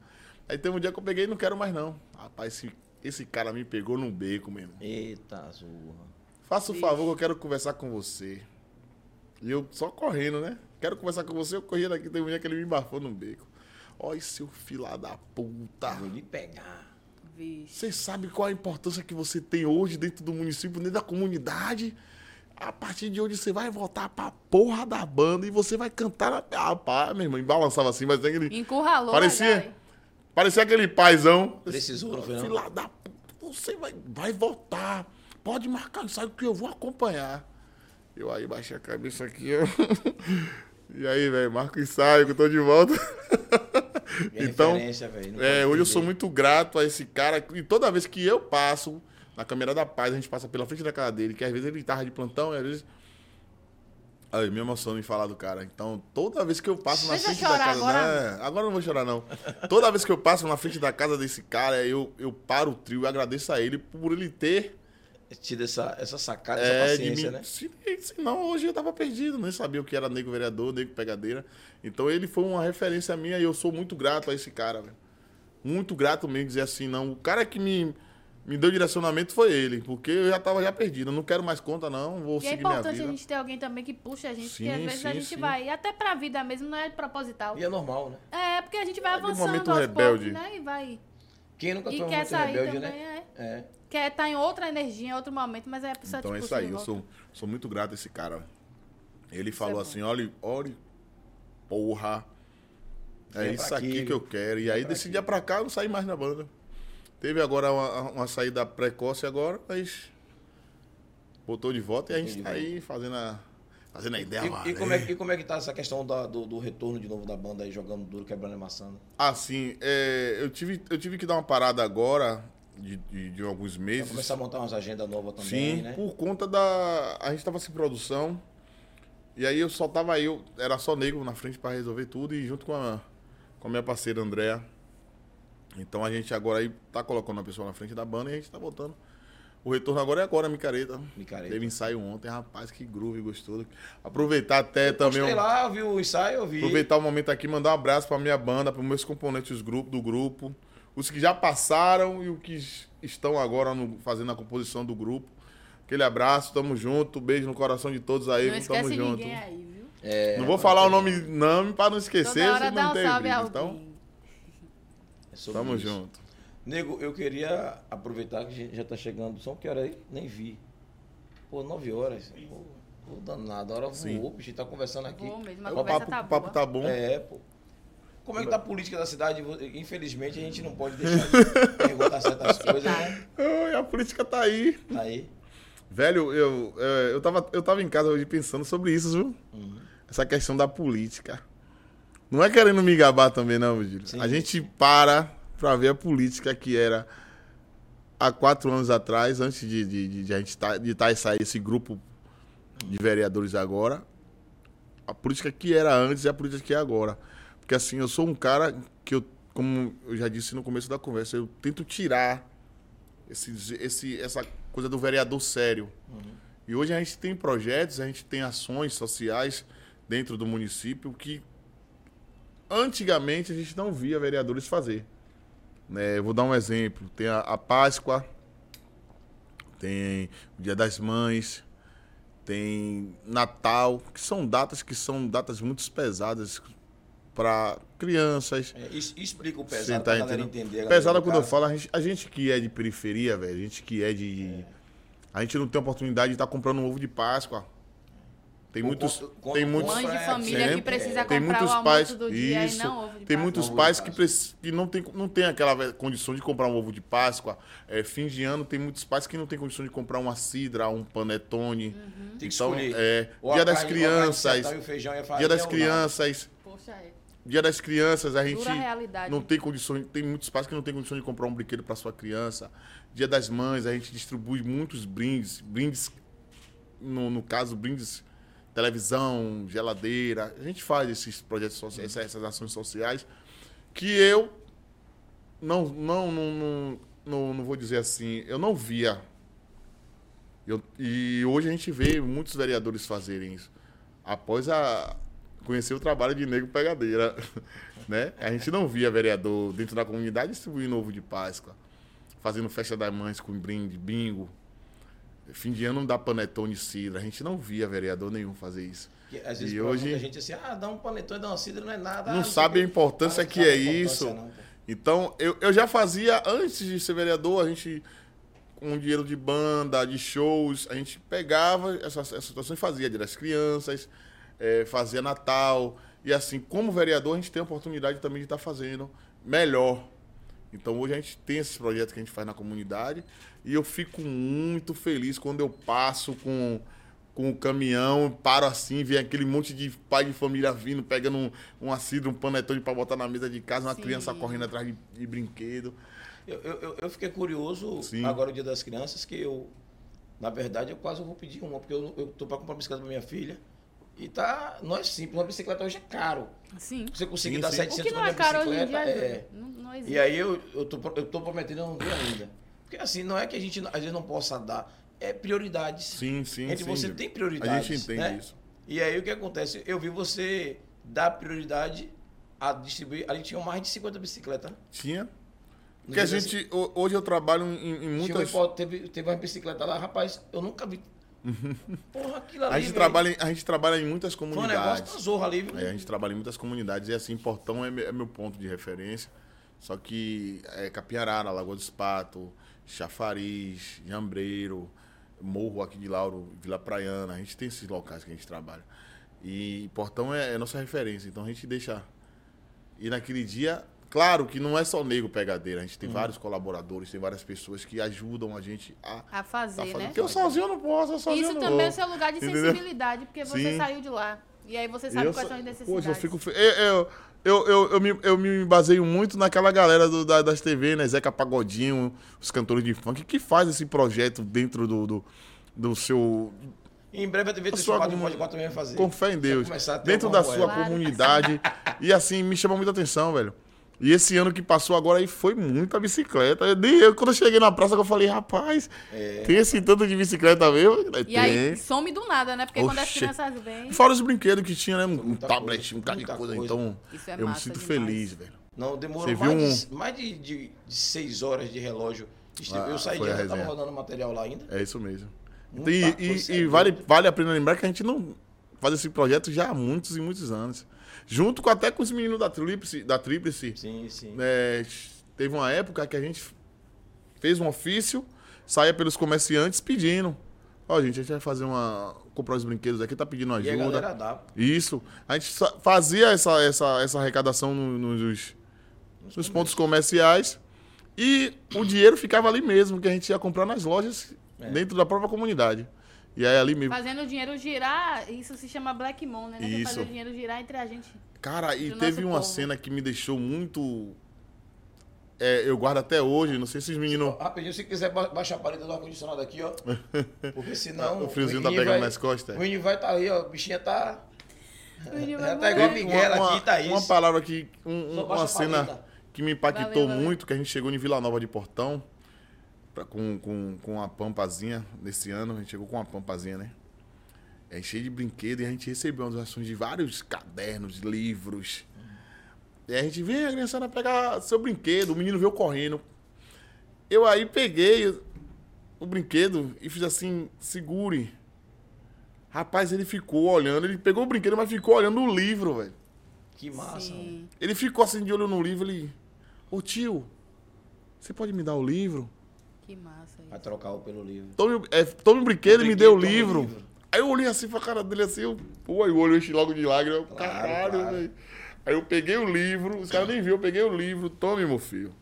Speaker 2: Aí teve um dia que eu peguei e não quero mais não. Rapaz, esse, esse cara me pegou num beco mesmo.
Speaker 1: Eita, azurra.
Speaker 2: Faça o favor que eu quero conversar com você. E eu só correndo, né? Quero conversar com você, eu corri daqui, tem um dia que ele me embafou num beco. Olha, seu fila da puta.
Speaker 1: Vou lhe pegar.
Speaker 3: Vixe.
Speaker 2: Você sabe qual a importância que você tem hoje dentro do município, dentro da comunidade? A partir de hoje você vai voltar pra porra da banda e você vai cantar na. Ah, pá, meu irmão, e balançava assim, mas aquele.
Speaker 3: Encurralou é.
Speaker 2: Parecia-
Speaker 3: a galera, hein?
Speaker 2: Parecia aquele paizão.
Speaker 1: Precisou, não foi, não?
Speaker 2: Fila da puta, você vai, vai voltar. Pode marcar o ensaio que eu vou acompanhar. Eu aí baixei a cabeça aqui, ó. E aí, velho, marca o ensaio que eu tô de volta.
Speaker 1: Minha
Speaker 2: então.
Speaker 1: É referência, velho, não
Speaker 2: É,
Speaker 1: pode
Speaker 2: hoje eu
Speaker 1: perder.
Speaker 2: sou muito grato a esse cara. E toda vez que eu passo na Câmara da Paz, a gente passa pela frente da casa dele, que às vezes ele tava de plantão e às vezes. Aí, me emociono em falar do cara. Então, toda vez que eu passo na
Speaker 3: Deixa
Speaker 2: frente da
Speaker 3: chorar
Speaker 2: casa.
Speaker 3: agora.
Speaker 2: Não, agora eu não vou chorar, não. Toda vez que eu passo na frente da casa desse cara, eu, eu paro o trio e agradeço a ele por ele ter.
Speaker 1: Tira essa, essa sacada,
Speaker 2: é,
Speaker 1: essa
Speaker 2: de
Speaker 1: paciência,
Speaker 2: mim-
Speaker 1: né?
Speaker 2: se, se não, hoje eu tava perdido, nem sabia o que era nego vereador, nego pegadeira. Então ele foi uma referência minha e eu sou muito grato a esse cara, velho. muito grato mesmo, dizer assim, não, o cara que me, me deu direcionamento foi ele, porque eu já tava já perdido, eu não quero mais conta não, vou
Speaker 3: E é
Speaker 2: seguir minha
Speaker 3: importante
Speaker 2: vida.
Speaker 3: a gente ter alguém também que puxa a gente,
Speaker 2: Sim,
Speaker 3: porque às vezes a
Speaker 2: sim,
Speaker 3: gente
Speaker 2: sim.
Speaker 3: vai. E até pra vida mesmo não é proposital.
Speaker 1: E é normal, né?
Speaker 3: É, porque a gente vai
Speaker 2: Aquele Ah,
Speaker 3: avançando
Speaker 2: um momento
Speaker 3: aos
Speaker 2: rebelde.
Speaker 3: poucos, né? E vai.
Speaker 1: Quem nunca
Speaker 3: E
Speaker 1: foi
Speaker 3: quer
Speaker 1: muito
Speaker 3: sair
Speaker 1: rebelde,
Speaker 3: também,
Speaker 1: né?
Speaker 3: é.
Speaker 1: É.
Speaker 3: Quer estar em outra energia, em outro momento, mas aí a pessoa
Speaker 2: Então
Speaker 3: te
Speaker 2: é isso
Speaker 3: puxa Tá de
Speaker 2: aí, eu
Speaker 3: volta.
Speaker 2: sou, sou muito grato a esse cara. Ele
Speaker 3: Isso
Speaker 2: falou
Speaker 3: é bom.
Speaker 2: assim, olha, olha, porra, é
Speaker 1: Vem pra
Speaker 2: isso aqui
Speaker 1: aqui,
Speaker 2: que eu quero. E aí
Speaker 1: pra
Speaker 2: desse
Speaker 1: aqui.
Speaker 2: dia pra cá eu não saí mais na banda. Teve agora uma, uma saída precoce agora, mas botou de volta e a gente
Speaker 1: Entendi.
Speaker 2: tá aí fazendo a, fazendo a ideia.
Speaker 1: E, e como é,
Speaker 2: valer.
Speaker 1: que- e como é que tá essa questão da- do, do retorno de novo da banda aí, jogando duro, quebrando a maçã? né?
Speaker 2: Assim, é, eu, tive, eu tive que dar uma parada agora, de, de, de alguns
Speaker 1: Vai
Speaker 2: meses.
Speaker 1: começar a montar umas agendas novas também,
Speaker 2: Sim,
Speaker 1: né?
Speaker 2: por conta da. A gente tava sem produção. E aí eu só tava eu, era só negro na frente pra resolver tudo e junto com a, com a minha parceira Andréa. Então a gente agora aí tá colocando a pessoa na frente da banda e a gente tá botando. O retorno agora é agora, Micareta.
Speaker 1: Micareta.
Speaker 2: Teve ensaio ontem, rapaz, que groove gostoso. Aproveitar até também.
Speaker 1: Sei
Speaker 2: um-
Speaker 1: lá, viu o ensaio, eu vi.
Speaker 2: Aproveitar o momento aqui, mandar um abraço pra minha banda, para meus componentes grupo, do grupo, os que já passaram e os que es- estão agora no- fazendo a composição do grupo. Aquele abraço, tamo junto, beijo no coração de todos aí,
Speaker 3: Não
Speaker 2: tamo
Speaker 3: esquece
Speaker 2: junto.
Speaker 3: ninguém aí, viu?
Speaker 1: É,
Speaker 2: não vou falar o nome não para não esquecer,
Speaker 3: Toda hora
Speaker 2: se
Speaker 3: dá
Speaker 2: não
Speaker 3: um
Speaker 2: tem
Speaker 3: salve
Speaker 2: briga,
Speaker 3: a
Speaker 2: então.
Speaker 3: alguém.
Speaker 1: é sobre
Speaker 2: Tamo
Speaker 1: isso.
Speaker 2: junto.
Speaker 1: Nego, eu queria aproveitar que a gente já tá chegando. São que hora aí? Nem vi. Pô, nove horas. Pô, pô danado. A hora
Speaker 2: Sim.
Speaker 1: voou, bicho. A gente tá conversando aqui.
Speaker 3: Vou mesmo, a
Speaker 2: O
Speaker 3: conversa
Speaker 2: papo,
Speaker 3: tá
Speaker 2: o papo
Speaker 3: boa.
Speaker 2: tá bom.
Speaker 1: É, pô. Como é que tá a política da cidade? Infelizmente, a gente não pode deixar de perguntar certas
Speaker 2: Tá.
Speaker 1: coisas, né?
Speaker 2: Ai, a política tá aí.
Speaker 1: Tá aí.
Speaker 2: Velho, eu, é, eu, tava, eu tava em casa hoje pensando sobre isso, viu? Essa questão da política. Não é querendo me gabar também, não, Virgílio.
Speaker 1: Sim.
Speaker 2: A gente para pra ver a política que era há quatro anos atrás, antes de, de, de- de a gente tá, de tá e sair esse grupo de vereadores agora. A política que era antes e a política que é agora. Porque assim, eu sou um cara que eu, como eu já disse no começo da conversa, eu tento tirar esse, esse, essa coisa do vereador sério. E hoje a gente tem projetos, a gente tem ações sociais dentro do município que antigamente a gente não via vereadores fazer. Né, eu vou dar um exemplo. Tem a, a Páscoa, tem o Dia das Mães, tem Natal, que são datas que são datas muito pesadas para crianças,
Speaker 1: É, es- explica o
Speaker 2: Cê
Speaker 1: pesado
Speaker 2: tá
Speaker 1: pra galera
Speaker 2: entendendo?
Speaker 1: entender. a galera
Speaker 2: Pesada
Speaker 1: do
Speaker 2: quando eu
Speaker 1: cara.
Speaker 2: falo, a gente, a gente que é de periferia, velho, a gente que é de. A gente não tem oportunidade de estar comprando um ovo de Páscoa. Tem
Speaker 1: Ou
Speaker 2: muitos.
Speaker 1: quando- quando
Speaker 2: tem
Speaker 1: compra,
Speaker 2: muitos.
Speaker 3: Mãe de
Speaker 1: É,
Speaker 3: família
Speaker 2: sempre.
Speaker 3: que precisa
Speaker 1: É.
Speaker 2: Tem
Speaker 3: comprar
Speaker 2: muitos
Speaker 3: o almoço
Speaker 2: pais.
Speaker 3: do dia
Speaker 2: isso.
Speaker 3: e não ovo de
Speaker 2: tem
Speaker 3: Páscoa.
Speaker 2: muitos
Speaker 1: Ovo de
Speaker 2: pais que,
Speaker 1: Páscoa.
Speaker 2: preci- que não, tem, não tem aquela ve- condição de comprar um ovo de Páscoa. É, fim de ano tem muitos pais que não tem condição de comprar uma cidra, um panetone.
Speaker 3: Uhum.
Speaker 1: Tem que
Speaker 2: Então,
Speaker 1: escolher.
Speaker 2: é,
Speaker 1: Ou a
Speaker 2: dia
Speaker 1: carne- ou a
Speaker 2: das
Speaker 1: carne de
Speaker 2: crianças.
Speaker 1: sertão e o feijão é um e a
Speaker 2: Dia
Speaker 3: é
Speaker 1: farinha,
Speaker 2: das
Speaker 1: ou nada.
Speaker 2: crianças.
Speaker 3: Poxa, é.
Speaker 2: Dia das crianças, a gente
Speaker 3: Dura realidade. né?
Speaker 2: não tem condições, tem muitos pais que não tem condição de comprar um brinquedo para sua criança. Dia das mães, a gente distribui muitos brindes, brindes no, no caso brindes televisão, geladeira. A gente faz esses projetos
Speaker 3: Uhum.
Speaker 2: sociais, essas- essas ações sociais que eu não não não, não, não, não vou dizer assim, eu não via. Eu- e hoje a gente vê muitos vereadores fazerem isso. Após a conhecer o trabalho de Negro Pegadeira, né? A gente não via vereador dentro da comunidade distribuindo ovo de Páscoa, fazendo festa das mães com brinde, bingo, fim de ano da panetone e cidra. A gente não via vereador nenhum fazer isso.
Speaker 1: Que às vezes
Speaker 2: E
Speaker 1: pra
Speaker 2: hoje-
Speaker 1: muita gente assim, ah, dá um panetone, dá uma cidra, não é nada. ah,
Speaker 2: Não
Speaker 1: sei
Speaker 2: sabe
Speaker 1: o
Speaker 2: a
Speaker 1: quê.
Speaker 2: importância
Speaker 1: Ah, não
Speaker 2: que
Speaker 1: sabe a
Speaker 2: é
Speaker 1: importância,
Speaker 2: isso.
Speaker 1: não, pô.
Speaker 2: Então, eu, eu já fazia, antes de ser vereador, a gente, com dinheiro de banda, de shows, a gente pegava essas, essas situações, fazia Dia das Crianças, eh, fazia Natal. E assim, como vereador, a gente tem a oportunidade também de estar fazendo melhor. Então, hoje a gente tem esses projetos que a gente faz na comunidade. E eu fico muito feliz quando eu passo com, com o caminhão, paro assim, vem aquele monte de pai de família vindo, pegando um, um acidro, um panetone para botar na mesa de casa, uma
Speaker 3: Sim.
Speaker 2: criança correndo atrás de, de brinquedo.
Speaker 1: Eu, eu- eu- eu fiquei curioso
Speaker 2: Sim.
Speaker 1: agora o dia das crianças, que eu, na verdade, eu quase vou pedir uma, porque eu, eu tô para comprar uma bicicleta pra minha filha. E tá, não é simples, uma bicicleta hoje é caro.
Speaker 3: Sim.
Speaker 1: Você conseguir
Speaker 2: Sim,
Speaker 1: dar
Speaker 2: sim.
Speaker 3: O
Speaker 1: 700
Speaker 3: que não é
Speaker 1: pra
Speaker 3: caro
Speaker 1: minha
Speaker 3: hoje em
Speaker 1: bicicleta,
Speaker 3: dia
Speaker 1: é.
Speaker 3: ajuda. Não, não existe.
Speaker 1: E aí eu, eu, tô, pro- eu tô prometendo, eu não dou ainda. Porque assim, não é que a gente às vezes não possa dar, é prioridades.
Speaker 2: Sim, sim,
Speaker 1: Entre
Speaker 2: sim.
Speaker 1: É você
Speaker 2: Diego.
Speaker 1: tem
Speaker 2: A
Speaker 1: prioridades.
Speaker 2: gente entende
Speaker 1: né?
Speaker 2: isso.
Speaker 1: E aí o que acontece? Eu vi você dar prioridade a distribuir. Ali tinham mais de 50 bicicletas. né?
Speaker 2: Tinha Porque a gente, ho- hoje eu trabalho em, em muitas.
Speaker 1: Chegou, em Pau- teve, teve uma bicicleta lá, rapaz, eu nunca vi. Porra, aquilo ali.
Speaker 2: A gente,
Speaker 1: velho.
Speaker 2: trabalha, em- a gente trabalha em muitas
Speaker 1: Foi um negócio da
Speaker 2: comunidades.
Speaker 1: zorra ali, viu?
Speaker 2: É, a gente trabalha em muitas comunidades e assim, Portão é, me- é meu ponto de referência. Só que é Capiarara, Lagoa do Espato, Chafariz, Jambreiro, Morro aqui de Lauro, Vila Praiana. A gente tem esses locais que a gente trabalha. E Portão é, é nossa referência, então a gente deixa. E naquele dia, claro que não é só nego pegadeira, a gente
Speaker 3: Hum.
Speaker 2: tem vários colaboradores, tem várias pessoas que ajudam a gente a, a
Speaker 3: A fazer,
Speaker 2: fazer.
Speaker 3: né?
Speaker 2: Porque Tá eu sozinho eu não posso, eu sozinho eu
Speaker 3: Isso
Speaker 2: não
Speaker 3: também
Speaker 2: vou.
Speaker 3: é seu lugar de
Speaker 2: Entendeu?
Speaker 3: sensibilidade, porque você
Speaker 2: Sim.
Speaker 3: saiu de lá. E aí você sabe
Speaker 2: Eu
Speaker 3: quais
Speaker 2: sou-
Speaker 3: são as necessidades.
Speaker 2: Poxa, eu fico. fe- Eu, eu, eu, eu, eu me, eu me baseio muito naquela galera do- da- das TV, né? Zeca Pagodinho, os cantores de funk, que faz esse projeto dentro do, do, do seu.
Speaker 1: Em breve a TV
Speaker 2: Eu
Speaker 1: tem
Speaker 2: sou
Speaker 1: sua
Speaker 2: algum-
Speaker 1: pode também vai fazer.
Speaker 2: Com fé em Deus.
Speaker 1: começar a ter
Speaker 2: Dentro
Speaker 1: alguma
Speaker 2: da sua
Speaker 3: coisa. Claro.
Speaker 2: comunidade. E assim, me chama muita atenção, velho. E esse ano que passou agora aí foi muita bicicleta. Eu, nem eu, quando eu cheguei na praça, que eu falei, rapaz,
Speaker 1: É.
Speaker 2: tem esse tanto de bicicleta mesmo? Eu falei,
Speaker 3: E aí
Speaker 2: tem.
Speaker 3: some do nada, né? Porque quando as
Speaker 2: Oxê.
Speaker 3: crianças vêm.
Speaker 2: Fora os brinquedos que tinha, né? Um
Speaker 1: Muita
Speaker 2: tablet,
Speaker 1: coisa,
Speaker 2: um bocado de
Speaker 1: muita
Speaker 2: coisa.
Speaker 1: coisa.
Speaker 2: Então,
Speaker 3: Isso é
Speaker 2: eu me
Speaker 3: massa
Speaker 2: sinto
Speaker 3: demais.
Speaker 2: feliz, velho.
Speaker 1: Não, demorou
Speaker 2: Você viu um?
Speaker 1: mais, mais de, de, de seis horas de relógio.
Speaker 2: Ah,
Speaker 1: eu saí de
Speaker 2: foi a
Speaker 1: lá, tava
Speaker 2: resenha.
Speaker 1: rodando material lá ainda.
Speaker 2: É isso mesmo.
Speaker 1: Não
Speaker 2: Então, e
Speaker 1: tá,
Speaker 2: e-
Speaker 1: você
Speaker 2: e
Speaker 1: é
Speaker 2: vale,
Speaker 1: doido.
Speaker 2: vale a pena lembrar que a gente não faz esse projeto já há muitos e muitos anos. Junto com até com os meninos da Tríplice, da Tríplice
Speaker 1: Sim, sim.
Speaker 2: né, teve uma época que a gente fez um ofício, saía pelos comerciantes pedindo. Ó, gente, a gente vai fazer uma. comprar os brinquedos aqui, tá pedindo
Speaker 1: E a
Speaker 2: ajuda.
Speaker 1: galera dá.
Speaker 2: Isso. A gente sa- fazia essa, essa, essa arrecadação no- nos, nos pontos comerciais e o dinheiro ficava ali mesmo, que a gente ia comprar nas lojas
Speaker 1: É.
Speaker 2: dentro da própria comunidade. E aí ali mesmo.
Speaker 3: Fazendo o dinheiro girar, isso se chama Black Money, né?
Speaker 2: Isso.
Speaker 3: Fazer o dinheiro girar entre a gente.
Speaker 2: Cara, e
Speaker 3: do
Speaker 2: teve
Speaker 3: nosso
Speaker 2: uma
Speaker 3: povo.
Speaker 2: cena que me deixou muito. é, eu guardo até hoje, não sei se os meninos.
Speaker 1: Rapidinho, se quiser ba- baixar a parede do ar-condicionado aqui, ó. Porque senão.
Speaker 2: O friozinho tá
Speaker 1: menino
Speaker 2: pegando
Speaker 1: vai-
Speaker 2: nas costas.
Speaker 1: O menino vai tá aí, ó. A bichinha tá.
Speaker 2: É,
Speaker 3: O menino
Speaker 1: Ela tá
Speaker 3: vai
Speaker 1: igual a
Speaker 3: morrer.
Speaker 1: Miguel
Speaker 2: uma,
Speaker 1: aqui, Thaís.
Speaker 2: uma palavra que. um- um-
Speaker 1: Só
Speaker 2: uma
Speaker 1: baixa a
Speaker 2: cena
Speaker 1: paleta.
Speaker 2: que me impactou
Speaker 3: Valeu, valeu.
Speaker 2: muito, que a gente chegou em Vila Nova de Portão, pra- com, com, com a pampazinha nesse ano, a gente chegou com uma pampazinha, né? É cheio de brinquedo e a gente recebeu umas ações de vários cadernos, livros. E a gente vem a criançada pegar seu brinquedo, o menino veio correndo. Eu aí peguei o brinquedo e fiz assim, segure. Rapaz, ele ficou olhando, ele pegou o brinquedo, mas ficou olhando o livro, velho.
Speaker 1: Que massa. mano.
Speaker 3: Sim.
Speaker 2: Ele ficou assim de olho no livro, ele. Ô tio, você pode me dar o livro?
Speaker 3: Que massa isso.
Speaker 1: Vai trocar o pelo livro.
Speaker 2: Tome, é, tome o brinquedo e me
Speaker 1: Brinquedo,
Speaker 2: dê o
Speaker 1: toma o
Speaker 2: livro.
Speaker 1: livro.
Speaker 2: Aí eu olhei assim pra cara dele assim, eu, pô, aí o olho enche logo de lágrima. eu,
Speaker 1: Claro,
Speaker 2: Caralho,
Speaker 1: claro.
Speaker 2: velho. Aí eu peguei o livro, os caras nem viram, eu peguei o livro, tome, meu filho.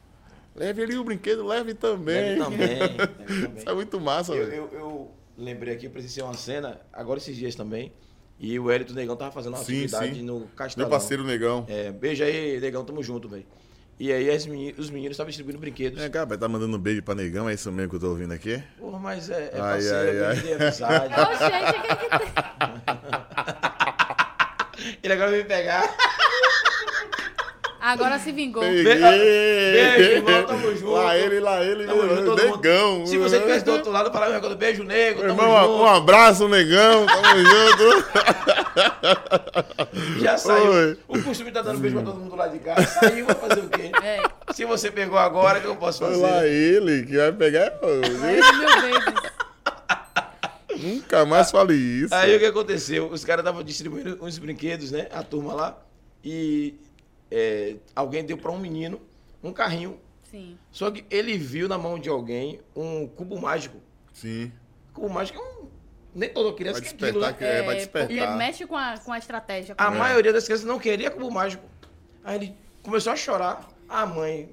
Speaker 2: Leve ali o brinquedo, leve também.
Speaker 1: Deve também. deve também.
Speaker 2: Isso é muito massa,
Speaker 1: Eu,
Speaker 2: velho.
Speaker 1: eu- eu lembrei aqui, eu presenciei uma cena, agora esses dias também, e o Hélio do Negão tava fazendo uma
Speaker 2: Sim,
Speaker 1: atividade
Speaker 2: sim.
Speaker 1: no Castelão.
Speaker 2: Meu parceiro negão. É,
Speaker 1: tá É, beijo aí, Negão, tamo junto, velho. E aí as meni- os meninos estavam distribuindo brinquedos.
Speaker 2: cara, vai tá mandando um beijo pra negão, é isso mesmo que eu tô ouvindo aqui?
Speaker 1: Porra, mas é, é
Speaker 2: Ai,
Speaker 1: parceiro,
Speaker 2: ai,
Speaker 1: ai, de amizade.
Speaker 3: Ô, gente, que que tem?
Speaker 1: Ele agora vai me pegar.
Speaker 3: Agora se vingou.
Speaker 1: Beijo, irmão, tamo junto.
Speaker 2: Lá ele, lá ele,
Speaker 1: Tamo junto, todo mundo.
Speaker 2: negão.
Speaker 1: Se você tivesse do outro lado, falava quando beijo, nego,
Speaker 2: Meu
Speaker 1: tamo
Speaker 2: Irmão, um
Speaker 1: junto.
Speaker 2: abraço, negão. Tamo junto.
Speaker 1: Já saiu.
Speaker 2: Oi.
Speaker 1: O costume tá dando beijo pra todo mundo lá de casa. Saiu, vai fazer o quê?
Speaker 3: É,
Speaker 1: Se você pegou agora, o que eu posso
Speaker 2: Foi lá
Speaker 1: fazer?
Speaker 2: ele que vai pegar. é eu.
Speaker 3: mas ele mil vezes.
Speaker 2: Nunca mais fale isso.
Speaker 1: Ah, Aí o que aconteceu? Os caras estavam distribuindo uns brinquedos, né? A turma lá. E é, alguém deu pra um menino um carrinho.
Speaker 3: Sim.
Speaker 1: Só que ele viu na mão de alguém um cubo mágico.
Speaker 2: Sim.
Speaker 1: Cubo mágico é um. Nem toda
Speaker 2: Vai
Speaker 1: criança quer aquilo,
Speaker 2: despertar,
Speaker 1: né?
Speaker 2: que é, vai
Speaker 3: porque
Speaker 2: despertar.
Speaker 3: mexe com a, com a estratégia. com
Speaker 1: A
Speaker 3: a-
Speaker 1: maioria das crianças não queria cubo mágico. Aí ele começou a chorar. A mãe,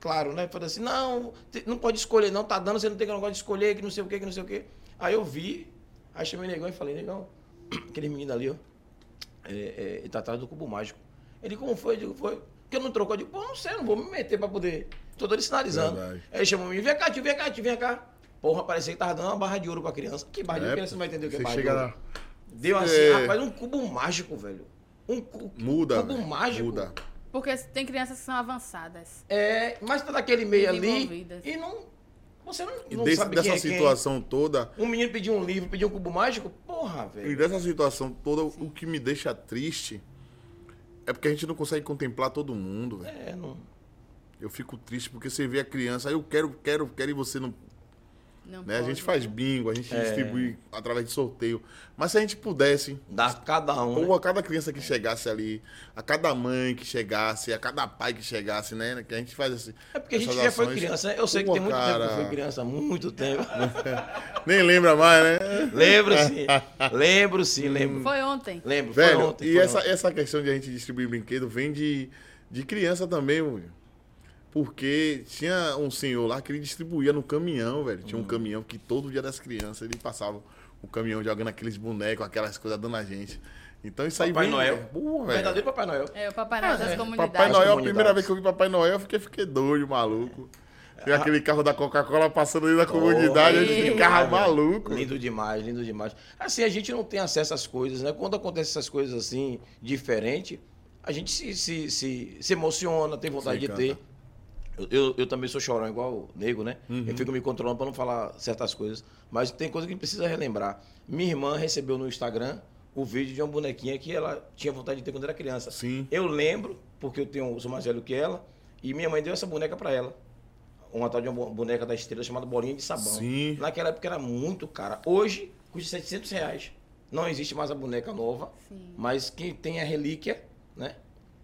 Speaker 1: claro, né? Falou assim: não, te- não pode escolher, não, tá dando, você não tem que negócio de escolher, que não sei o quê, que não sei o quê. Aí eu vi, aí chamei o negão e falei: negão, aquele menino ali, ó, é, é, ele tá atrás do cubo mágico. Ele, como foi? Eu digo: foi. Porque eu não trocou. Eu digo: pô, não sei, não vou me meter pra poder. Tô todo sinalizando.
Speaker 2: Verdade.
Speaker 1: Aí ele chamou me: vem cá, tio, vem cá, tio, vem cá. Porra, parecia que tava dando uma barra de ouro pra criança. Que barra de ouro?
Speaker 2: É,
Speaker 1: Criança não vai entender o que é
Speaker 2: você
Speaker 1: barra de
Speaker 2: chega
Speaker 1: ouro.
Speaker 2: lá.
Speaker 1: Deu assim,
Speaker 2: É.
Speaker 1: rapaz, um cubo mágico, velho. Um cu-
Speaker 2: Muda.
Speaker 1: cubo
Speaker 2: velho,
Speaker 1: mágico.
Speaker 2: Muda.
Speaker 3: Porque tem crianças que são avançadas.
Speaker 1: É, mas tá daquele meio ali
Speaker 3: Desenvolvidas.
Speaker 1: e não. Você não,
Speaker 2: E
Speaker 1: não
Speaker 2: desse-
Speaker 1: sabe quem
Speaker 2: dessa
Speaker 1: é quem.
Speaker 2: situação toda.
Speaker 1: Um menino pediu um livro, pediu um cubo mágico, porra,
Speaker 2: E
Speaker 1: velho.
Speaker 2: dessa situação toda, o que me deixa triste é porque a gente não consegue contemplar todo mundo, velho.
Speaker 1: É, não.
Speaker 2: Eu fico triste porque você vê a criança, aí eu quero, quero, quero e você não.
Speaker 3: Não
Speaker 2: Né? A
Speaker 3: pode,
Speaker 2: gente faz
Speaker 3: né?
Speaker 2: bingo, a gente
Speaker 1: É.
Speaker 2: distribui através de sorteio. Mas se a gente pudesse,
Speaker 1: Dá cada um.
Speaker 2: ou
Speaker 1: né?
Speaker 2: a cada criança que chegasse ali, a cada mãe que chegasse, a cada pai que chegasse, né? Que a gente faz assim.
Speaker 1: É porque a gente
Speaker 2: essas
Speaker 1: já foi
Speaker 2: ações.
Speaker 1: criança, né? Eu sei que
Speaker 2: Pô,
Speaker 1: tem muito tempo que
Speaker 2: cara,
Speaker 1: eu fui criança, muito tempo.
Speaker 2: Nem lembra mais, né?
Speaker 1: lembro sim. Lembro sim, lembro.
Speaker 3: Foi ontem.
Speaker 1: Lembro,
Speaker 2: Hum. Velho,
Speaker 1: foi ontem.
Speaker 2: e
Speaker 1: foi
Speaker 2: essa,
Speaker 1: ontem.
Speaker 2: essa questão de a gente distribuir brinquedo vem de, de criança também, velho. Porque tinha um senhor lá que ele distribuía no caminhão, velho.
Speaker 1: Hum.
Speaker 2: Tinha um caminhão que todo dia das crianças ele passava o caminhão jogando aqueles bonecos, aquelas coisas dando a gente. Então isso aí
Speaker 1: Papai
Speaker 2: vem-
Speaker 1: Noel.
Speaker 2: Porra, velho.
Speaker 1: Verdadeiro Papai Noel.
Speaker 3: É, o Papai
Speaker 1: né?
Speaker 3: Noel das comunidades.
Speaker 2: Papai Noel, a
Speaker 1: comunidades.
Speaker 2: primeira vez que eu vi Papai Noel, eu fiquei, fiquei doido, maluco.
Speaker 1: Ah.
Speaker 2: Tem aquele carro da Coca-Cola passando ali na comunidade,
Speaker 1: Oh,
Speaker 2: a gente
Speaker 1: lindo
Speaker 2: ficava
Speaker 1: demais, velho.
Speaker 2: maluco.
Speaker 1: Lindo demais, lindo demais. Assim, a gente não tem acesso às coisas, né? Quando acontecem essas coisas assim, diferente, a gente se, se, se, se emociona, tem vontade
Speaker 2: Se
Speaker 1: de
Speaker 2: encanta. Uhum.
Speaker 1: ter. Eu, eu, eu também sou chorão, igual o nego, né? Eu fico me controlando para não falar certas coisas. Mas tem coisa que a gente precisa relembrar. Minha irmã recebeu no Instagram o vídeo de uma bonequinha que ela tinha vontade de ter quando era criança.
Speaker 2: Sim.
Speaker 1: Eu lembro, porque eu tenho, sou mais velho que ela, e minha mãe deu essa boneca para ela. Uma tal de uma bo- boneca da estrela chamada Bolinha de Sabão.
Speaker 2: Sim.
Speaker 1: Naquela época era muito cara. Hoje, custa 700 reais. Não existe mais a boneca nova,
Speaker 3: Sim.
Speaker 1: mas quem tem a relíquia, né?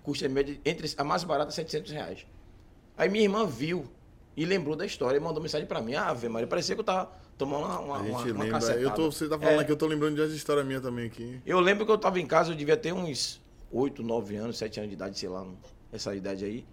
Speaker 1: Custa em média, entre a mais barata, 700 reais. Aí minha irmã viu e lembrou da história e mandou mensagem para mim. Ah, Ave Maria, parecia que eu tava tomando uma, uma,
Speaker 2: A gente
Speaker 1: uma, uma
Speaker 2: lembra.
Speaker 1: cacetada.
Speaker 2: eu tô, você tá falando
Speaker 1: É.
Speaker 2: aqui, eu tô lembrando de uma história minha também aqui.
Speaker 1: Eu lembro que eu estava em casa, eu devia ter uns 8, 9 anos, 7 anos de idade, sei lá, um- essa idade aí.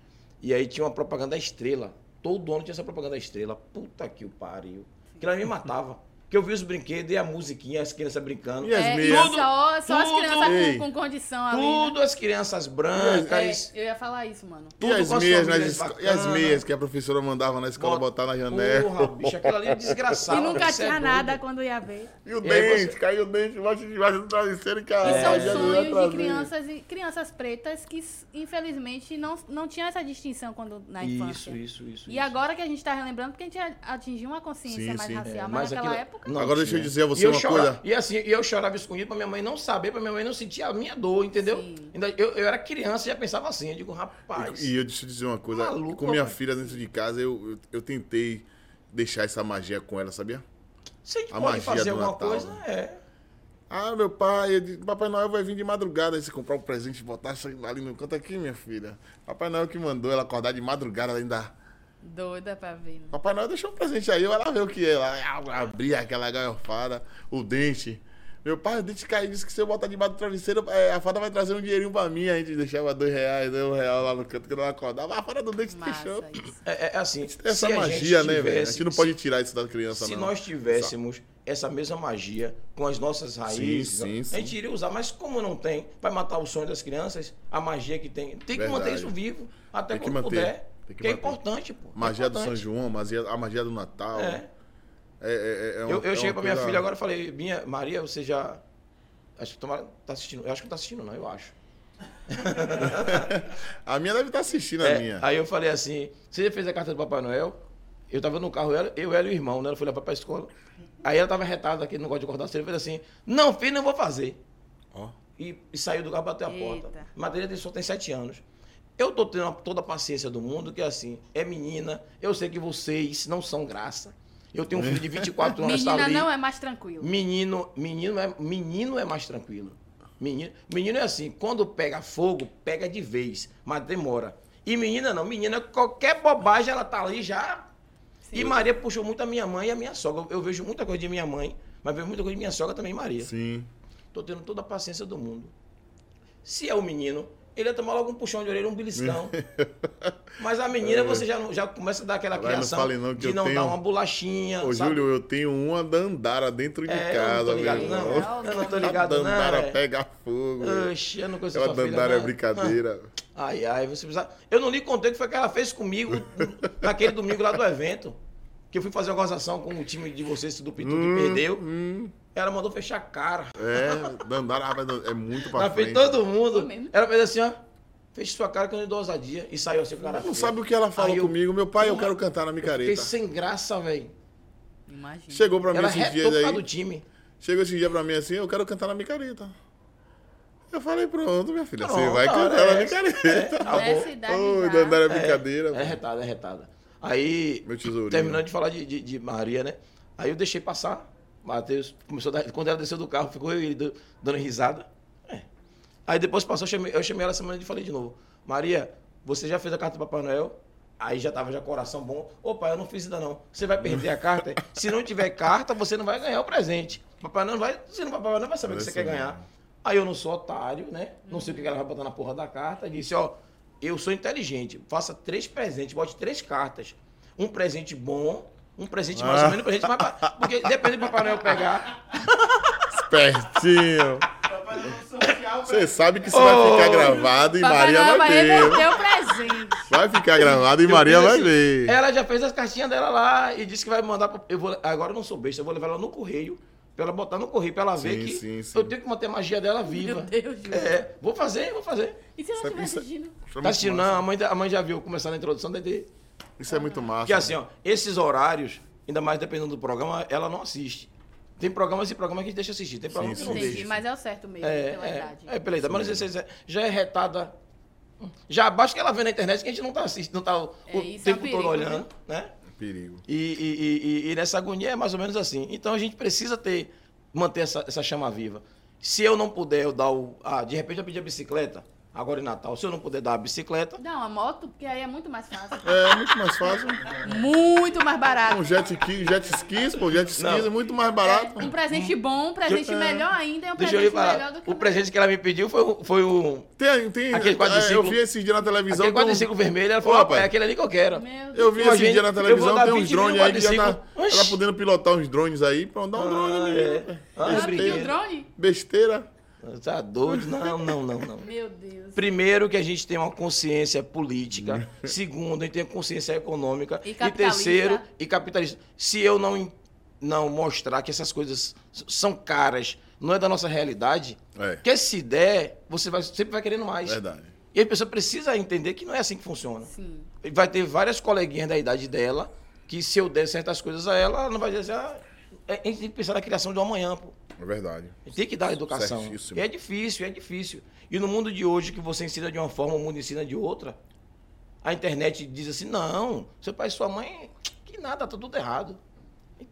Speaker 1: E aí tinha uma propaganda da estrela. Todo ano tinha essa propaganda da estrela. Puta que o pariu. Que ela me matava. Porque eu vi os brinquedos e a musiquinha, as crianças brincando.
Speaker 2: E as
Speaker 3: É,
Speaker 2: meias?
Speaker 3: e só, só as
Speaker 1: Tudo.
Speaker 3: crianças
Speaker 2: Ei.
Speaker 3: com, com condição ali. né?
Speaker 1: Tudo as crianças
Speaker 3: É,
Speaker 1: brancas.
Speaker 3: eu ia falar isso, mano.
Speaker 2: E
Speaker 1: Tudo
Speaker 2: as,
Speaker 1: com as
Speaker 2: meias nas
Speaker 1: famílias
Speaker 2: esco- e
Speaker 1: bacanas.
Speaker 2: as meias que a professora mandava na escola botar na janela.
Speaker 1: né? Porra, bicho, aquela ali é desgraçada.
Speaker 3: E nunca
Speaker 1: isso é
Speaker 3: tinha
Speaker 1: doido.
Speaker 3: nada quando ia ver.
Speaker 2: E o
Speaker 1: E aí
Speaker 2: dente, caiu o dente embaixo, debaixo do travesseiro e
Speaker 3: E
Speaker 2: caralho.
Speaker 3: são
Speaker 2: a gente vai
Speaker 3: sonhos é um de
Speaker 2: trazer.
Speaker 3: crianças, e- crianças pretas que, s- infelizmente, não, não tinham essa distinção quando, na infância.
Speaker 1: Isso, isso, isso.
Speaker 3: E
Speaker 1: isso.
Speaker 3: agora que a gente está relembrando, porque a gente a- atingiu uma consciência
Speaker 2: Sim,
Speaker 3: mais
Speaker 2: sim.
Speaker 1: É,
Speaker 3: racial, mas,
Speaker 1: mas
Speaker 3: naquela
Speaker 1: aquilo-
Speaker 3: época.
Speaker 1: não
Speaker 2: Agora deixa eu
Speaker 1: tinha.
Speaker 2: dizer a você
Speaker 1: E eu
Speaker 2: uma
Speaker 1: chorava-
Speaker 2: coisa.
Speaker 1: E assim, e eu chorava escondido pra minha mãe não saber, pra minha mãe não sentir a minha dor, entendeu?
Speaker 3: Sim.
Speaker 1: Ainda- Eu, eu era criança e já pensava assim, eu digo, rapaz.
Speaker 2: E, e eu deixa eu dizer uma coisa,
Speaker 1: Maluco,
Speaker 2: com minha
Speaker 1: rapaz.
Speaker 2: filha dentro de casa, eu, eu, eu tentei deixar essa magia com ela, sabia?
Speaker 1: se a gente
Speaker 2: a
Speaker 1: pode
Speaker 2: magia
Speaker 1: fazer
Speaker 2: do
Speaker 1: alguma
Speaker 2: Natal,
Speaker 1: coisa,
Speaker 2: né?
Speaker 1: é.
Speaker 2: Ah, meu pai, eu disse, Papai Noel vai vir de madrugada. Aí você comprar um presente e botar isso ali no canto aqui, minha filha. Papai Noel que mandou ela acordar de madrugada ainda.
Speaker 3: Doida pra ver. né?
Speaker 2: Papai Noel deixou um presente aí, vai lá ver o que é. Lá, abri aquela garfada, o dente. Meu pai, o dente caiu, disse que se eu botar debaixo do travesseiro, é, a fada vai trazer um dinheirinho pra mim. A gente deixava dois reais, dois um real lá no canto, que eu não acordava. A fada do dente deixou.
Speaker 3: Massa isso.
Speaker 1: É, é- é assim.
Speaker 2: Essa
Speaker 1: se a gente
Speaker 2: magia, né, velho? A
Speaker 1: tivesse-
Speaker 2: gente não pode tirar isso da criança,
Speaker 1: Se
Speaker 2: não.
Speaker 1: nós tivéssemos essa mesma magia com as nossas raízes,
Speaker 2: sim,
Speaker 1: a gente
Speaker 2: sim.
Speaker 1: iria usar, mas como não tem, vai matar o sonho das crianças, a magia que tem. Tem que
Speaker 2: Verdade.
Speaker 1: manter isso vivo até
Speaker 2: Tem que
Speaker 1: quando
Speaker 2: manter,
Speaker 1: puder.
Speaker 2: tem que
Speaker 1: é
Speaker 2: manter.
Speaker 1: importante, pô. É
Speaker 2: Magia do
Speaker 1: importante.
Speaker 2: São João, magia, a magia do Natal.
Speaker 1: É.
Speaker 2: É, é, é, é uma-
Speaker 1: Eu, eu
Speaker 2: é
Speaker 1: cheguei
Speaker 2: uma
Speaker 1: pra minha
Speaker 2: coisa-
Speaker 1: filha agora e falei, minha, Maria, você já. Acho que tomara, tá assistindo. Eu acho que não tá assistindo, não, eu acho.
Speaker 2: A minha deve estar assistindo
Speaker 1: É,
Speaker 2: a minha.
Speaker 1: Aí eu falei assim, você já fez a carta do Papai Noel? Eu tava no carro, ela- eu, ela e o irmão, né? Ela foi lá pra, pra escola. Aí ela tava retada aqui, não gosta de acordar cedo, fez assim, não, filho, não vou fazer.
Speaker 2: Ó.
Speaker 1: E, e saiu do carro, bateu a
Speaker 3: Eita.
Speaker 1: porta. Madeira tem- só tem sete anos. Eu tô tendo a- toda a paciência do mundo, que é assim, é menina, eu sei que vocês não são graça. Eu tenho um filho de 24 anos, tá
Speaker 3: Menina
Speaker 1: ali.
Speaker 3: não é mais
Speaker 2: Hum,
Speaker 3: tranquilo.
Speaker 1: Menino, menino é, menino é mais tranquilo. Menino, menino é assim, quando pega fogo, pega de vez, mas demora. E menina não, menina, qualquer bobagem ela tá ali já. E Maria puxou muito a minha mãe e a minha sogra. Eu, eu vejo muita coisa de minha mãe, mas vejo muita coisa de minha sogra também, Maria.
Speaker 2: Sim.
Speaker 1: Tô tendo toda a paciência do mundo. Se é o menino, ele ia tomar logo um puxão de orelha, um beliscão. mas a menina, você já, não- já começa a dar aquela
Speaker 2: Vai, É. não
Speaker 1: criação
Speaker 2: fale não, que
Speaker 1: de
Speaker 2: eu
Speaker 1: não dar
Speaker 2: tenho-
Speaker 1: uma bolachinha.
Speaker 2: Ô,
Speaker 1: sabe?
Speaker 2: Júlio, eu tenho uma dandara dentro de
Speaker 1: É, eu não
Speaker 2: casa,
Speaker 1: tô ligado,
Speaker 2: meu
Speaker 1: não.
Speaker 2: irmão.
Speaker 1: Eu não tô ligado,
Speaker 2: Tá a
Speaker 1: não.
Speaker 2: dandara
Speaker 1: é.
Speaker 2: pega fogo. velho.
Speaker 1: Oxe, eu não conheço
Speaker 2: Aquela
Speaker 1: sua filha, Ah,
Speaker 2: dandara é
Speaker 1: não.
Speaker 2: brincadeira.
Speaker 1: Ai, ai, você precisa. Eu não lhe contei o que foi que ela fez comigo naquele domingo lá do evento. Que eu fui fazer uma gozação com o time de vocês do Pitu que perdeu.
Speaker 2: Hum,
Speaker 1: Ela mandou fechar a cara.
Speaker 2: é, dandara ah, vai dan- é muito pra
Speaker 1: Na frente
Speaker 2: frente.
Speaker 1: de todo
Speaker 3: Foi
Speaker 1: mundo.
Speaker 3: mesmo.
Speaker 1: Ela fez assim, ó. Feche sua cara que eu não dou ousadia. E saiu assim, o cara.
Speaker 2: Não sabe o que ela fala
Speaker 1: Aí eu- Ah,
Speaker 2: comigo. Meu pai, eu
Speaker 1: Porra,
Speaker 2: quero cantar na
Speaker 1: Fiquei
Speaker 2: micareta.
Speaker 1: sem graça, velho.
Speaker 3: Imagina.
Speaker 2: Chegou pra mim
Speaker 1: Ela
Speaker 2: esses
Speaker 1: retou
Speaker 2: dias
Speaker 1: por causa do
Speaker 2: aí.
Speaker 1: time.
Speaker 2: Chegou esse dia pra mim assim, eu quero cantar na micareta. Eu falei, pronto, minha filha, você
Speaker 1: Pronto,
Speaker 2: vai né,
Speaker 1: na hora
Speaker 2: cantar na
Speaker 1: é essa.
Speaker 2: brincadeira.
Speaker 1: Tá
Speaker 3: Nessa
Speaker 1: bom.
Speaker 3: idade
Speaker 2: Oi,
Speaker 3: já.
Speaker 2: Dandara
Speaker 1: É, É
Speaker 2: brincadeira. pô.
Speaker 1: retada, é retada. Aí,
Speaker 2: Meu tesourinho.
Speaker 1: terminando de falar de, de- de Maria, né? Aí eu deixei passar. Matheus começou a dar, Quando ela desceu do carro, ficou eu e ele do- dando risada. É. Aí depois passou, eu chamei, eu chamei ela semana e falei de novo. Maria, você já fez a carta do Papai Noel? Aí já tava já coração bom. Opa, eu não fiz ainda não. Você vai perder a carta? Se não tiver carta, você não vai ganhar o presente. Papai Noel não vai, você não, papai Noel vai saber o que
Speaker 2: Olha
Speaker 1: você quer
Speaker 2: só.
Speaker 1: ganhar. Aí eu não sou otário, né? Não sei o que ela vai botar na porra da carta. Disse, ó, eu sou inteligente. Faça três presentes, bote três cartas. Um presente bom, um presente mais ou menos, um presente mais barato. Porque depende do Papai Noel pegar.
Speaker 2: Espertinho. Você sabe que isso vai
Speaker 1: Oh.
Speaker 2: ficar gravado e
Speaker 3: Papai
Speaker 2: Maria
Speaker 3: Noel
Speaker 2: vai ver.
Speaker 3: reverter o presente.
Speaker 2: Vai ficar gravado e
Speaker 1: Eu
Speaker 2: Maria
Speaker 1: fiz
Speaker 2: vai
Speaker 1: assim,
Speaker 2: ver. é
Speaker 1: Ela já fez as cartinhas dela lá e disse que vai mandar. Pra, eu vou, agora eu não sou besta, eu vou levar ela no correio. Pra ela botar no correio, pra ela ver
Speaker 2: Sim,
Speaker 1: que
Speaker 2: sim, sim.
Speaker 1: eu tenho que manter a magia dela viva.
Speaker 3: Meu Deus, Júlio.
Speaker 1: É, vou fazer, vou fazer.
Speaker 3: E se
Speaker 2: Isso é-
Speaker 3: eu não estiver
Speaker 2: isso é-
Speaker 3: assistindo?
Speaker 2: Isso é muito
Speaker 1: Tá assistindo?
Speaker 2: massa.
Speaker 1: Não, a mãe, da- a mãe já viu começar na introdução, daí tem-
Speaker 2: Isso é muito massa.
Speaker 1: Porque assim, ó, esses horários, ainda mais dependendo do programa, ela não assiste. Tem programas e programas que a gente deixa assistir, tem programas
Speaker 2: sim,
Speaker 1: que não
Speaker 2: sim.
Speaker 3: Entendi,
Speaker 1: deixa.
Speaker 3: mas é o certo mesmo,
Speaker 1: É,
Speaker 3: pela
Speaker 1: é,
Speaker 3: idade.
Speaker 1: é, pela idade. Mas não sei se é- já é retada. Já abaixo que ela vê na internet que a gente não tá assistindo, não tá o, o
Speaker 3: É, isso é um
Speaker 1: tempo todo
Speaker 3: perigo,
Speaker 1: olhando, né?
Speaker 2: um Perigo.
Speaker 1: E, e- e- e- e nessa agonia é mais ou menos assim. Então a gente precisa ter, manter essa, essa chama viva. Se eu não puder, eu dar o. Ah, de repente eu pedi a bicicleta, agora em Natal. Se eu não puder dar a bicicleta,
Speaker 3: Dá uma moto, porque aí é muito mais fácil.
Speaker 2: É muito mais fácil.
Speaker 3: Muito mais
Speaker 2: Um
Speaker 3: barato.
Speaker 2: jet, ski, jet skis, pô, jet skis
Speaker 1: Não.
Speaker 2: é muito mais barato.
Speaker 3: Um presente bom, um presente melhor ainda, é um
Speaker 1: deixa eu
Speaker 3: presente
Speaker 1: lhe
Speaker 3: melhor
Speaker 1: falar.
Speaker 3: do que
Speaker 1: O presente que ela me pediu foi, um- foi um.
Speaker 2: Tem, tem.
Speaker 1: Aquele
Speaker 2: é, eu
Speaker 1: quadriciclo-
Speaker 2: vi esses dias na televisão.
Speaker 1: Aquele
Speaker 2: tem um-
Speaker 1: quadriciclo vermelho, ela falou,
Speaker 2: Ô,
Speaker 1: rapaz,
Speaker 2: rapaz.
Speaker 1: é aquele ali que eu quero.
Speaker 3: Meu Deus.
Speaker 2: Eu vi
Speaker 1: Imagina,
Speaker 2: esse dia na
Speaker 1: eu vou
Speaker 2: televisão,
Speaker 1: dar
Speaker 2: tem
Speaker 1: 20
Speaker 2: uns drones
Speaker 1: mil
Speaker 2: aí que já tá,
Speaker 1: quadriciclo. Oxi.
Speaker 2: ela podendo pilotar uns drones aí. Pronto, dá um drone, menino.
Speaker 1: é. Ah,
Speaker 3: Ela
Speaker 1: briguei.
Speaker 3: pediu drone?
Speaker 2: Besteira.
Speaker 1: Tá doido? Não, não, não, não.
Speaker 3: Meu Deus.
Speaker 1: Primeiro que a gente tem uma consciência política, segundo, a gente tem uma consciência econômica
Speaker 3: E
Speaker 1: e,
Speaker 3: capitalista.
Speaker 1: terceiro, e capitalista. Se eu não en- não mostrar que essas coisas s- são caras, não é da nossa realidade,
Speaker 2: É.
Speaker 1: que se der, você vai- sempre vai querendo mais.
Speaker 2: Verdade.
Speaker 1: E a pessoa precisa entender que não é assim que funciona.
Speaker 3: Sim.
Speaker 1: E Vai ter várias coleguinhas da idade dela que se eu der certas coisas a ela, ela não vai dizer, assim, ah, é- a gente tem que pensar na criação de um amanhã, pô.
Speaker 2: É verdade.
Speaker 1: A gente Tem que dar educação.
Speaker 2: Certíssimo.
Speaker 1: E é difícil, é difícil. E no mundo de hoje, que você ensina de uma forma, o mundo ensina de outra, a internet diz assim, não, seu pai e sua mãe, que nada, tá tudo errado.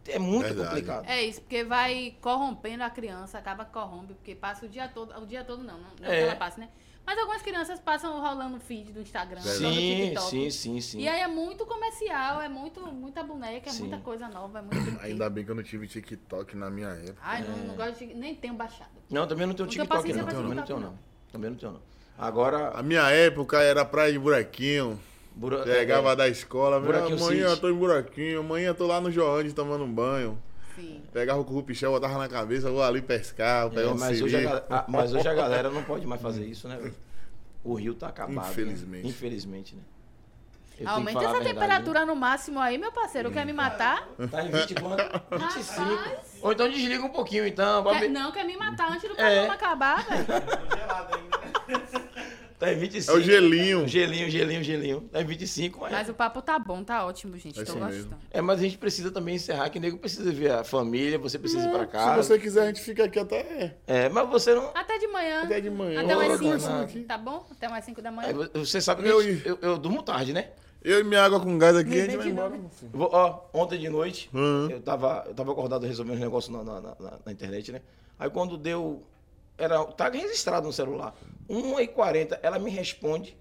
Speaker 1: É muito
Speaker 2: Verdade.
Speaker 1: complicado.
Speaker 3: É isso, porque vai corrompendo a criança, acaba que corrompe, porque passa o dia todo, o dia todo não, não, não
Speaker 1: É.
Speaker 3: que ela passa, né? Mas algumas crianças passam rolando o feed do Instagram, rolando o
Speaker 1: Sim,
Speaker 3: TikTok.
Speaker 1: sim, sim, sim.
Speaker 3: E aí é muito comercial, é muito, muita boneca, é
Speaker 1: Sim.
Speaker 3: muita coisa nova, é muito
Speaker 2: Ainda bem que eu não tive TikTok na minha época.
Speaker 3: Ai,
Speaker 1: é.
Speaker 3: não, não gosto de... Nem tenho baixado.
Speaker 1: Não, também não tenho
Speaker 3: Não tenho
Speaker 1: TikTok,
Speaker 3: paciência
Speaker 1: não.
Speaker 3: pra
Speaker 1: Também não
Speaker 3: TikTok, né?
Speaker 1: tenho,
Speaker 3: não.
Speaker 1: não. Também não tenho, não. Agora...
Speaker 2: A minha época era praia de buraquinho.
Speaker 1: bura-
Speaker 2: Pegava
Speaker 1: é,
Speaker 2: da escola,
Speaker 1: Buraquinho
Speaker 2: buraquinho amanhã
Speaker 1: City.
Speaker 2: eu tô em buraquinho, amanhã eu tô lá no Joandes tomando um banho.
Speaker 3: Sim.
Speaker 2: Pegava o corrupichel, botava na cabeça, vou ali pescar, vou
Speaker 1: é,
Speaker 2: pegar um
Speaker 1: mas, hoje a,
Speaker 2: siri.
Speaker 1: gal- ah, mas hoje a galera não pode mais fazer isso, né? velho? O rio tá acabado. né?
Speaker 2: Infelizmente.
Speaker 1: Infelizmente, né? Eu tenho que
Speaker 3: Aumenta
Speaker 1: falar a
Speaker 3: essa
Speaker 1: verdade, né?
Speaker 3: temperatura no máximo aí, meu parceiro. Quer me matar?
Speaker 1: Tá em 20 quanto? 25.
Speaker 3: Rapaz.
Speaker 1: Ou então desliga um pouquinho, então. pra
Speaker 3: Quer-
Speaker 1: ver-
Speaker 3: não, quer me matar antes
Speaker 1: É.
Speaker 3: do programa acabar, velho.
Speaker 1: Tá em 25.
Speaker 2: É o gelinho.
Speaker 1: Gelinho, gelinho, gelinho. Tá em 25, mas...
Speaker 3: Mas o papo tá bom, tá ótimo, gente.
Speaker 2: É
Speaker 3: Tô
Speaker 2: isso mesmo.
Speaker 3: gostando.
Speaker 1: É, mas a gente precisa também encerrar, que nego precisa ver a família, você precisa ir pra
Speaker 2: É, Se
Speaker 1: casa.
Speaker 2: você quiser, a gente fica aqui até,
Speaker 1: É, mas você não...
Speaker 3: Até de manhã.
Speaker 2: até de manhã.
Speaker 3: Até
Speaker 1: mais
Speaker 2: Olha,
Speaker 1: cinco.
Speaker 2: conversando aqui.
Speaker 3: Tá bom? Até mais 5 da manhã.
Speaker 1: É, você sabe que
Speaker 2: Eu
Speaker 1: eu, eu, eu durmo tarde, né?
Speaker 2: Eu e minha água com gás aqui,
Speaker 3: Nem
Speaker 2: a gente
Speaker 3: vem
Speaker 2: vai
Speaker 3: de
Speaker 2: embora.
Speaker 3: novo.
Speaker 2: meu filho.
Speaker 1: Vou- ó, ontem de noite,
Speaker 2: Uhum.
Speaker 1: eu, tava, eu tava acordado resolvendo um negócio na, na- na- na internet, né? Aí quando deu. Era, tá registrado no celular. 1h40, ela me responde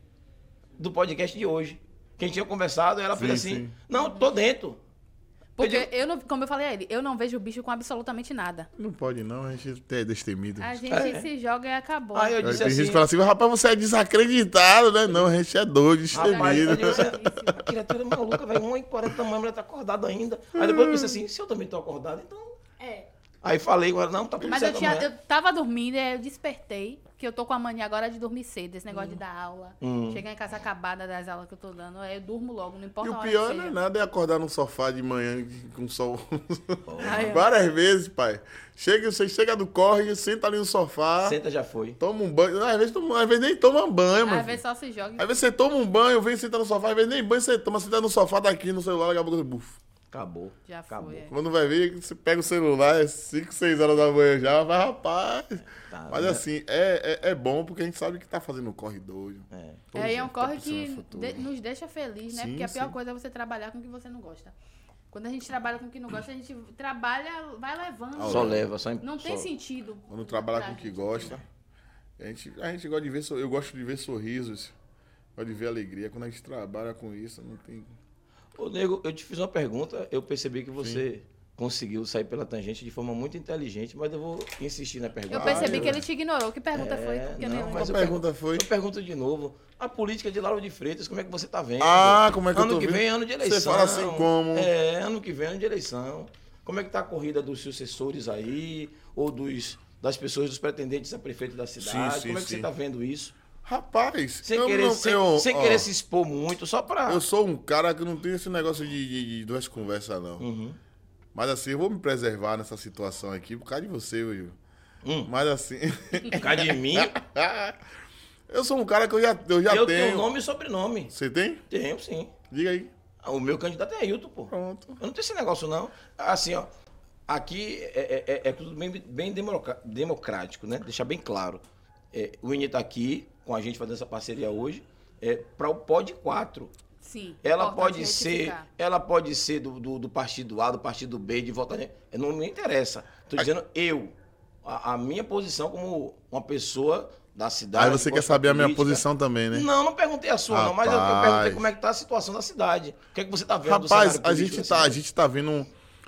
Speaker 1: do podcast de hoje. Quem tinha conversado, ela fez
Speaker 2: Sim,
Speaker 1: assim:
Speaker 2: sim.
Speaker 1: Não, tô dentro.
Speaker 3: Porque
Speaker 1: digo-
Speaker 3: eu não, como eu falei a ele, eu não vejo o bicho com absolutamente nada.
Speaker 2: Não pode não, a gente é destemido.
Speaker 3: A
Speaker 2: Aí
Speaker 3: gente
Speaker 1: É.
Speaker 3: se joga e acabou. É.
Speaker 1: Aí eu
Speaker 2: Tem
Speaker 1: disse
Speaker 2: gente
Speaker 1: assim:
Speaker 2: que fala assim, rapaz, você é desacreditado, né? Não, a gente é doido,
Speaker 1: Rapaz, é eu
Speaker 2: destemido.
Speaker 1: digo, "Essa- a criatura é maluca, velho. 1h40 da manhã, ela tá acordada ainda. Aí depois eu pensei assim: Se eu também tô acordado, então.
Speaker 3: É.
Speaker 1: Aí falei, agora não, tá tudo
Speaker 2: é
Speaker 3: Mas eu,
Speaker 1: certo.
Speaker 3: tinha,
Speaker 1: amanhã."
Speaker 3: eu tava dormindo, aí eu despertei, que eu tô com a mania agora de dormir cedo, esse
Speaker 2: Hum.
Speaker 3: negócio de dar aula. Chegar em casa acabada das aulas que eu tô dando, aí eu durmo logo, não
Speaker 2: E
Speaker 3: importa a
Speaker 2: o
Speaker 3: hora
Speaker 2: pior
Speaker 3: que
Speaker 2: não é
Speaker 3: seja.
Speaker 2: nada, é acordar no sofá de manhã com sol.
Speaker 3: Aí eu-
Speaker 2: Várias vezes, pai. Chega, você chega do corre, senta ali no sofá,
Speaker 1: Senta, já foi.
Speaker 2: toma um banho. Às vezes, toma- às vezes nem toma banho, mano.
Speaker 3: Às vezes só se joga.
Speaker 2: tá Às vezes você toma um banho, vem sentar no sofá, às vezes nem banho você toma, senta no sofá, tá aqui no celular, daqui a pouco você buf.
Speaker 1: Acabou.
Speaker 3: Já
Speaker 1: acabou.
Speaker 3: foi. é.
Speaker 2: Quando vai ver, você pega o celular, é 5, 6 horas da manhã já, vai, rapaz.
Speaker 1: Tá,
Speaker 2: Mas
Speaker 1: né?
Speaker 2: assim, é, é, é bom porque a gente sabe que tá fazendo um corre doido.
Speaker 1: É.
Speaker 2: Pois
Speaker 3: é,
Speaker 2: é,
Speaker 3: é um
Speaker 2: tá
Speaker 3: corre
Speaker 2: pensando
Speaker 3: que
Speaker 2: no futuro.
Speaker 3: de- nos deixa feliz, né?
Speaker 2: Sim,
Speaker 3: Porque a pior
Speaker 2: sim.
Speaker 3: coisa é você trabalhar com o que você não gosta. Quando a gente trabalha com o que não gosta, a gente trabalha, vai levando.
Speaker 1: Só leva, só
Speaker 3: Não tem
Speaker 2: só-
Speaker 3: sentido.
Speaker 2: Quando trabalha
Speaker 3: pra
Speaker 2: com o que
Speaker 3: gente,
Speaker 2: gosta.
Speaker 3: entendeu?
Speaker 2: A gente, a gente gosta de ver, sor- eu gosto de ver sorrisos, gosto de ver alegria. Quando a gente trabalha com isso, não tem.
Speaker 1: Ô, Nego, eu te fiz uma pergunta, eu percebi que você conseguiu sair pela tangente de forma muito inteligente, mas eu vou insistir na pergunta.
Speaker 3: Eu percebi
Speaker 2: Ah,
Speaker 3: que ele te ignorou. Que pergunta foi?
Speaker 1: É,
Speaker 3: Porque eu
Speaker 1: não,
Speaker 3: nem lembro.
Speaker 1: mas
Speaker 2: A
Speaker 1: eu
Speaker 2: pergunta foi.
Speaker 1: Eu pergunto de novo, a política de Lauro de Freitas, como é que você tá vendo?
Speaker 2: Ah, como é que eu
Speaker 1: ano
Speaker 2: tô
Speaker 1: que
Speaker 2: vendo?
Speaker 1: vem é ano de
Speaker 2: Você
Speaker 1: eleição.
Speaker 2: fala assim como?
Speaker 1: É, ano que vem é ano de eleição. Como é que tá a corrida dos sucessores aí, ou dos, das pessoas, dos pretendentes a prefeito da cidade?
Speaker 2: sim,
Speaker 1: como é que
Speaker 2: sim.
Speaker 1: você tá vendo isso?
Speaker 2: Rapaz,
Speaker 1: Sem,
Speaker 2: eu
Speaker 1: querer,
Speaker 2: não-
Speaker 1: sem,
Speaker 2: eu-
Speaker 1: sem
Speaker 2: ó,
Speaker 1: querer se expor muito, só pra...
Speaker 2: Eu sou um cara que não tem esse negócio de, de- de duas conversas, não.
Speaker 1: Uhum.
Speaker 2: Mas assim, eu vou me preservar nessa situação aqui por causa de você, meu Gil.
Speaker 1: Hum.
Speaker 2: Mas assim.
Speaker 1: Por causa de mim,
Speaker 2: eu sou um cara que eu já, eu já
Speaker 1: eu
Speaker 2: tenho.
Speaker 1: tenho um nome e sobrenome.
Speaker 2: Você tem?
Speaker 1: Tenho, sim.
Speaker 2: Diga aí.
Speaker 1: Ah, O meu candidato é Ailton, pô.
Speaker 2: Pronto.
Speaker 1: Eu não tenho esse negócio, não. Assim, ó. Aqui é, é- é- é tudo bem, bem democra- democrático, né? Deixar bem claro. É, o INE está aqui com a gente fazendo essa parceria hoje. É, para o POD 4.
Speaker 3: Sim.
Speaker 1: Ela
Speaker 3: importante
Speaker 1: pode ser,
Speaker 3: retificar.
Speaker 1: ela pode ser do, do, do partido A, do partido B, de votar. Eu Não me interessa. Estou dizendo eu. A, a minha posição como uma pessoa da cidade.
Speaker 2: Aí você
Speaker 1: que
Speaker 2: quer
Speaker 1: gosta
Speaker 2: saber a minha
Speaker 1: política.
Speaker 2: posição também, né?
Speaker 1: Não, não perguntei a sua, não, mas eu, eu
Speaker 2: Rapaz.
Speaker 1: perguntei como é que tá a situação da cidade. O que é que você está vendo do
Speaker 2: Rapaz,
Speaker 1: cenário assim.
Speaker 2: a
Speaker 1: político
Speaker 2: gente,
Speaker 1: da
Speaker 2: tá, a
Speaker 1: cidade?
Speaker 2: gente tá vendo. um-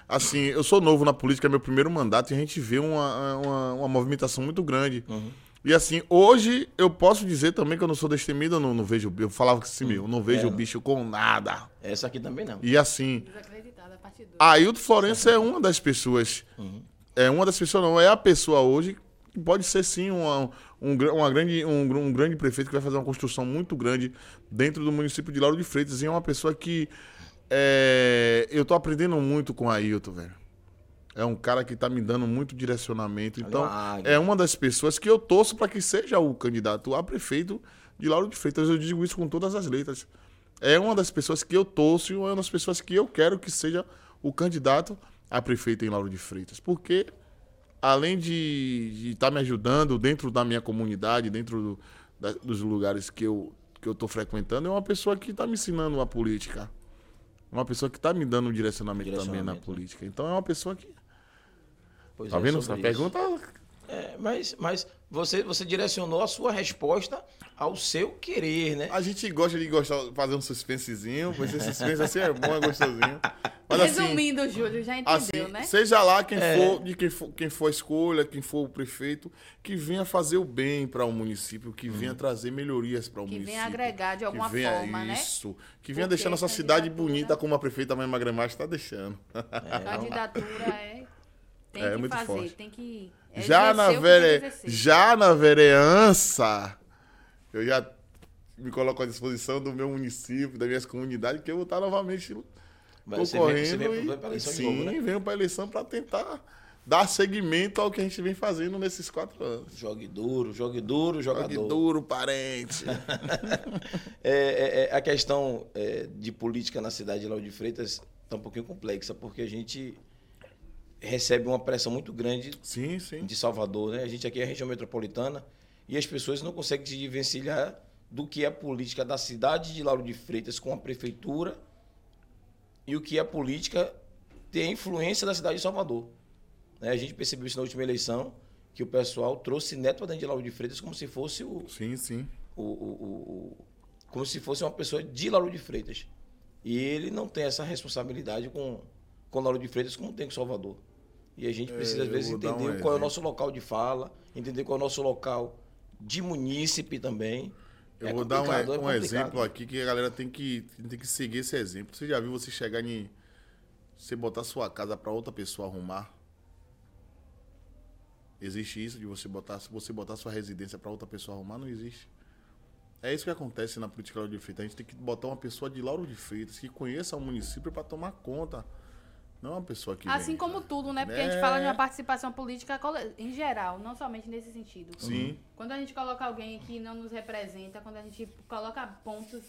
Speaker 2: Assim, eu sou novo na política, é meu primeiro mandato, e a gente vê uma, uma, uma movimentação muito grande.
Speaker 1: Uhum.
Speaker 2: E assim, hoje eu posso dizer também que eu não sou destemido, eu não, não vejo. Eu falava que
Speaker 1: Hum.
Speaker 2: assim, meu, eu não
Speaker 1: É.
Speaker 2: vejo o bicho com nada.
Speaker 1: Essa aqui também não.
Speaker 2: E assim,
Speaker 3: Desacreditada, a parte dois.
Speaker 2: Ailton Florencio é uma das pessoas. É uma das pessoas, não, é a pessoa hoje que pode ser sim uma, um, gra- uma grande, um, gr- um grande prefeito que vai fazer uma construção muito grande dentro do município de Lauro de Freitas. E é uma pessoa que. é, eu tô aprendendo muito com Ailton, velho. É um cara que tá me dando muito direcionamento.
Speaker 1: Olha
Speaker 2: Então,
Speaker 1: uma águia.
Speaker 2: é uma das pessoas que eu torço para que seja o candidato a prefeito de Lauro de Freitas. Eu digo isso com todas as letras. É uma das pessoas que eu torço e uma das pessoas que eu quero que seja o candidato a prefeito em Lauro de Freitas. Porque, além de estar me ajudando dentro da minha comunidade, dentro do- da- dos lugares que eu que eu tô frequentando, é uma pessoa que está me ensinando a política. Uma pessoa que está me dando um direcionamento, também na
Speaker 1: Direcionamento, né?
Speaker 2: política. Então é uma pessoa que...
Speaker 1: Pois
Speaker 2: Tá
Speaker 1: é,
Speaker 2: vendo? Essa
Speaker 1: sobre isso.
Speaker 2: pergunta
Speaker 1: É, mas mas você, você direcionou a sua resposta ao seu querer, né?
Speaker 2: A gente gosta de gostar, fazer um suspensezinho, mas esse suspense assim é bom, é gostosinho. Mas assim,
Speaker 3: Resumindo, Júlio, já entendeu,
Speaker 2: assim
Speaker 3: né?
Speaker 2: seja lá quem for, de quem for, quem for a escolha, quem for o prefeito, que venha fazer o bem para o município, que venha trazer melhorias para o
Speaker 3: Que venha
Speaker 2: município.
Speaker 3: agregar de alguma
Speaker 2: que venha
Speaker 3: forma, né?
Speaker 2: isso, Que venha
Speaker 3: Porque
Speaker 2: deixar nossa
Speaker 3: a
Speaker 2: cidade
Speaker 3: candidatura-
Speaker 2: bonita como a prefeita Maria Magramate está deixando.
Speaker 1: então,
Speaker 3: Candidatura é. Tem
Speaker 2: É,
Speaker 3: que
Speaker 2: muito
Speaker 3: fazer,
Speaker 2: forte.
Speaker 3: tem que. é
Speaker 2: já,
Speaker 3: exercer
Speaker 2: na
Speaker 3: o que tem que
Speaker 2: vere...
Speaker 3: exercer.
Speaker 2: já na vereança, eu já me coloco à disposição do meu município, das minhas comunidades, que eu vou estar novamente
Speaker 1: Mas você vem, você
Speaker 2: concorrendo.
Speaker 1: vem pro-
Speaker 2: e-
Speaker 1: pra eleição
Speaker 2: sim,
Speaker 1: de novo, né?
Speaker 2: venho para eleição para tentar dar seguimento ao que a gente vem fazendo nesses quatro anos.
Speaker 1: Jogue duro, jogue duro, jogador.
Speaker 2: Jogue duro, parente.
Speaker 1: É, é, é, a questão é, de política na cidade de Lauro de Freitas está um pouquinho complexa, porque a gente recebe uma pressão muito grande
Speaker 2: sim, sim.
Speaker 1: de Salvador, né? A gente aqui é a região metropolitana e as pessoas não conseguem se desvencilhar do que é a política da cidade de Lauro de Freitas com a prefeitura e o que é a política ter a influência da cidade de Salvador. né? A gente percebeu isso na última eleição, que o pessoal trouxe Neto para dentro de Lauro de Freitas como se fosse o,
Speaker 2: Sim, sim.
Speaker 1: o- o- o- o- como se fosse uma pessoa de Lauro de Freitas. E ele não tem essa responsabilidade com, com Lauro de Freitas como tem com Salvador. E a gente precisa, às
Speaker 2: eu
Speaker 1: vezes,
Speaker 2: vou dar
Speaker 1: entender
Speaker 2: um
Speaker 1: qual é o
Speaker 2: exemplo.
Speaker 1: nosso local de fala, entender qual é o nosso local de munícipe também.
Speaker 2: Eu
Speaker 1: É
Speaker 2: vou dar um,
Speaker 1: complicado, é
Speaker 2: um
Speaker 1: complicado.
Speaker 2: exemplo aqui que a galera tem que, tem que seguir esse exemplo. Você já viu você chegar em. Você botar sua casa para outra pessoa arrumar? Existe isso de você botar, se você botar sua residência para outra pessoa arrumar? Não existe. É isso que acontece na política Lauro de Freitas. A gente tem que botar uma pessoa de Lauro de Freitas que conheça o município para tomar conta. Não é uma pessoa que.
Speaker 3: Assim
Speaker 2: vem.
Speaker 3: como tudo, né? Porque a gente
Speaker 2: É.
Speaker 3: fala de uma participação política cole- em geral, não somente nesse sentido.
Speaker 2: Sim.
Speaker 3: Quando a gente coloca alguém que não nos representa, quando a gente coloca pontos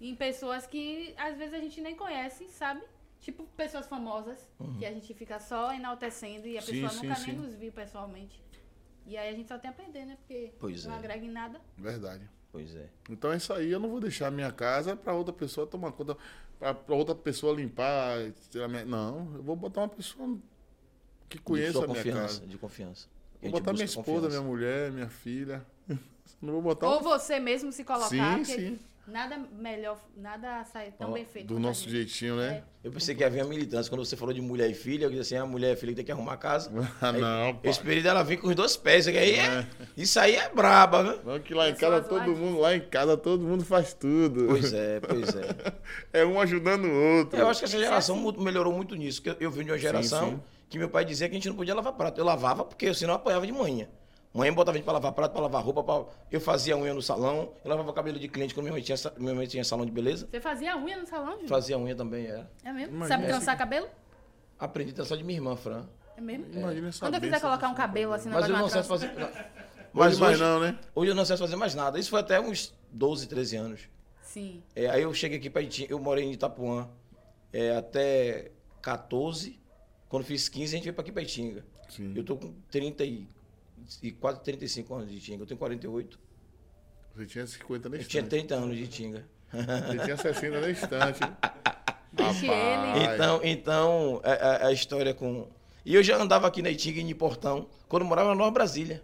Speaker 3: em pessoas que às vezes a gente nem conhece, sabe? Tipo pessoas famosas, que a gente fica só enaltecendo e a
Speaker 2: Uhum. Sim,
Speaker 3: pessoa
Speaker 2: sim,
Speaker 3: nunca
Speaker 2: sim.
Speaker 3: nem nos viu pessoalmente. E aí a gente só tem a perder, né? Porque
Speaker 1: Pois
Speaker 3: não
Speaker 1: é.
Speaker 3: agrega em nada.
Speaker 2: Verdade.
Speaker 1: Pois é.
Speaker 2: Então é isso aí, eu não vou deixar a minha casa pra outra pessoa tomar conta, pra, pra outra pessoa limpar, tirar minha... Não, eu vou botar uma pessoa que
Speaker 1: de
Speaker 2: conheça
Speaker 1: sua
Speaker 2: a minha
Speaker 1: confiança,
Speaker 2: casa.
Speaker 1: de confiança. A
Speaker 2: Vou
Speaker 1: gente
Speaker 2: botar minha
Speaker 1: busca
Speaker 2: esposa,
Speaker 1: confiança.
Speaker 2: minha mulher, minha filha. Não vou botar
Speaker 3: Ou
Speaker 2: um-
Speaker 3: você mesmo se colocar,
Speaker 2: Sim,
Speaker 3: porque
Speaker 2: sim.
Speaker 3: nada melhor, nada sai tão
Speaker 1: Ó,
Speaker 3: bem feito.
Speaker 2: do
Speaker 3: quanto a
Speaker 2: nosso
Speaker 3: gente. É.
Speaker 2: jeitinho, né?
Speaker 1: Eu pensei que havia militância. Quando você falou de mulher e filha, eu disse assim, a mulher e filha que tem que arrumar a casa.
Speaker 2: Ah, não, pô.
Speaker 1: Esse período ela vem com os dois pés. isso Aí é, Isso aí é braba, né?
Speaker 2: Não, que lá em
Speaker 3: Pessoas
Speaker 2: casa todo
Speaker 3: zoadinhas.
Speaker 2: mundo, lá em casa todo mundo faz tudo.
Speaker 1: Pois é, pois é.
Speaker 2: É um ajudando o outro.
Speaker 1: Eu acho que essa geração muito- melhorou muito nisso. porque eu vim de uma geração
Speaker 2: sim.
Speaker 1: que meu pai dizia que a gente não podia lavar prato. Eu lavava porque senão eu apanhava de manhã. Manhã botava a gente pra lavar prato, pra lavar roupa, pra... eu fazia unha no salão, eu lavava o cabelo de cliente quando minha mãe tinha, sa- minha mãe tinha salão de beleza.
Speaker 3: Você fazia unha no salão, Júlio?
Speaker 1: Fazia unha também, era.
Speaker 3: É mesmo?
Speaker 2: Imagina
Speaker 3: Sabe
Speaker 2: esse-
Speaker 3: trançar cabelo?
Speaker 1: Aprendi só de minha irmã, Fran.
Speaker 3: É mesmo?
Speaker 2: Imagina essa
Speaker 3: Quando eu quiser
Speaker 2: benção
Speaker 3: colocar
Speaker 2: dessa
Speaker 3: um cabelo assim na
Speaker 1: Mas eu não sei
Speaker 3: bagunça.
Speaker 1: fazer.
Speaker 2: Mas
Speaker 1: Mas
Speaker 2: hoje, mais
Speaker 1: hoje-
Speaker 2: não, né?
Speaker 1: Hoje eu não sei fazer mais nada. Isso foi até uns 12, 13 anos.
Speaker 3: Sim.
Speaker 1: É, aí eu cheguei aqui pra Itinha, eu morei em Itapuã é, até 14. Quando fiz 15, a gente veio pra aqui pra Itinga.
Speaker 2: Sim.
Speaker 1: Eu tô com 30 e, e quase 35 anos de Itinga. Eu tenho 48.
Speaker 2: Você tinha 50 na
Speaker 1: Eu tinha
Speaker 2: estante.
Speaker 1: 30 anos de Itinga.
Speaker 2: Você tinha 60 na estante. Rapaz.
Speaker 3: Deixe ele.
Speaker 2: Ah, é.
Speaker 1: Então, então a, a- a história com. E eu já andava aqui na Itinga, em Portão, quando eu morava na Nova Brasília.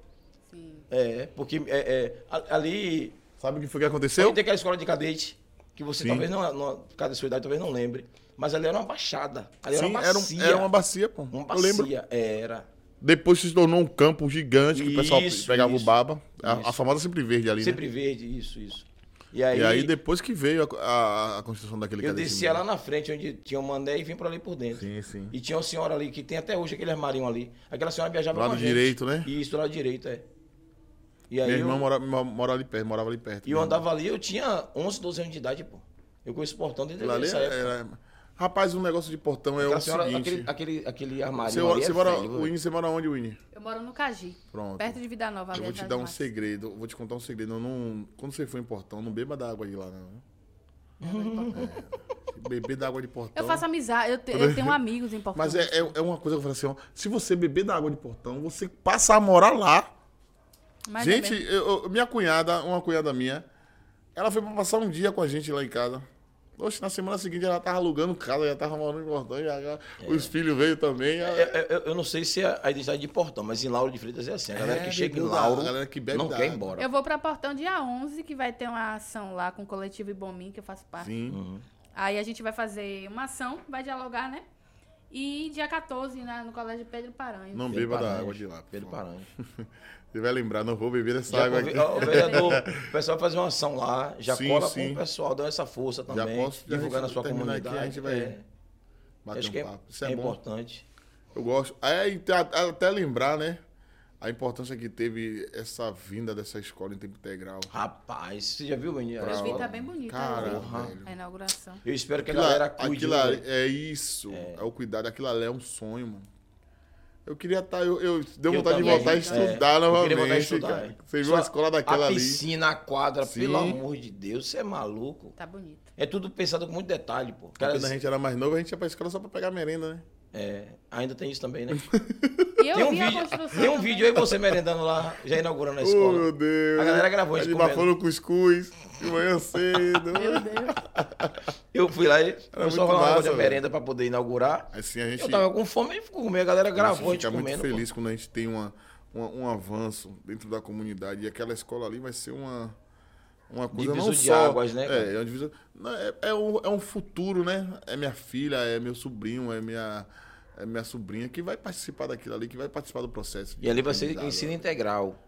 Speaker 3: Sim.
Speaker 1: É, porque é, é, a- ali
Speaker 2: Sabe o que foi que
Speaker 1: Eu...
Speaker 2: aconteceu?
Speaker 1: Tem aquela escola de cadete, que você
Speaker 2: Sim.
Speaker 1: talvez não, não, por causa da sua idade, talvez não lembre. Mas ali era uma baixada. Ali era
Speaker 2: Sim,
Speaker 1: uma
Speaker 2: era, um-
Speaker 1: bacia.
Speaker 2: era uma bacia, pô.
Speaker 1: Uma
Speaker 2: Eu lembro.
Speaker 1: bacia, era.
Speaker 2: Depois se tornou um campo gigante que o pessoal
Speaker 1: Isso,
Speaker 2: pegava
Speaker 1: isso.
Speaker 2: o baba. A, a
Speaker 1: Isso.
Speaker 2: famosa sempre verde ali,
Speaker 1: Sempre verde, isso, isso. E
Speaker 2: né?
Speaker 1: aí,
Speaker 2: E aí depois que veio a, a- a construção daquele
Speaker 1: eu
Speaker 2: cadete
Speaker 1: descia
Speaker 2: mesmo.
Speaker 1: lá na frente, onde tinha o mané, e vim pra ali por dentro.
Speaker 2: Sim, sim.
Speaker 1: E tinha uma senhora ali, que tem até hoje aquele armarinho ali. Aquela senhora viajava
Speaker 2: Do lado
Speaker 1: com a gente.
Speaker 2: direito, né?
Speaker 1: Isso, do lado direito, é. E aí
Speaker 2: Minha
Speaker 1: eu,
Speaker 2: irmã mora- mo- morava, ali perto, morava ali perto.
Speaker 1: e eu andava ali, eu tinha 11, 12 anos de idade, pô. Eu conheço o portão desde
Speaker 2: Lá ali
Speaker 1: essa época.
Speaker 2: era- Rapaz, um negócio de portão é
Speaker 1: Aquela
Speaker 2: o
Speaker 1: senhora-
Speaker 2: seguinte.
Speaker 1: aquele, aquele, aquele armarinho
Speaker 2: Você,
Speaker 1: ali
Speaker 2: você
Speaker 1: é
Speaker 2: mora,
Speaker 1: velho, velho.
Speaker 2: Winnie, você mora onde, Winnie?
Speaker 3: Eu moro no Caji.
Speaker 2: Pronto.
Speaker 3: Perto de Vida Nova.
Speaker 2: Eu
Speaker 3: ali
Speaker 2: vou te
Speaker 3: atrás
Speaker 2: dar
Speaker 3: do
Speaker 2: um
Speaker 3: mato.
Speaker 2: segredo, eu vou te contar um segredo. Eu não, quando você for em Portão, não beba da água de lá, não. É, beber da água de Portão.
Speaker 3: Eu faço amizade, eu, te- eu tenho amigos importantes.
Speaker 2: Mas é, é, é uma coisa que eu falo assim, ó, se você beber da água de Portão, você passa a morar lá.
Speaker 3: Mas é
Speaker 2: gente,
Speaker 3: mesmo.
Speaker 2: eu- eu- minha cunhada, uma cunhada minha, ela foi pra passar um dia com a gente lá em casa. Oxe, na semana seguinte ela tava alugando casa, já tava morando em Portão, já, já-
Speaker 1: É.
Speaker 2: os filhos veio também. já-
Speaker 1: Eu, é, eu- eu não sei se é a identidade de Portão, mas em Lauro de Freitas é assim. A galera
Speaker 2: É,
Speaker 1: que chega em
Speaker 2: bebeu da-
Speaker 1: Lauro
Speaker 2: a galera que bebe
Speaker 1: não
Speaker 2: da
Speaker 1: quer ir
Speaker 2: água.
Speaker 1: embora.
Speaker 3: Eu vou pra Portão dia 11, que vai ter uma ação lá com o coletivo Ibomim, que eu faço parte.
Speaker 2: Sim.
Speaker 1: Uhum.
Speaker 3: Aí a gente vai fazer uma ação, vai dialogar, né? E dia 14, na- no Colégio Pedro Paranhos.
Speaker 2: Não
Speaker 1: Pedro
Speaker 2: beba da
Speaker 1: Paranhos,
Speaker 2: água de lá. por
Speaker 1: Pedro
Speaker 2: favor.
Speaker 1: Paranhos.
Speaker 2: Você vai lembrar, não vou beber essa
Speaker 1: Já
Speaker 2: água
Speaker 1: convi-
Speaker 2: aqui.
Speaker 1: ó, O vereador, o pessoal vai fazer uma ação lá, já
Speaker 2: Sim,
Speaker 1: cola
Speaker 2: sim.
Speaker 1: com o pessoal, dá essa força também,
Speaker 2: posso- já
Speaker 1: divulgar na sua
Speaker 2: terminar aqui,
Speaker 1: comunidade.
Speaker 2: a gente vai
Speaker 1: é.
Speaker 2: Bater
Speaker 1: acho
Speaker 2: um
Speaker 1: que é,
Speaker 2: papo. Isso é,
Speaker 1: é
Speaker 2: bom.
Speaker 1: importante.
Speaker 2: Eu gosto. Aí, até, até lembrar, né? A importância que teve essa vinda dessa escola em tempo integral.
Speaker 1: Ah, Rapaz, você já viu, menino?
Speaker 3: Eu vi,
Speaker 1: Olha,
Speaker 3: tá bem bonito.
Speaker 2: Cara,
Speaker 3: né?
Speaker 2: velho.
Speaker 3: a inauguração.
Speaker 1: Eu espero que É, a galera cuide.
Speaker 2: aquilo ali-
Speaker 1: né?
Speaker 2: é isso. É. o cuidado. Aquilo ali é um sonho, mano. Eu queria estar. Eu, eu deu
Speaker 1: Eu
Speaker 2: vontade de
Speaker 1: também,
Speaker 2: voltar a
Speaker 1: é.
Speaker 2: estudar
Speaker 1: Eu
Speaker 2: novamente.
Speaker 1: queria voltar a estudar,
Speaker 2: cara.
Speaker 1: é.
Speaker 2: Você viu
Speaker 1: Só
Speaker 2: a escola daquela
Speaker 1: A
Speaker 2: ali.
Speaker 1: piscina, a quadra,
Speaker 2: Sim.
Speaker 1: pelo amor de Deus, você é maluco.
Speaker 3: Tá bonito.
Speaker 1: É tudo pensado com muito detalhe, pô. Cara,
Speaker 2: Quando a gente era mais novo, a gente ia pra escola só pra pegar merenda, né?
Speaker 1: é, ainda tem isso também, né?
Speaker 3: E eu
Speaker 1: Tem um,
Speaker 3: vi a
Speaker 1: vídeo,
Speaker 3: construção.
Speaker 1: tem um
Speaker 3: também.
Speaker 1: vídeo aí você merendando lá, já inaugurando a
Speaker 2: Oh,
Speaker 1: escola.
Speaker 2: meu Deus.
Speaker 1: A galera gravou, a
Speaker 2: a
Speaker 1: gente
Speaker 2: gente
Speaker 1: comendo.
Speaker 2: bafou no cuscuz de manhã cedo.
Speaker 3: Meu Deus.
Speaker 1: Eu fui lá e começou a
Speaker 2: muito
Speaker 1: rolar
Speaker 2: massa,
Speaker 1: uma merenda pra poder inaugurar.
Speaker 2: Assim a gente.
Speaker 1: Eu tava com fome e comi, a galera gravou, a gente
Speaker 2: fica é muito
Speaker 1: comendo. pô.
Speaker 2: feliz quando a gente tem uma, uma- um avanço dentro da comunidade. E aquela escola ali vai ser uma, uma coisa
Speaker 1: Divisor
Speaker 2: não
Speaker 1: de
Speaker 2: só...
Speaker 1: águas, né, cara?
Speaker 2: É, é, um divisor- não, é, é um, é um futuro, né? É minha filha, é meu sobrinho, é minha, é minha sobrinha que vai participar daquilo ali, que vai participar do processo. de
Speaker 1: E ali vai ser
Speaker 2: aprendizado.
Speaker 1: ensino integral.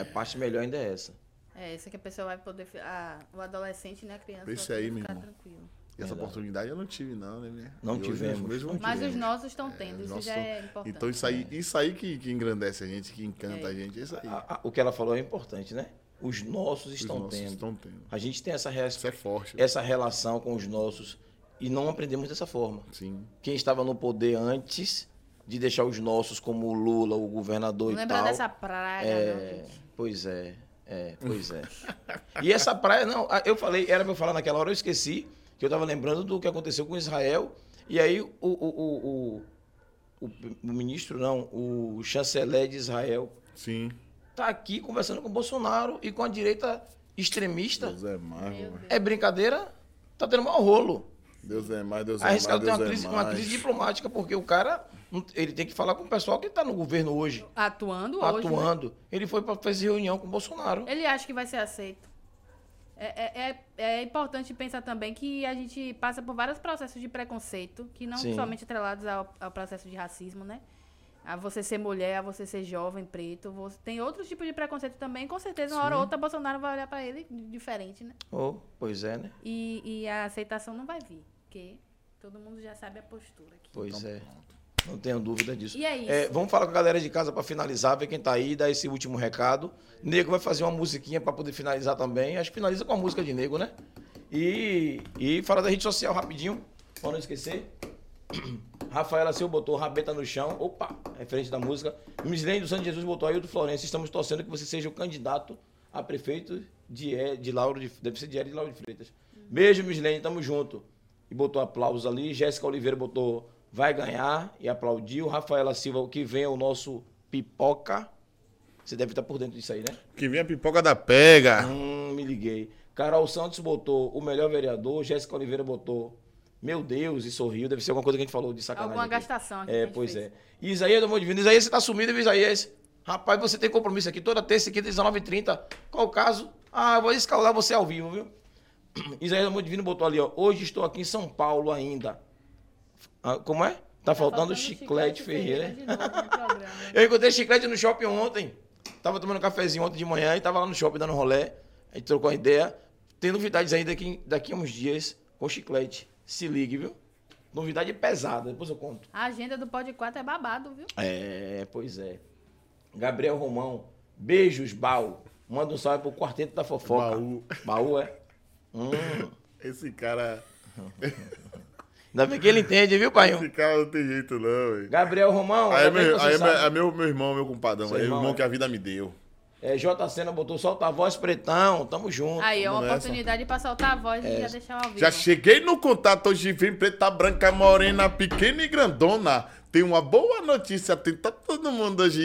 Speaker 1: A parte melhor ainda é essa.
Speaker 3: É, isso que a pessoa vai poder. fi- a- o adolescente, né? A criança.
Speaker 2: Isso
Speaker 3: vai poder
Speaker 2: aí, meu
Speaker 3: ficar
Speaker 2: irmão.
Speaker 3: tranquilo.
Speaker 2: E essa
Speaker 1: Verdade.
Speaker 2: oportunidade eu não tive, não, né? minha?
Speaker 1: Não
Speaker 2: E hoje
Speaker 1: tivemos.
Speaker 2: nós mesmos não
Speaker 3: Mas os
Speaker 2: tivemos.
Speaker 3: nossos estão
Speaker 2: É,
Speaker 3: tendo,
Speaker 2: os
Speaker 3: isso
Speaker 2: nossos
Speaker 3: já
Speaker 2: tão-
Speaker 3: é importante.
Speaker 2: Então isso aí, isso aí que, que engrandece a gente, que encanta
Speaker 3: É.
Speaker 2: a gente. Isso aí.
Speaker 1: A- a- o que ela falou é importante, né? Os nossos
Speaker 2: Os
Speaker 1: estão
Speaker 2: nossos
Speaker 1: tendo.
Speaker 2: estão tendo.
Speaker 1: A gente tem essa,
Speaker 2: Isso
Speaker 1: res-
Speaker 2: é forte.
Speaker 1: essa relação com os nossos e não aprendemos dessa forma.
Speaker 2: Sim.
Speaker 1: Quem estava no poder antes de deixar os nossos, como o Lula, o governador
Speaker 3: Não
Speaker 1: e
Speaker 3: lembrar
Speaker 1: tal,
Speaker 3: dessa praga, não,
Speaker 1: É,
Speaker 3: gente.
Speaker 1: pois é, é, pois é. E essa praia, não, a- eu falei, era pra eu falar naquela hora, eu esqueci, que eu tava lembrando do que aconteceu com Israel E aí o, o, o, o, o- o ministro, não, o chanceler de Israel
Speaker 2: Sim.
Speaker 1: tá aqui conversando com o Bolsonaro e com a direita extremista.
Speaker 2: Deus é mais,
Speaker 3: Meu
Speaker 2: mano.
Speaker 3: Deus.
Speaker 1: É brincadeira? Tá tendo maior rolo.
Speaker 2: Deus é mais, Deus é mais.
Speaker 1: Arriscado
Speaker 2: Deus
Speaker 1: ter uma
Speaker 2: é
Speaker 1: crise, uma
Speaker 2: mais.
Speaker 1: crise diplomática, porque o cara não- ele tem que falar com o pessoal que tá no governo hoje,
Speaker 3: Atuando hoje. né?
Speaker 1: atuando. Ele foi para fazer reunião com o Bolsonaro.
Speaker 3: Ele acha que vai ser aceito. É, é- é- é importante pensar também que a gente passa por vários processos de preconceito, que não
Speaker 1: Sim.
Speaker 3: somente atrelados ao, ao processo de racismo, né? A você ser mulher, a você ser jovem, preto. Você... Tem outros tipos de preconceito também. Com certeza, uma hora ou outra, Bolsonaro vai olhar pra ele diferente, né?
Speaker 1: Oh, pois é, né?
Speaker 3: E, e a aceitação não vai vir, porque todo mundo já sabe a postura aqui.
Speaker 1: Pois é. Não tenho dúvida disso.
Speaker 3: E é isso.
Speaker 1: vamos falar com a galera de casa para finalizar, ver quem tá aí, dar esse último recado. Nego vai fazer uma musiquinha para poder finalizar também. Acho que finaliza com a música de Nego, né? E, e fala da rede social rapidinho, para não esquecer. Rafaela Silva botou Rabeta no chão. Opa, referente da música. Mislene do Santo Jesus botou Ailton Florencio. Estamos torcendo que você seja o candidato a prefeito de, E- de Lauro de Deve ser de, E- de Lauro de Freitas. Beijo, Mislene, tamo junto. E botou aplausos ali. Jéssica Oliveira botou vai ganhar e aplaudiu. Rafaela Silva, que vem é o nosso pipoca. Você deve estar por dentro disso aí, né?
Speaker 2: Que vem a pipoca da pega.
Speaker 1: Hum, me liguei. Carol Santos botou o melhor vereador. Jéssica Oliveira botou meu Deus e sorriu. Deve ser alguma coisa que a gente falou de sacanagem.
Speaker 3: Alguma
Speaker 1: aqui.
Speaker 3: gastação aqui. tá que a
Speaker 1: É,
Speaker 3: gente
Speaker 1: pois
Speaker 3: fez.
Speaker 1: é. Isaías do Amor Divino. Isaías, você tá sumido, viu, Isaías? Rapaz, você tem compromisso aqui toda terça e quinta, 19h30. Qual o caso? Ah, eu vou escalar você ao vivo, viu? Isaías do Amor Divino botou ali, ó. Hoje estou aqui em São Paulo ainda. Ah, como é? Tá, faltando, chiclete, Ferreira. é?
Speaker 3: tá de novo no programa. né?
Speaker 1: Eu encontrei chiclete no shopping ontem. Tava tomando um cafezinho ontem de manhã e tava lá no shopping dando rolé. A gente trocou uma ideia. Tem novidades aí daqui, daqui a uns dias com chiclete. Se ligue, viu? Novidade pesada, depois eu conto.
Speaker 3: A agenda do Pod 4 é babado, viu?
Speaker 1: É, pois é. Gabriel Romão, beijos, Baú. Manda um salve pro Quarteto da Fofoca.
Speaker 2: Baú.
Speaker 1: Baú, é. Hum.
Speaker 2: Esse cara.
Speaker 1: Ainda bem que ele entende, viu,
Speaker 2: Esse
Speaker 1: pai?
Speaker 2: cara não tem jeito, não, velho.
Speaker 1: Gabriel Romão,
Speaker 2: Aí, é
Speaker 1: ainda bem que
Speaker 2: meu,
Speaker 1: você
Speaker 2: aí é meu,
Speaker 1: sabe.
Speaker 2: é meu, meu irmão, meu compadrão.
Speaker 1: Seu
Speaker 2: Aí é o
Speaker 1: irmão,
Speaker 2: irmão
Speaker 1: é.
Speaker 2: que a vida me deu.
Speaker 1: É, J. Sena botou solta a voz, pretão. Tamo junto.
Speaker 3: Aí, é uma
Speaker 2: Vamos nessa.
Speaker 3: oportunidade pra soltar a voz e já deixar ao vivo.
Speaker 2: Já cheguei no contato hoje, vem preta, branca, morena, pequena e grandona. Tem uma boa notícia, tem tá todo mundo hoje.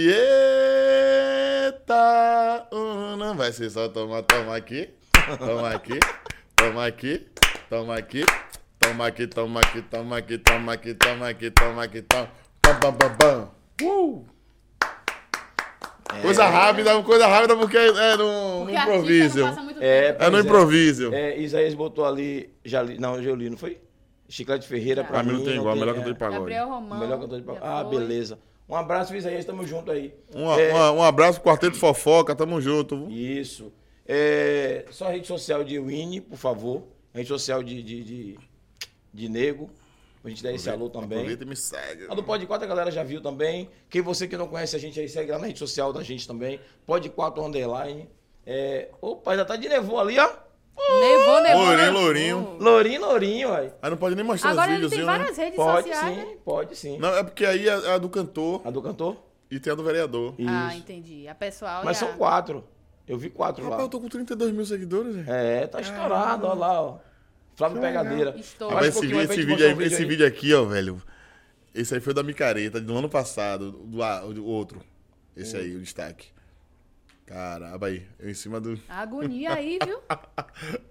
Speaker 2: Eita! uh, Não vai ser só tomar, toma aqui, toma aqui, toma aqui, toma aqui, toma aqui, toma aqui, toma aqui, toma aqui, toma aqui, toma aqui, toma Bam, bam, bam, bam. Uh! Coisa rápida, coisa rápida, porque é no, no
Speaker 3: É. Porque improviso.
Speaker 2: improviso.
Speaker 3: Não passa muito
Speaker 1: É,
Speaker 3: tempo.
Speaker 2: É no
Speaker 1: pois
Speaker 2: improviso.
Speaker 1: É, Isaías botou ali. Já li, não, eu li, não foi? Chiclete Ferreira,
Speaker 3: Já.
Speaker 1: pra
Speaker 2: Pra
Speaker 1: mim.
Speaker 2: mim não tem igual, melhor que eu tenho
Speaker 1: é.
Speaker 2: pra agora.
Speaker 3: Gabriel Romão.
Speaker 1: Melhor que eu tô de pau.
Speaker 3: já
Speaker 1: Ah,
Speaker 3: foi.
Speaker 1: beleza. Um abraço, Isaías. Tamo junto aí.
Speaker 2: Um, uma- um abraço pro
Speaker 1: É.
Speaker 2: Quarteto Fofoca, tamo junto.
Speaker 1: Isso. É, só a rede social de Winnie, por favor. A rede social de, de, de, de Nego. A gente dá esse alô também.
Speaker 2: Aproveita e Tá me segue.
Speaker 1: A do Pod 4 a galera já viu também. Quem você que não conhece a gente aí, segue lá na rede social da gente também. Pod 4 Underline. É, opa, ainda tá de nevô ali, ó.
Speaker 3: Nevou, nevou.
Speaker 2: Lourinho,
Speaker 3: nevou.
Speaker 2: lourinho.
Speaker 1: Lourinho, lourinho, ué.
Speaker 2: Aí não pode nem mostrar
Speaker 3: Agora
Speaker 2: os
Speaker 3: ele
Speaker 2: vídeos,
Speaker 3: tem
Speaker 2: né?
Speaker 3: várias redes
Speaker 1: Pode
Speaker 3: sociais. né?
Speaker 1: sim, pode sim.
Speaker 2: Não, é porque aí é é a do cantor
Speaker 1: A do cantor?
Speaker 2: e tem a do vereador.
Speaker 1: Isso.
Speaker 3: Ah, entendi. A pessoal.
Speaker 1: Mas
Speaker 3: já-
Speaker 1: são quatro. Eu vi quatro
Speaker 2: Rapaz,
Speaker 1: lá.
Speaker 2: eu tô com 32 mil seguidores, gente.
Speaker 1: É, tá estourado, ó lá, ó. Flávio Pegadeira.
Speaker 3: Estou.
Speaker 1: Mais
Speaker 2: Rapaz,
Speaker 1: um
Speaker 2: esse,
Speaker 1: pouquinho,
Speaker 2: vídeo-
Speaker 1: vai pra
Speaker 2: esse
Speaker 1: gente
Speaker 2: vídeo
Speaker 1: mostrar
Speaker 2: aí,
Speaker 1: um
Speaker 2: esse vídeo aqui, ó, velho. Esse aí foi o da micareta do ano passado, do, a- do outro. Esse aí, o destaque. Caramba, aí. Eu em cima do.
Speaker 3: Agonia aí, viu?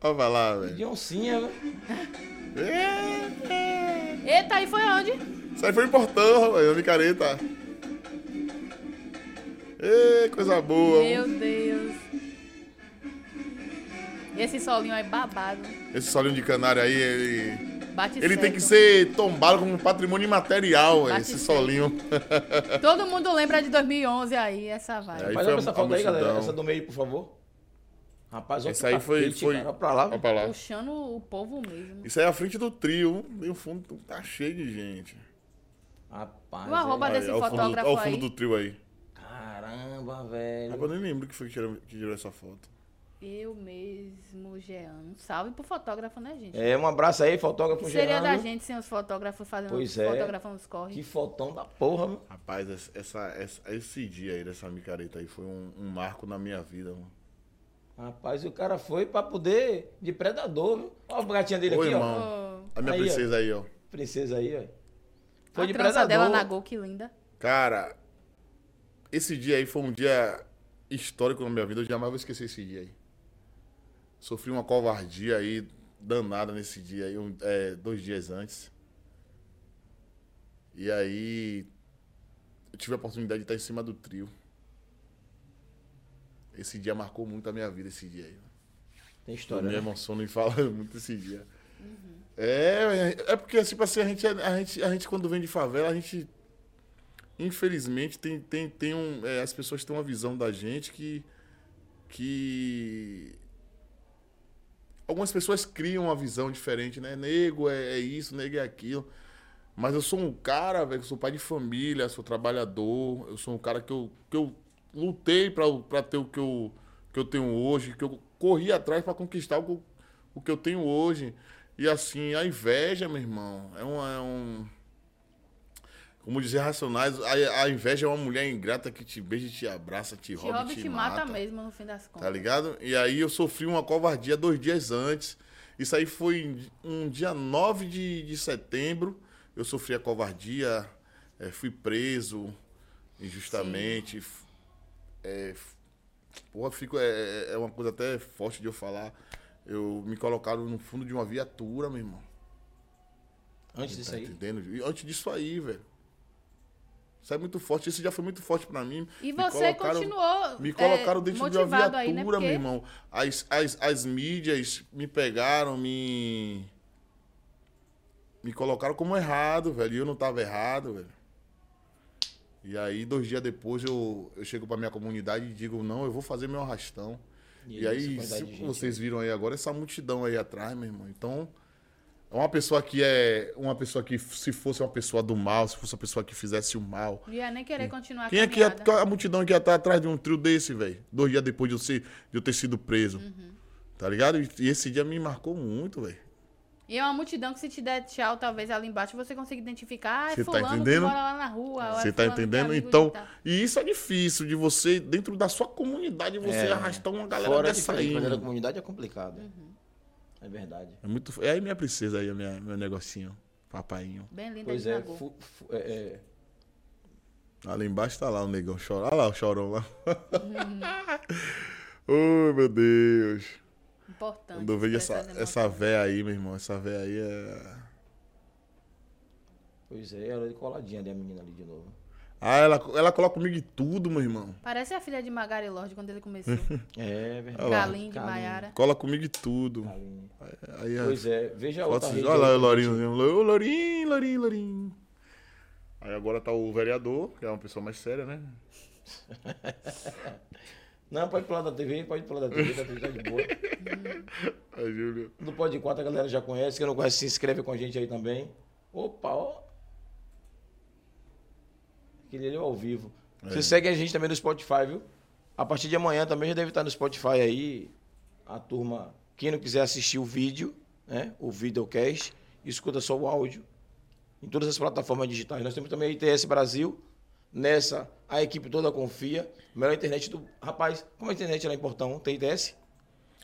Speaker 2: Olha lá, velho.
Speaker 1: De oncinha, né?
Speaker 2: É.
Speaker 3: Eita, aí foi onde?
Speaker 2: Isso aí foi importante, velho, a micareta. tá? Ê, coisa boa.
Speaker 3: Meu Deus. Esse solinho aí babado.
Speaker 2: Esse solinho de canário aí, ele,
Speaker 3: Bate
Speaker 2: ele tem
Speaker 3: certo.
Speaker 2: que ser tombado como um patrimônio imaterial,
Speaker 3: Bate
Speaker 2: esse
Speaker 3: certo.
Speaker 2: solinho.
Speaker 3: Todo mundo lembra de 2011 aí, essa vibe.
Speaker 2: Aí
Speaker 1: Mas
Speaker 2: foi
Speaker 1: olha
Speaker 2: a-
Speaker 1: essa
Speaker 2: a
Speaker 1: foto aí,
Speaker 2: multidão.
Speaker 1: galera. Essa do meio, por favor. Rapaz, olha
Speaker 2: Esse
Speaker 1: que
Speaker 2: aí foi.
Speaker 1: tapete,
Speaker 2: foi...
Speaker 1: cara. Olha pra lá.
Speaker 2: Olha pra lá.
Speaker 3: Puxando o povo mesmo.
Speaker 2: Isso aí é a frente do trio. E o fundo tá cheio de gente.
Speaker 1: Rapaz.
Speaker 3: O arroba
Speaker 1: é.
Speaker 3: desse
Speaker 2: olha o fundo,
Speaker 3: fotógrafo
Speaker 2: olha o fundo
Speaker 3: aí.
Speaker 2: do trio aí.
Speaker 1: Caramba,
Speaker 2: Agora eu
Speaker 1: velho.
Speaker 2: nem lembro que foi que tirou, que tirou essa foto.
Speaker 3: Eu mesmo, Jean. Um salve pro fotógrafo, né, gente?
Speaker 1: É, um abraço aí,
Speaker 3: O
Speaker 1: fotógrafo
Speaker 3: que seria
Speaker 1: Gerando.
Speaker 3: da gente sem os fotógrafos fazendo
Speaker 1: Pois é.
Speaker 3: fotografando os corre.
Speaker 1: Que fotão da porra, meu.
Speaker 2: Rapaz, essa, essa- essa- esse dia aí dessa micareta aí foi um, um marco na minha vida, mano.
Speaker 1: Rapaz, e o cara foi pra poder de predador, viu? Olha a gatinha dele
Speaker 2: Ô,
Speaker 1: aqui, ó.
Speaker 2: irmão. A minha
Speaker 1: Aí, ó.
Speaker 2: princesa aí, ó.
Speaker 1: Princesa aí, ó. Foi
Speaker 3: a
Speaker 1: de
Speaker 3: trança
Speaker 1: predador.
Speaker 3: dela na Gol, que linda.
Speaker 2: Cara, esse dia aí foi um dia histórico na minha vida. Eu jamais vou esquecer esse dia aí. Sofri uma covardia aí danada nesse dia aí, um- é, dois dias antes. E aí eu tive a oportunidade de estar em cima do trio. Esse dia marcou muito a minha vida, esse dia aí.
Speaker 1: Tem
Speaker 2: Eu
Speaker 1: história.
Speaker 2: me
Speaker 1: né?
Speaker 2: emociono e falo muito esse dia. É, é porque tipo assim, a gente, a gente, a gente quando vem de favela, a gente infelizmente tem, tem, tem um, é, as pessoas têm uma visão da gente que que algumas pessoas criam uma visão diferente, né? Nego é, é isso, nego é aquilo. Mas eu sou um cara, velho, eu sou pai de família, sou trabalhador, eu sou um cara que eu, que eu lutei pra pra ter o que eu, que eu tenho hoje, que eu corri atrás pra conquistar o, que eu- o que eu tenho hoje. E assim, a inveja, meu irmão, é um. É um como dizer Racionais, a, a inveja é uma mulher ingrata que te beija, te abraça, te,
Speaker 3: Te rouba e te mata,
Speaker 2: mata
Speaker 3: mesmo, no fim das contas.
Speaker 2: Tá ligado? E aí eu sofri uma covardia dois dias antes. Isso aí foi um dia 9 de, de setembro. Eu sofri a covardia, eh, fui preso injustamente. F- eh, f- porra, fico, é, é- é uma coisa até forte de eu falar. Eu me colocaram no fundo de uma viatura, meu irmão.
Speaker 1: Antes disso
Speaker 2: Tá
Speaker 1: aí.
Speaker 2: entendendo? E antes disso aí, velho. Isso é muito forte. Isso já foi muito forte pra mim.
Speaker 3: E
Speaker 2: Me
Speaker 3: você
Speaker 2: colocaram-
Speaker 3: continuou
Speaker 2: me
Speaker 3: é,
Speaker 2: colocaram dentro de uma
Speaker 3: motivado
Speaker 2: viatura,
Speaker 3: aí, né?
Speaker 2: meu
Speaker 3: Porque
Speaker 2: irmão. As, as, as mídias me pegaram, me. Me colocaram como errado, velho. E eu não tava errado, velho. E aí, dois dias depois, eu, eu chego pra minha comunidade e digo: não, eu vou fazer meu arrastão. E, aí,
Speaker 1: essa
Speaker 2: se
Speaker 1: quantidade de gente, né?
Speaker 2: vocês viram aí agora, essa multidão aí atrás, meu irmão. Então, é uma pessoa que é. Uma pessoa que, se fosse uma pessoa do mal, se fosse uma pessoa que fizesse o mal,
Speaker 3: Não ia nem querer continuar a
Speaker 2: quem é que ia,
Speaker 3: caminhada.
Speaker 2: a multidão que ia estar atrás de um trio desse, velho? Dois dias depois de eu, ser- de eu ter sido preso.
Speaker 3: Uhum.
Speaker 2: Tá ligado? E, e esse dia me marcou muito, velho.
Speaker 3: E é uma multidão que se te der tchau, talvez ali embaixo, você consiga identificar. Ah, é
Speaker 2: Cê tá
Speaker 3: fulano que
Speaker 2: entendendo?
Speaker 3: mora lá na rua. ou é
Speaker 2: Você tá
Speaker 3: fulano que é
Speaker 2: entendendo?
Speaker 3: amigo de
Speaker 2: Então,
Speaker 3: tal.
Speaker 2: e isso é difícil de você, dentro da sua comunidade, você
Speaker 1: É.
Speaker 2: arrastar uma galera
Speaker 1: Fora de
Speaker 2: dessa aí.
Speaker 1: fazer da
Speaker 2: mano.
Speaker 1: comunidade é complicado.
Speaker 3: Uhum.
Speaker 1: É verdade.
Speaker 2: É, muito, f- é aí minha princesa aí, a minha, meu negocinho. Papainho.
Speaker 3: Bem linda
Speaker 1: Pois
Speaker 3: de
Speaker 1: é,
Speaker 3: Nagô.
Speaker 1: fu- fu- é, é,
Speaker 2: Ah, Lá embaixo tá lá o negão chora. Olha lá o chorão lá.
Speaker 3: Uhum.
Speaker 2: Ai, meu Deus.
Speaker 3: Importante.
Speaker 2: Quando eu vejo essa,
Speaker 3: expressar as
Speaker 2: essa
Speaker 3: emoções.
Speaker 2: véia aí, meu irmão, essa véia aí é.
Speaker 1: pois é, ela é coladinha ali, a menina ali de novo.
Speaker 2: Ah, ela, ela coloca comigo em tudo, meu irmão.
Speaker 3: Parece a filha de Magari Lorde quando ele começou.
Speaker 1: É verdade.
Speaker 3: Galim de
Speaker 1: Galinho,
Speaker 3: Maiara.
Speaker 2: Cola comigo em tudo.
Speaker 1: Galinho.
Speaker 2: Aí, ó,
Speaker 1: Pois é, veja a outra
Speaker 2: fotos-
Speaker 1: rede.
Speaker 2: olha lá
Speaker 1: aí,
Speaker 2: o Lourinho. Ô, Lourinho, Lourinho, Lourinho. Aí agora tá o vereador, que é uma pessoa mais séria, né?
Speaker 1: Não, pode pular da TV, pode pular da TV, tá tudo tá de boa.
Speaker 2: A Júlia.
Speaker 1: No Pode 4 a galera já conhece, quem não conhece se inscreve com a gente aí também. Opa, ó. Aquele ali é ao vivo. Você segue a gente também no Spotify, viu? A partir de amanhã também já deve estar no Spotify aí. A turma, quem não quiser assistir o vídeo, né? O videocast, escuta só o áudio. Em todas as plataformas digitais. Nós temos também a ITS Brasil. Nessa, a equipe toda confia. Melhor internet do. Rapaz, como a internet lá em Portão? Tem ITS?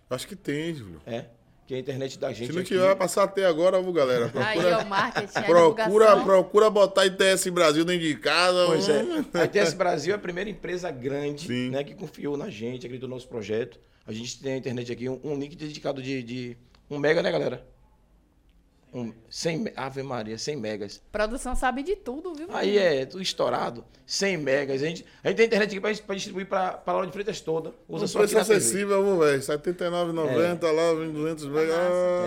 Speaker 2: Acho que tem, Júlio.
Speaker 1: É. Que é a internet da gente.
Speaker 2: Se não
Speaker 1: aqui.
Speaker 2: tiver, vai passar até agora, viu, galera?
Speaker 3: Aí
Speaker 2: Procura,
Speaker 3: é o marketing, a
Speaker 2: procura,
Speaker 3: divulgação.
Speaker 2: procura botar ITS Brasil dentro de casa.
Speaker 1: Pois é.
Speaker 2: Hum.
Speaker 1: A ITS Brasil é a primeira empresa grande
Speaker 2: Sim.
Speaker 1: né, que confiou na gente, acreditou no nosso projeto. A gente tem na internet aqui um, um link dedicado de, de um mega, né, galera? Um, 100, me- Ave Maria, 100 megas.
Speaker 3: Produção sabe de tudo, viu?
Speaker 1: Aí é tudo estourado, 100 megas. A gente, a gente tem internet aqui para distribuir para a Laura de Freitas toda. Usa
Speaker 2: Um
Speaker 1: só aqui
Speaker 2: preço
Speaker 1: na TV.
Speaker 2: acessível, viu, velho? R$ 79,90 lá, 200 mega. Ah,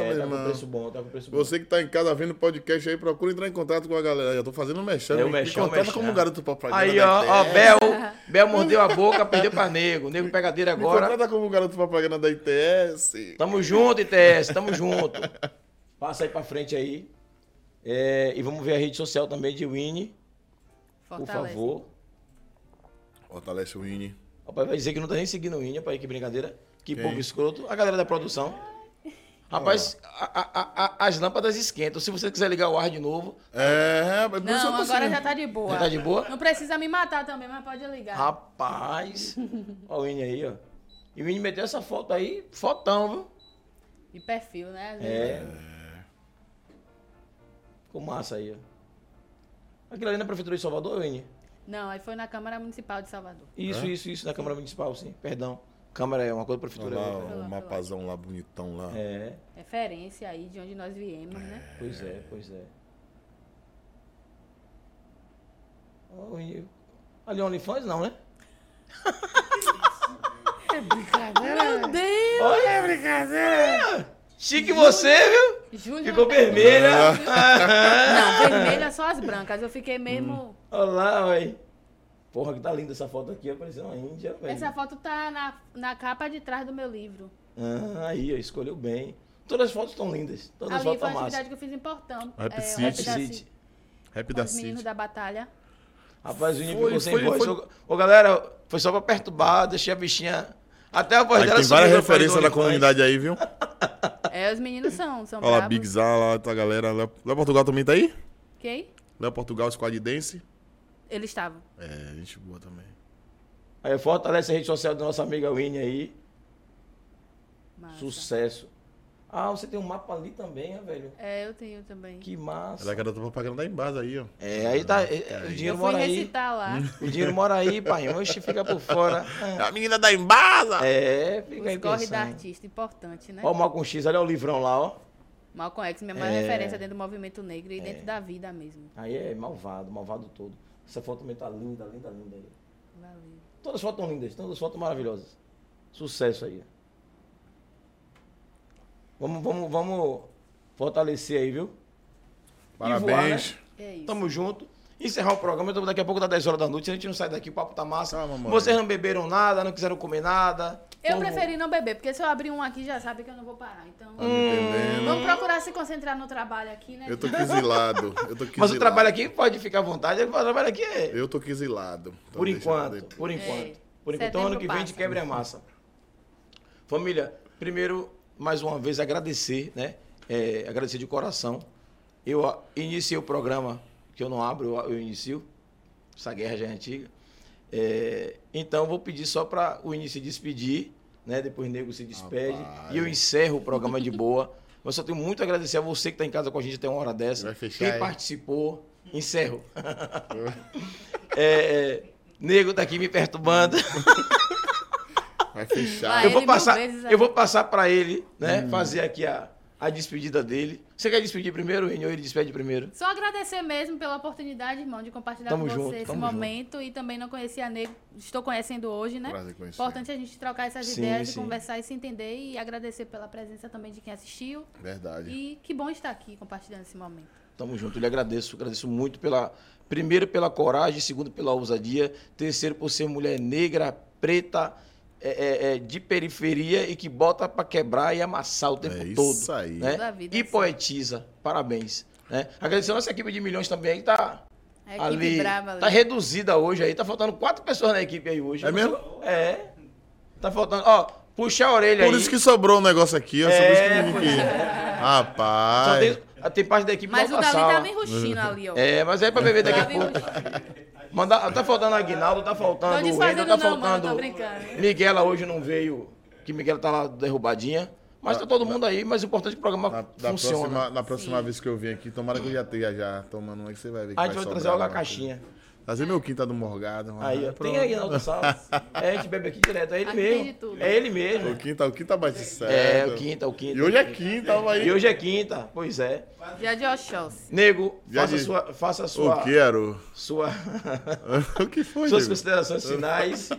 Speaker 1: É,
Speaker 2: meu
Speaker 1: tá com
Speaker 2: irmão.
Speaker 1: preço bom, tá com preço bom.
Speaker 2: Você que tá em casa vendo podcast aí, procura entrar em contato com a galera. Já tô fazendo mexendo.
Speaker 1: É o
Speaker 2: me,
Speaker 1: mexão, o
Speaker 2: me contrata
Speaker 1: mexão.
Speaker 2: como garoto propaganda.
Speaker 1: Aí,
Speaker 2: da
Speaker 1: ó, ó,
Speaker 2: ITS.
Speaker 1: Bel, Bel mordeu a boca, perdeu pra nego. Nego pegadeira
Speaker 2: Me
Speaker 1: agora.
Speaker 2: contrata como garoto propaganda da ITS.
Speaker 1: Tamo junto, ITS, tamo junto. Passa aí pra frente aí. É, e vamos ver a rede social também de Winnie, por
Speaker 3: Fortaleza.
Speaker 1: favor.
Speaker 2: Fortalece o Rini.
Speaker 1: Rapaz, vai dizer que não tá nem seguindo o Winnie, rapaz, que brincadeira. Que
Speaker 2: Quem?
Speaker 1: povo escroto. A galera da produção. Rapaz, a- a- a- a- as lâmpadas esquentam. Se você quiser ligar o ar de novo,
Speaker 2: É, mas por isso eu
Speaker 3: Não,
Speaker 2: tô
Speaker 3: agora
Speaker 2: assim.
Speaker 3: já tá de boa.
Speaker 1: já tá de boa.
Speaker 3: Não precisa me matar também, mas pode ligar.
Speaker 1: Rapaz, ó o Winnie aí, ó. E o Winnie meteu essa foto aí, fotão, viu?
Speaker 3: De perfil, né? Às vezes.
Speaker 1: É. Ficou massa aí, ó. Aquilo ali na Prefeitura de Salvador, Vini?
Speaker 3: Não, aí foi na Câmara Municipal de Salvador.
Speaker 1: Isso,
Speaker 2: Hã?
Speaker 1: isso, isso, na Câmara Municipal, sim. Perdão. Câmara é uma coisa, prefeitura é
Speaker 2: Lá,
Speaker 1: outra.
Speaker 2: um mapazão lá bonitão lá.
Speaker 1: É,
Speaker 3: Referência aí de onde nós viemos, né?
Speaker 1: pois é, pois é. Ó, Vini, Ali é OnlyFans não, né? É.
Speaker 3: Meu Deus!
Speaker 1: Olha, é brincadeira! Ah, Chique você, viu?
Speaker 3: Júnior.
Speaker 1: Ficou vermelha.
Speaker 3: Não, vermelha só as brancas. Eu fiquei mesmo.
Speaker 1: Olha lá, ué. Porra, que tá linda essa foto aqui, apareceu uma índia, velho.
Speaker 3: Essa foto tá na, na capa de trás do meu livro.
Speaker 1: Ah, aí, ó, escolheu bem. Todas as fotos estão lindas. Todas as
Speaker 3: Ali
Speaker 1: fotos
Speaker 3: foi
Speaker 1: estão
Speaker 3: uma
Speaker 1: massas.
Speaker 3: atividade que eu fiz em Portão. É,
Speaker 2: Rap
Speaker 3: o
Speaker 2: City.
Speaker 3: Rap da
Speaker 1: City.
Speaker 3: City,
Speaker 2: Rap
Speaker 3: com
Speaker 2: da
Speaker 3: os meninos
Speaker 2: City.
Speaker 3: da batalha.
Speaker 1: Rapaz, o Vini
Speaker 2: Foi,
Speaker 1: ficou sem
Speaker 2: foi,
Speaker 1: voz.
Speaker 2: foi.
Speaker 1: Ô, ô, galera, foi só pra perturbar, deixei a bichinha. Até a voz
Speaker 2: Aí
Speaker 1: dela
Speaker 2: tem
Speaker 1: subiu
Speaker 2: várias
Speaker 1: na frente do
Speaker 2: referências da
Speaker 1: OnlyFans.
Speaker 2: comunidade aí, viu?
Speaker 3: É, os meninos são, são
Speaker 2: Olha lá,
Speaker 3: bravos.
Speaker 2: Big Zá, lá, tá a galera. Léo Léo Portugal também tá aí?
Speaker 3: Ok?
Speaker 2: Léo Portugal, Squad Dance.
Speaker 3: Eles estavam.
Speaker 2: É, gente boa também.
Speaker 1: Aí fortalece a rede social da nossa amiga Winnie aí.
Speaker 3: Massa.
Speaker 1: Sucesso. Ah, você tem um mapa ali também, né, velho?
Speaker 3: É, eu tenho também.
Speaker 1: Que
Speaker 2: Ela é
Speaker 1: massa.
Speaker 2: garota propaganda da Embasa aí, ó.
Speaker 1: É, aí tá. é, é, o
Speaker 3: Eu
Speaker 1: dinheiro
Speaker 3: fui
Speaker 1: mora aí.
Speaker 3: recitar lá.
Speaker 1: O dinheiro mora aí, pai. Oxe, fica por fora.
Speaker 2: É a menina da Embasa!
Speaker 1: É, fica aí
Speaker 3: Os corre da
Speaker 1: pensando.
Speaker 3: artista, importante, né?
Speaker 1: Ó, o Malcom X, olha o livrão lá, ó.
Speaker 3: Malcolm X, minha maior
Speaker 1: É.
Speaker 3: referência dentro do movimento negro e dentro da vida mesmo.
Speaker 1: Aí é malvado, malvado todo. Essa foto também tá linda, linda, linda aí.
Speaker 3: Valeu.
Speaker 1: Todas as fotos estão lindas, todas as fotos maravilhosas. Sucesso aí. Vamos, vamos, vamos fortalecer aí, viu?
Speaker 2: Parabéns.
Speaker 3: É isso.
Speaker 1: Tamo junto. Encerrar o programa, então daqui a pouco dá 10 horas da noite, se a gente não sai daqui, o papo tá massa.
Speaker 2: Tá, mamãe.
Speaker 1: Vocês não beberam nada, não quiseram comer nada.
Speaker 3: Eu
Speaker 1: Como-
Speaker 3: preferi não beber, porque se eu abrir um aqui já sabe que eu não vou parar. Então,
Speaker 1: Hum.
Speaker 2: Tá me entendendo?
Speaker 3: vamos procurar se concentrar no trabalho aqui, né?
Speaker 2: Eu tô quisilado. Eu tô quisilado.
Speaker 1: Mas o trabalho aqui pode ficar à vontade, o trabalho aqui é...
Speaker 2: Eu tô quisilado. Então
Speaker 1: Por
Speaker 2: deixa
Speaker 1: enquanto,
Speaker 2: pra
Speaker 1: por
Speaker 3: É.
Speaker 1: enquanto. Por enquanto, então,
Speaker 3: Setembro
Speaker 1: ano que vem a gente
Speaker 3: passa.
Speaker 1: quebra a massa. Família, primeiro, mais uma vez, agradecer, né? É, agradecer de coração. Eu ó, iniciei o programa, que eu não abro, eu, eu inicio. Essa guerra já é antiga. É, então, eu vou pedir só para o início se despedir, né? Depois o nego se despede.
Speaker 2: Rapaz.
Speaker 1: E eu encerro o programa de boa. Mas só tenho muito a agradecer a você que está em casa com a gente até uma hora dessa.
Speaker 2: Vai fechar,
Speaker 1: Quem
Speaker 2: hein?
Speaker 1: participou, encerro. É, é, nego tá aqui me perturbando.
Speaker 2: Vai fechar.
Speaker 3: Vai. né?
Speaker 1: Eu
Speaker 3: ele
Speaker 1: vou
Speaker 3: mil
Speaker 1: passar,
Speaker 3: vezes aí.
Speaker 1: eu vou passar para ele,
Speaker 2: Hum.
Speaker 1: né? Fazer aqui a, a despedida dele. Você quer despedir primeiro, Renio? Ele despede primeiro.
Speaker 3: Só agradecer mesmo pela oportunidade, irmão, de compartilhar
Speaker 1: Tamo
Speaker 3: com você
Speaker 1: junto,
Speaker 3: esse
Speaker 1: tamo junto.
Speaker 3: momento. E também não conhecia negro, estou conhecendo hoje, né?
Speaker 2: Prazer conhecer.
Speaker 3: Importante a gente trocar essas
Speaker 1: Sim,
Speaker 3: ideias e
Speaker 1: sim.
Speaker 3: conversar e se entender. E agradecer pela presença também de quem assistiu.
Speaker 2: Verdade.
Speaker 3: E que bom estar aqui compartilhando esse momento.
Speaker 1: Tamo junto, lhe agradeço. Agradeço muito pela. Primeiro, pela coragem, segundo, pela ousadia. Terceiro, por ser mulher negra, preta, é, é, é, de periferia e que bota pra quebrar e amassar o tempo
Speaker 2: É
Speaker 1: todo.
Speaker 2: isso aí.
Speaker 1: né?
Speaker 3: Toda a vida é
Speaker 1: E
Speaker 3: assim.
Speaker 1: poetiza. Parabéns. Né? Agradecer a nossa equipe de milhões também, que tá
Speaker 3: A equipe
Speaker 1: ali.
Speaker 3: brava
Speaker 1: Tá
Speaker 3: ali.
Speaker 1: reduzida hoje aí. Tá faltando quatro pessoas na equipe aí hoje.
Speaker 2: É mesmo?
Speaker 1: É. Tá faltando. Ó, puxa a orelha
Speaker 2: Por
Speaker 1: aí.
Speaker 2: isso que sobrou um negócio aqui, ó. Só por isso que
Speaker 1: É,
Speaker 2: eu vim
Speaker 1: pois
Speaker 2: aqui.
Speaker 1: Só ah,
Speaker 2: Rapaz.
Speaker 1: tem, tem parte da equipe
Speaker 3: Mas
Speaker 1: da
Speaker 3: o
Speaker 1: outra
Speaker 3: Davi tá
Speaker 1: sala.
Speaker 3: tava enrustindo ali, ó.
Speaker 1: É, mas é pra beber daqui a
Speaker 3: Tava
Speaker 1: pouco.
Speaker 3: enrustindo.
Speaker 1: Mandar, tá faltando Aguinaldo, tá faltando
Speaker 3: Tô
Speaker 1: o Wendel,
Speaker 3: desfazendo
Speaker 1: tá
Speaker 3: não, mano,
Speaker 1: faltando.
Speaker 3: tô brincando.
Speaker 1: Miguela hoje não veio, que Miguela tá lá derrubadinha. Mas tá todo mundo aí, mas o importante é que o programa
Speaker 2: Na, da
Speaker 1: funciona.
Speaker 2: próxima, na próxima vez que eu vim aqui, tomara que eu já tenha já tomando uma que você vai ver. Que
Speaker 1: a gente vai trazer
Speaker 2: sobrar
Speaker 1: logo a
Speaker 2: alguma
Speaker 1: caixinha.
Speaker 2: coisa. Trazer meu quinta do Morgado.
Speaker 1: Aí, ó.
Speaker 2: ah, pronto.
Speaker 1: Tem Aguinaldo Sala. É, a gente bebe aqui direto, é ele
Speaker 3: Aqui tem de
Speaker 1: mesmo.
Speaker 3: tudo.
Speaker 1: É ele mesmo.
Speaker 2: O quinta, o quinta bate certo.
Speaker 1: É, o quinta, o quinta.
Speaker 2: E hoje é quinta, ó, aí.
Speaker 1: E hoje é quinta, pois é.
Speaker 3: Já de Oxóssi.
Speaker 1: Nego,
Speaker 2: Já
Speaker 1: faça
Speaker 2: de-
Speaker 1: sua, faça
Speaker 2: Eu
Speaker 1: sua,
Speaker 2: quero.
Speaker 1: sua,
Speaker 2: o que foi,
Speaker 1: suas
Speaker 2: Diego?
Speaker 1: considerações finais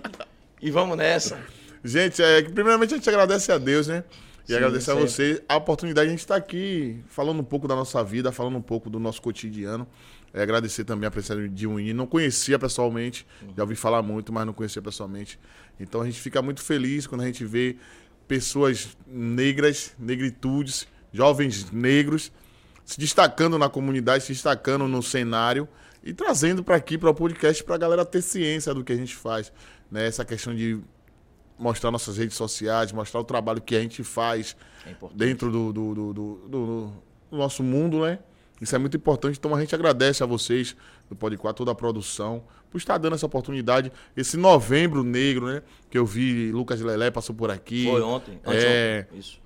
Speaker 1: e vamos nessa.
Speaker 2: Gente, é, que primeiramente a gente agradece a Deus, né? E
Speaker 1: Sim,
Speaker 2: agradecer
Speaker 1: sempre.
Speaker 2: a vocês a oportunidade de a gente estar aqui falando um pouco da nossa vida, falando um pouco do nosso cotidiano. É, agradecer também a presença de Uini. Não conhecia pessoalmente, já ouvi falar muito, mas não conhecia pessoalmente. Então a gente fica muito feliz quando a gente vê pessoas negras, negritudes, jovens negros se destacando na comunidade, se destacando no cenário e trazendo para aqui, para o podcast, para a galera ter ciência do que a gente faz. Né? Essa questão de mostrar nossas redes sociais, mostrar o trabalho que a gente faz
Speaker 1: É importante.
Speaker 2: dentro do, do- do- do- do- do nosso mundo, né? Isso é muito importante. Então a gente agradece a vocês do Pode Quatro, toda a produção, por estar dando essa oportunidade. Esse novembro negro, né? Que eu vi Lucas Lelé passou por aqui.
Speaker 1: Foi ontem, antes
Speaker 2: É,
Speaker 1: Isso.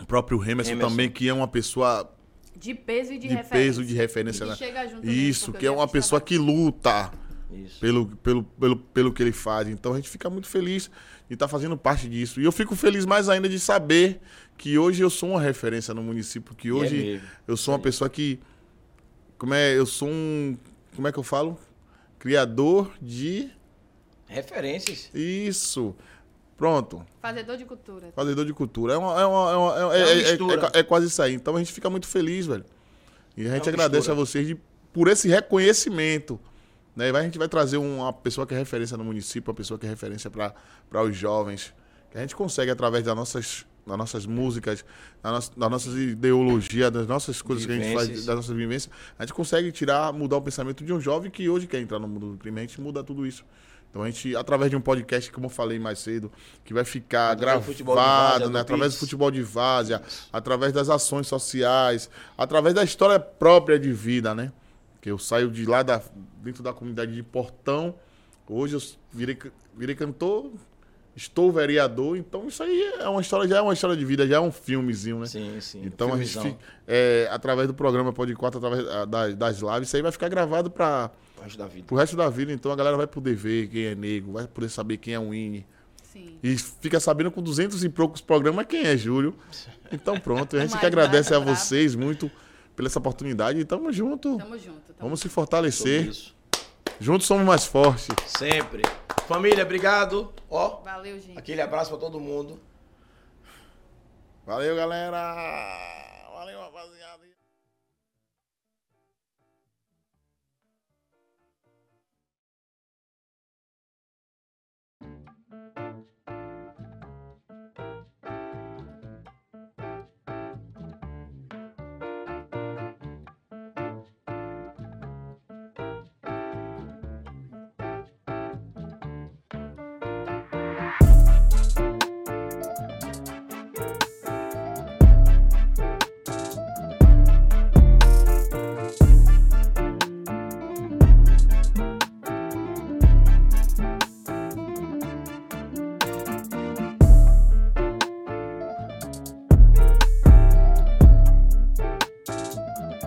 Speaker 2: o próprio Remerson,
Speaker 1: Remerson.
Speaker 2: também, que é uma pessoa
Speaker 3: De peso e de,
Speaker 2: de
Speaker 3: referência.
Speaker 2: peso de referência.
Speaker 3: E
Speaker 2: né?
Speaker 3: que chega junto mesmo,
Speaker 2: Isso,
Speaker 3: porque
Speaker 2: que é
Speaker 3: eu já
Speaker 2: uma
Speaker 3: fiz
Speaker 2: pessoa
Speaker 3: trabalho.
Speaker 2: que luta
Speaker 1: Isso.
Speaker 2: pelo, pelo, pelo, pelo que ele faz. Então a gente fica muito feliz de estar fazendo parte disso. E eu fico feliz mais ainda de saber que hoje eu sou uma referência no município, que
Speaker 1: E é
Speaker 2: hoje
Speaker 1: mesmo.
Speaker 2: eu sou uma pessoa que. Como é? Eu sou um. Como é que eu falo? Criador de.
Speaker 1: Referências.
Speaker 2: Isso. Pronto.
Speaker 3: Fazedor de cultura.
Speaker 2: Fazedor de cultura. É uma. É, uma, é, uma- é-
Speaker 1: É uma
Speaker 2: é- é-
Speaker 1: mistura. É
Speaker 2: é- é quase isso aí. Então a gente fica muito feliz, velho. E a gente
Speaker 1: uma
Speaker 2: agradece
Speaker 1: mistura.
Speaker 2: a vocês de- por esse reconhecimento. Né? E vai- A gente vai trazer uma pessoa que é referência no município, uma pessoa que é referência para os jovens. Que a gente consegue, através das nossas, das nossas músicas, da nossa- das nossas ideologias, das nossas coisas que a gente faz,
Speaker 1: Vivências.
Speaker 2: das nossas vivências, a gente consegue tirar, mudar o pensamento de um jovem que hoje quer entrar no mundo do crime. A gente muda tudo isso. Então a gente, através de um podcast, como eu falei mais cedo, que vai ficar
Speaker 1: Através do um futebol de várzea,
Speaker 2: Tá gravado,
Speaker 1: do
Speaker 2: né? através do
Speaker 1: Pix.
Speaker 2: futebol de várzea, através das ações sociais, através da história própria de vida, né? Que eu saio de lá da, dentro da comunidade de Portão, hoje eu virei, ca- virei cantor, estou vereador, então isso aí é uma história, já é uma história de vida, já é um filmezinho, né?
Speaker 1: Sim, sim.
Speaker 2: Então a gente
Speaker 1: Filmezão.
Speaker 2: fica, é, através do programa Pode Quatro, através ah, da- das lives, isso aí vai ficar gravado para
Speaker 1: Acho da vida.
Speaker 2: pro resto da vida, então a galera vai poder ver quem é negro, vai poder saber quem é o Winnie.
Speaker 3: Sim.
Speaker 2: E fica sabendo com 200 e poucos programas quem é Júlio. Então pronto, a gente que
Speaker 3: Mas
Speaker 2: agradece a
Speaker 3: nada, brabo.
Speaker 2: vocês muito pela essa oportunidade e tamo junto.
Speaker 3: Tamo junto. Tamo
Speaker 2: Vamos se
Speaker 1: Sobre
Speaker 2: fortalecer.
Speaker 1: isso.
Speaker 2: Juntos somos mais fortes.
Speaker 1: Sempre. Família, obrigado. Ó,
Speaker 3: Valeu, gente.
Speaker 1: aquele abraço pra todo mundo.
Speaker 2: Valeu, galera!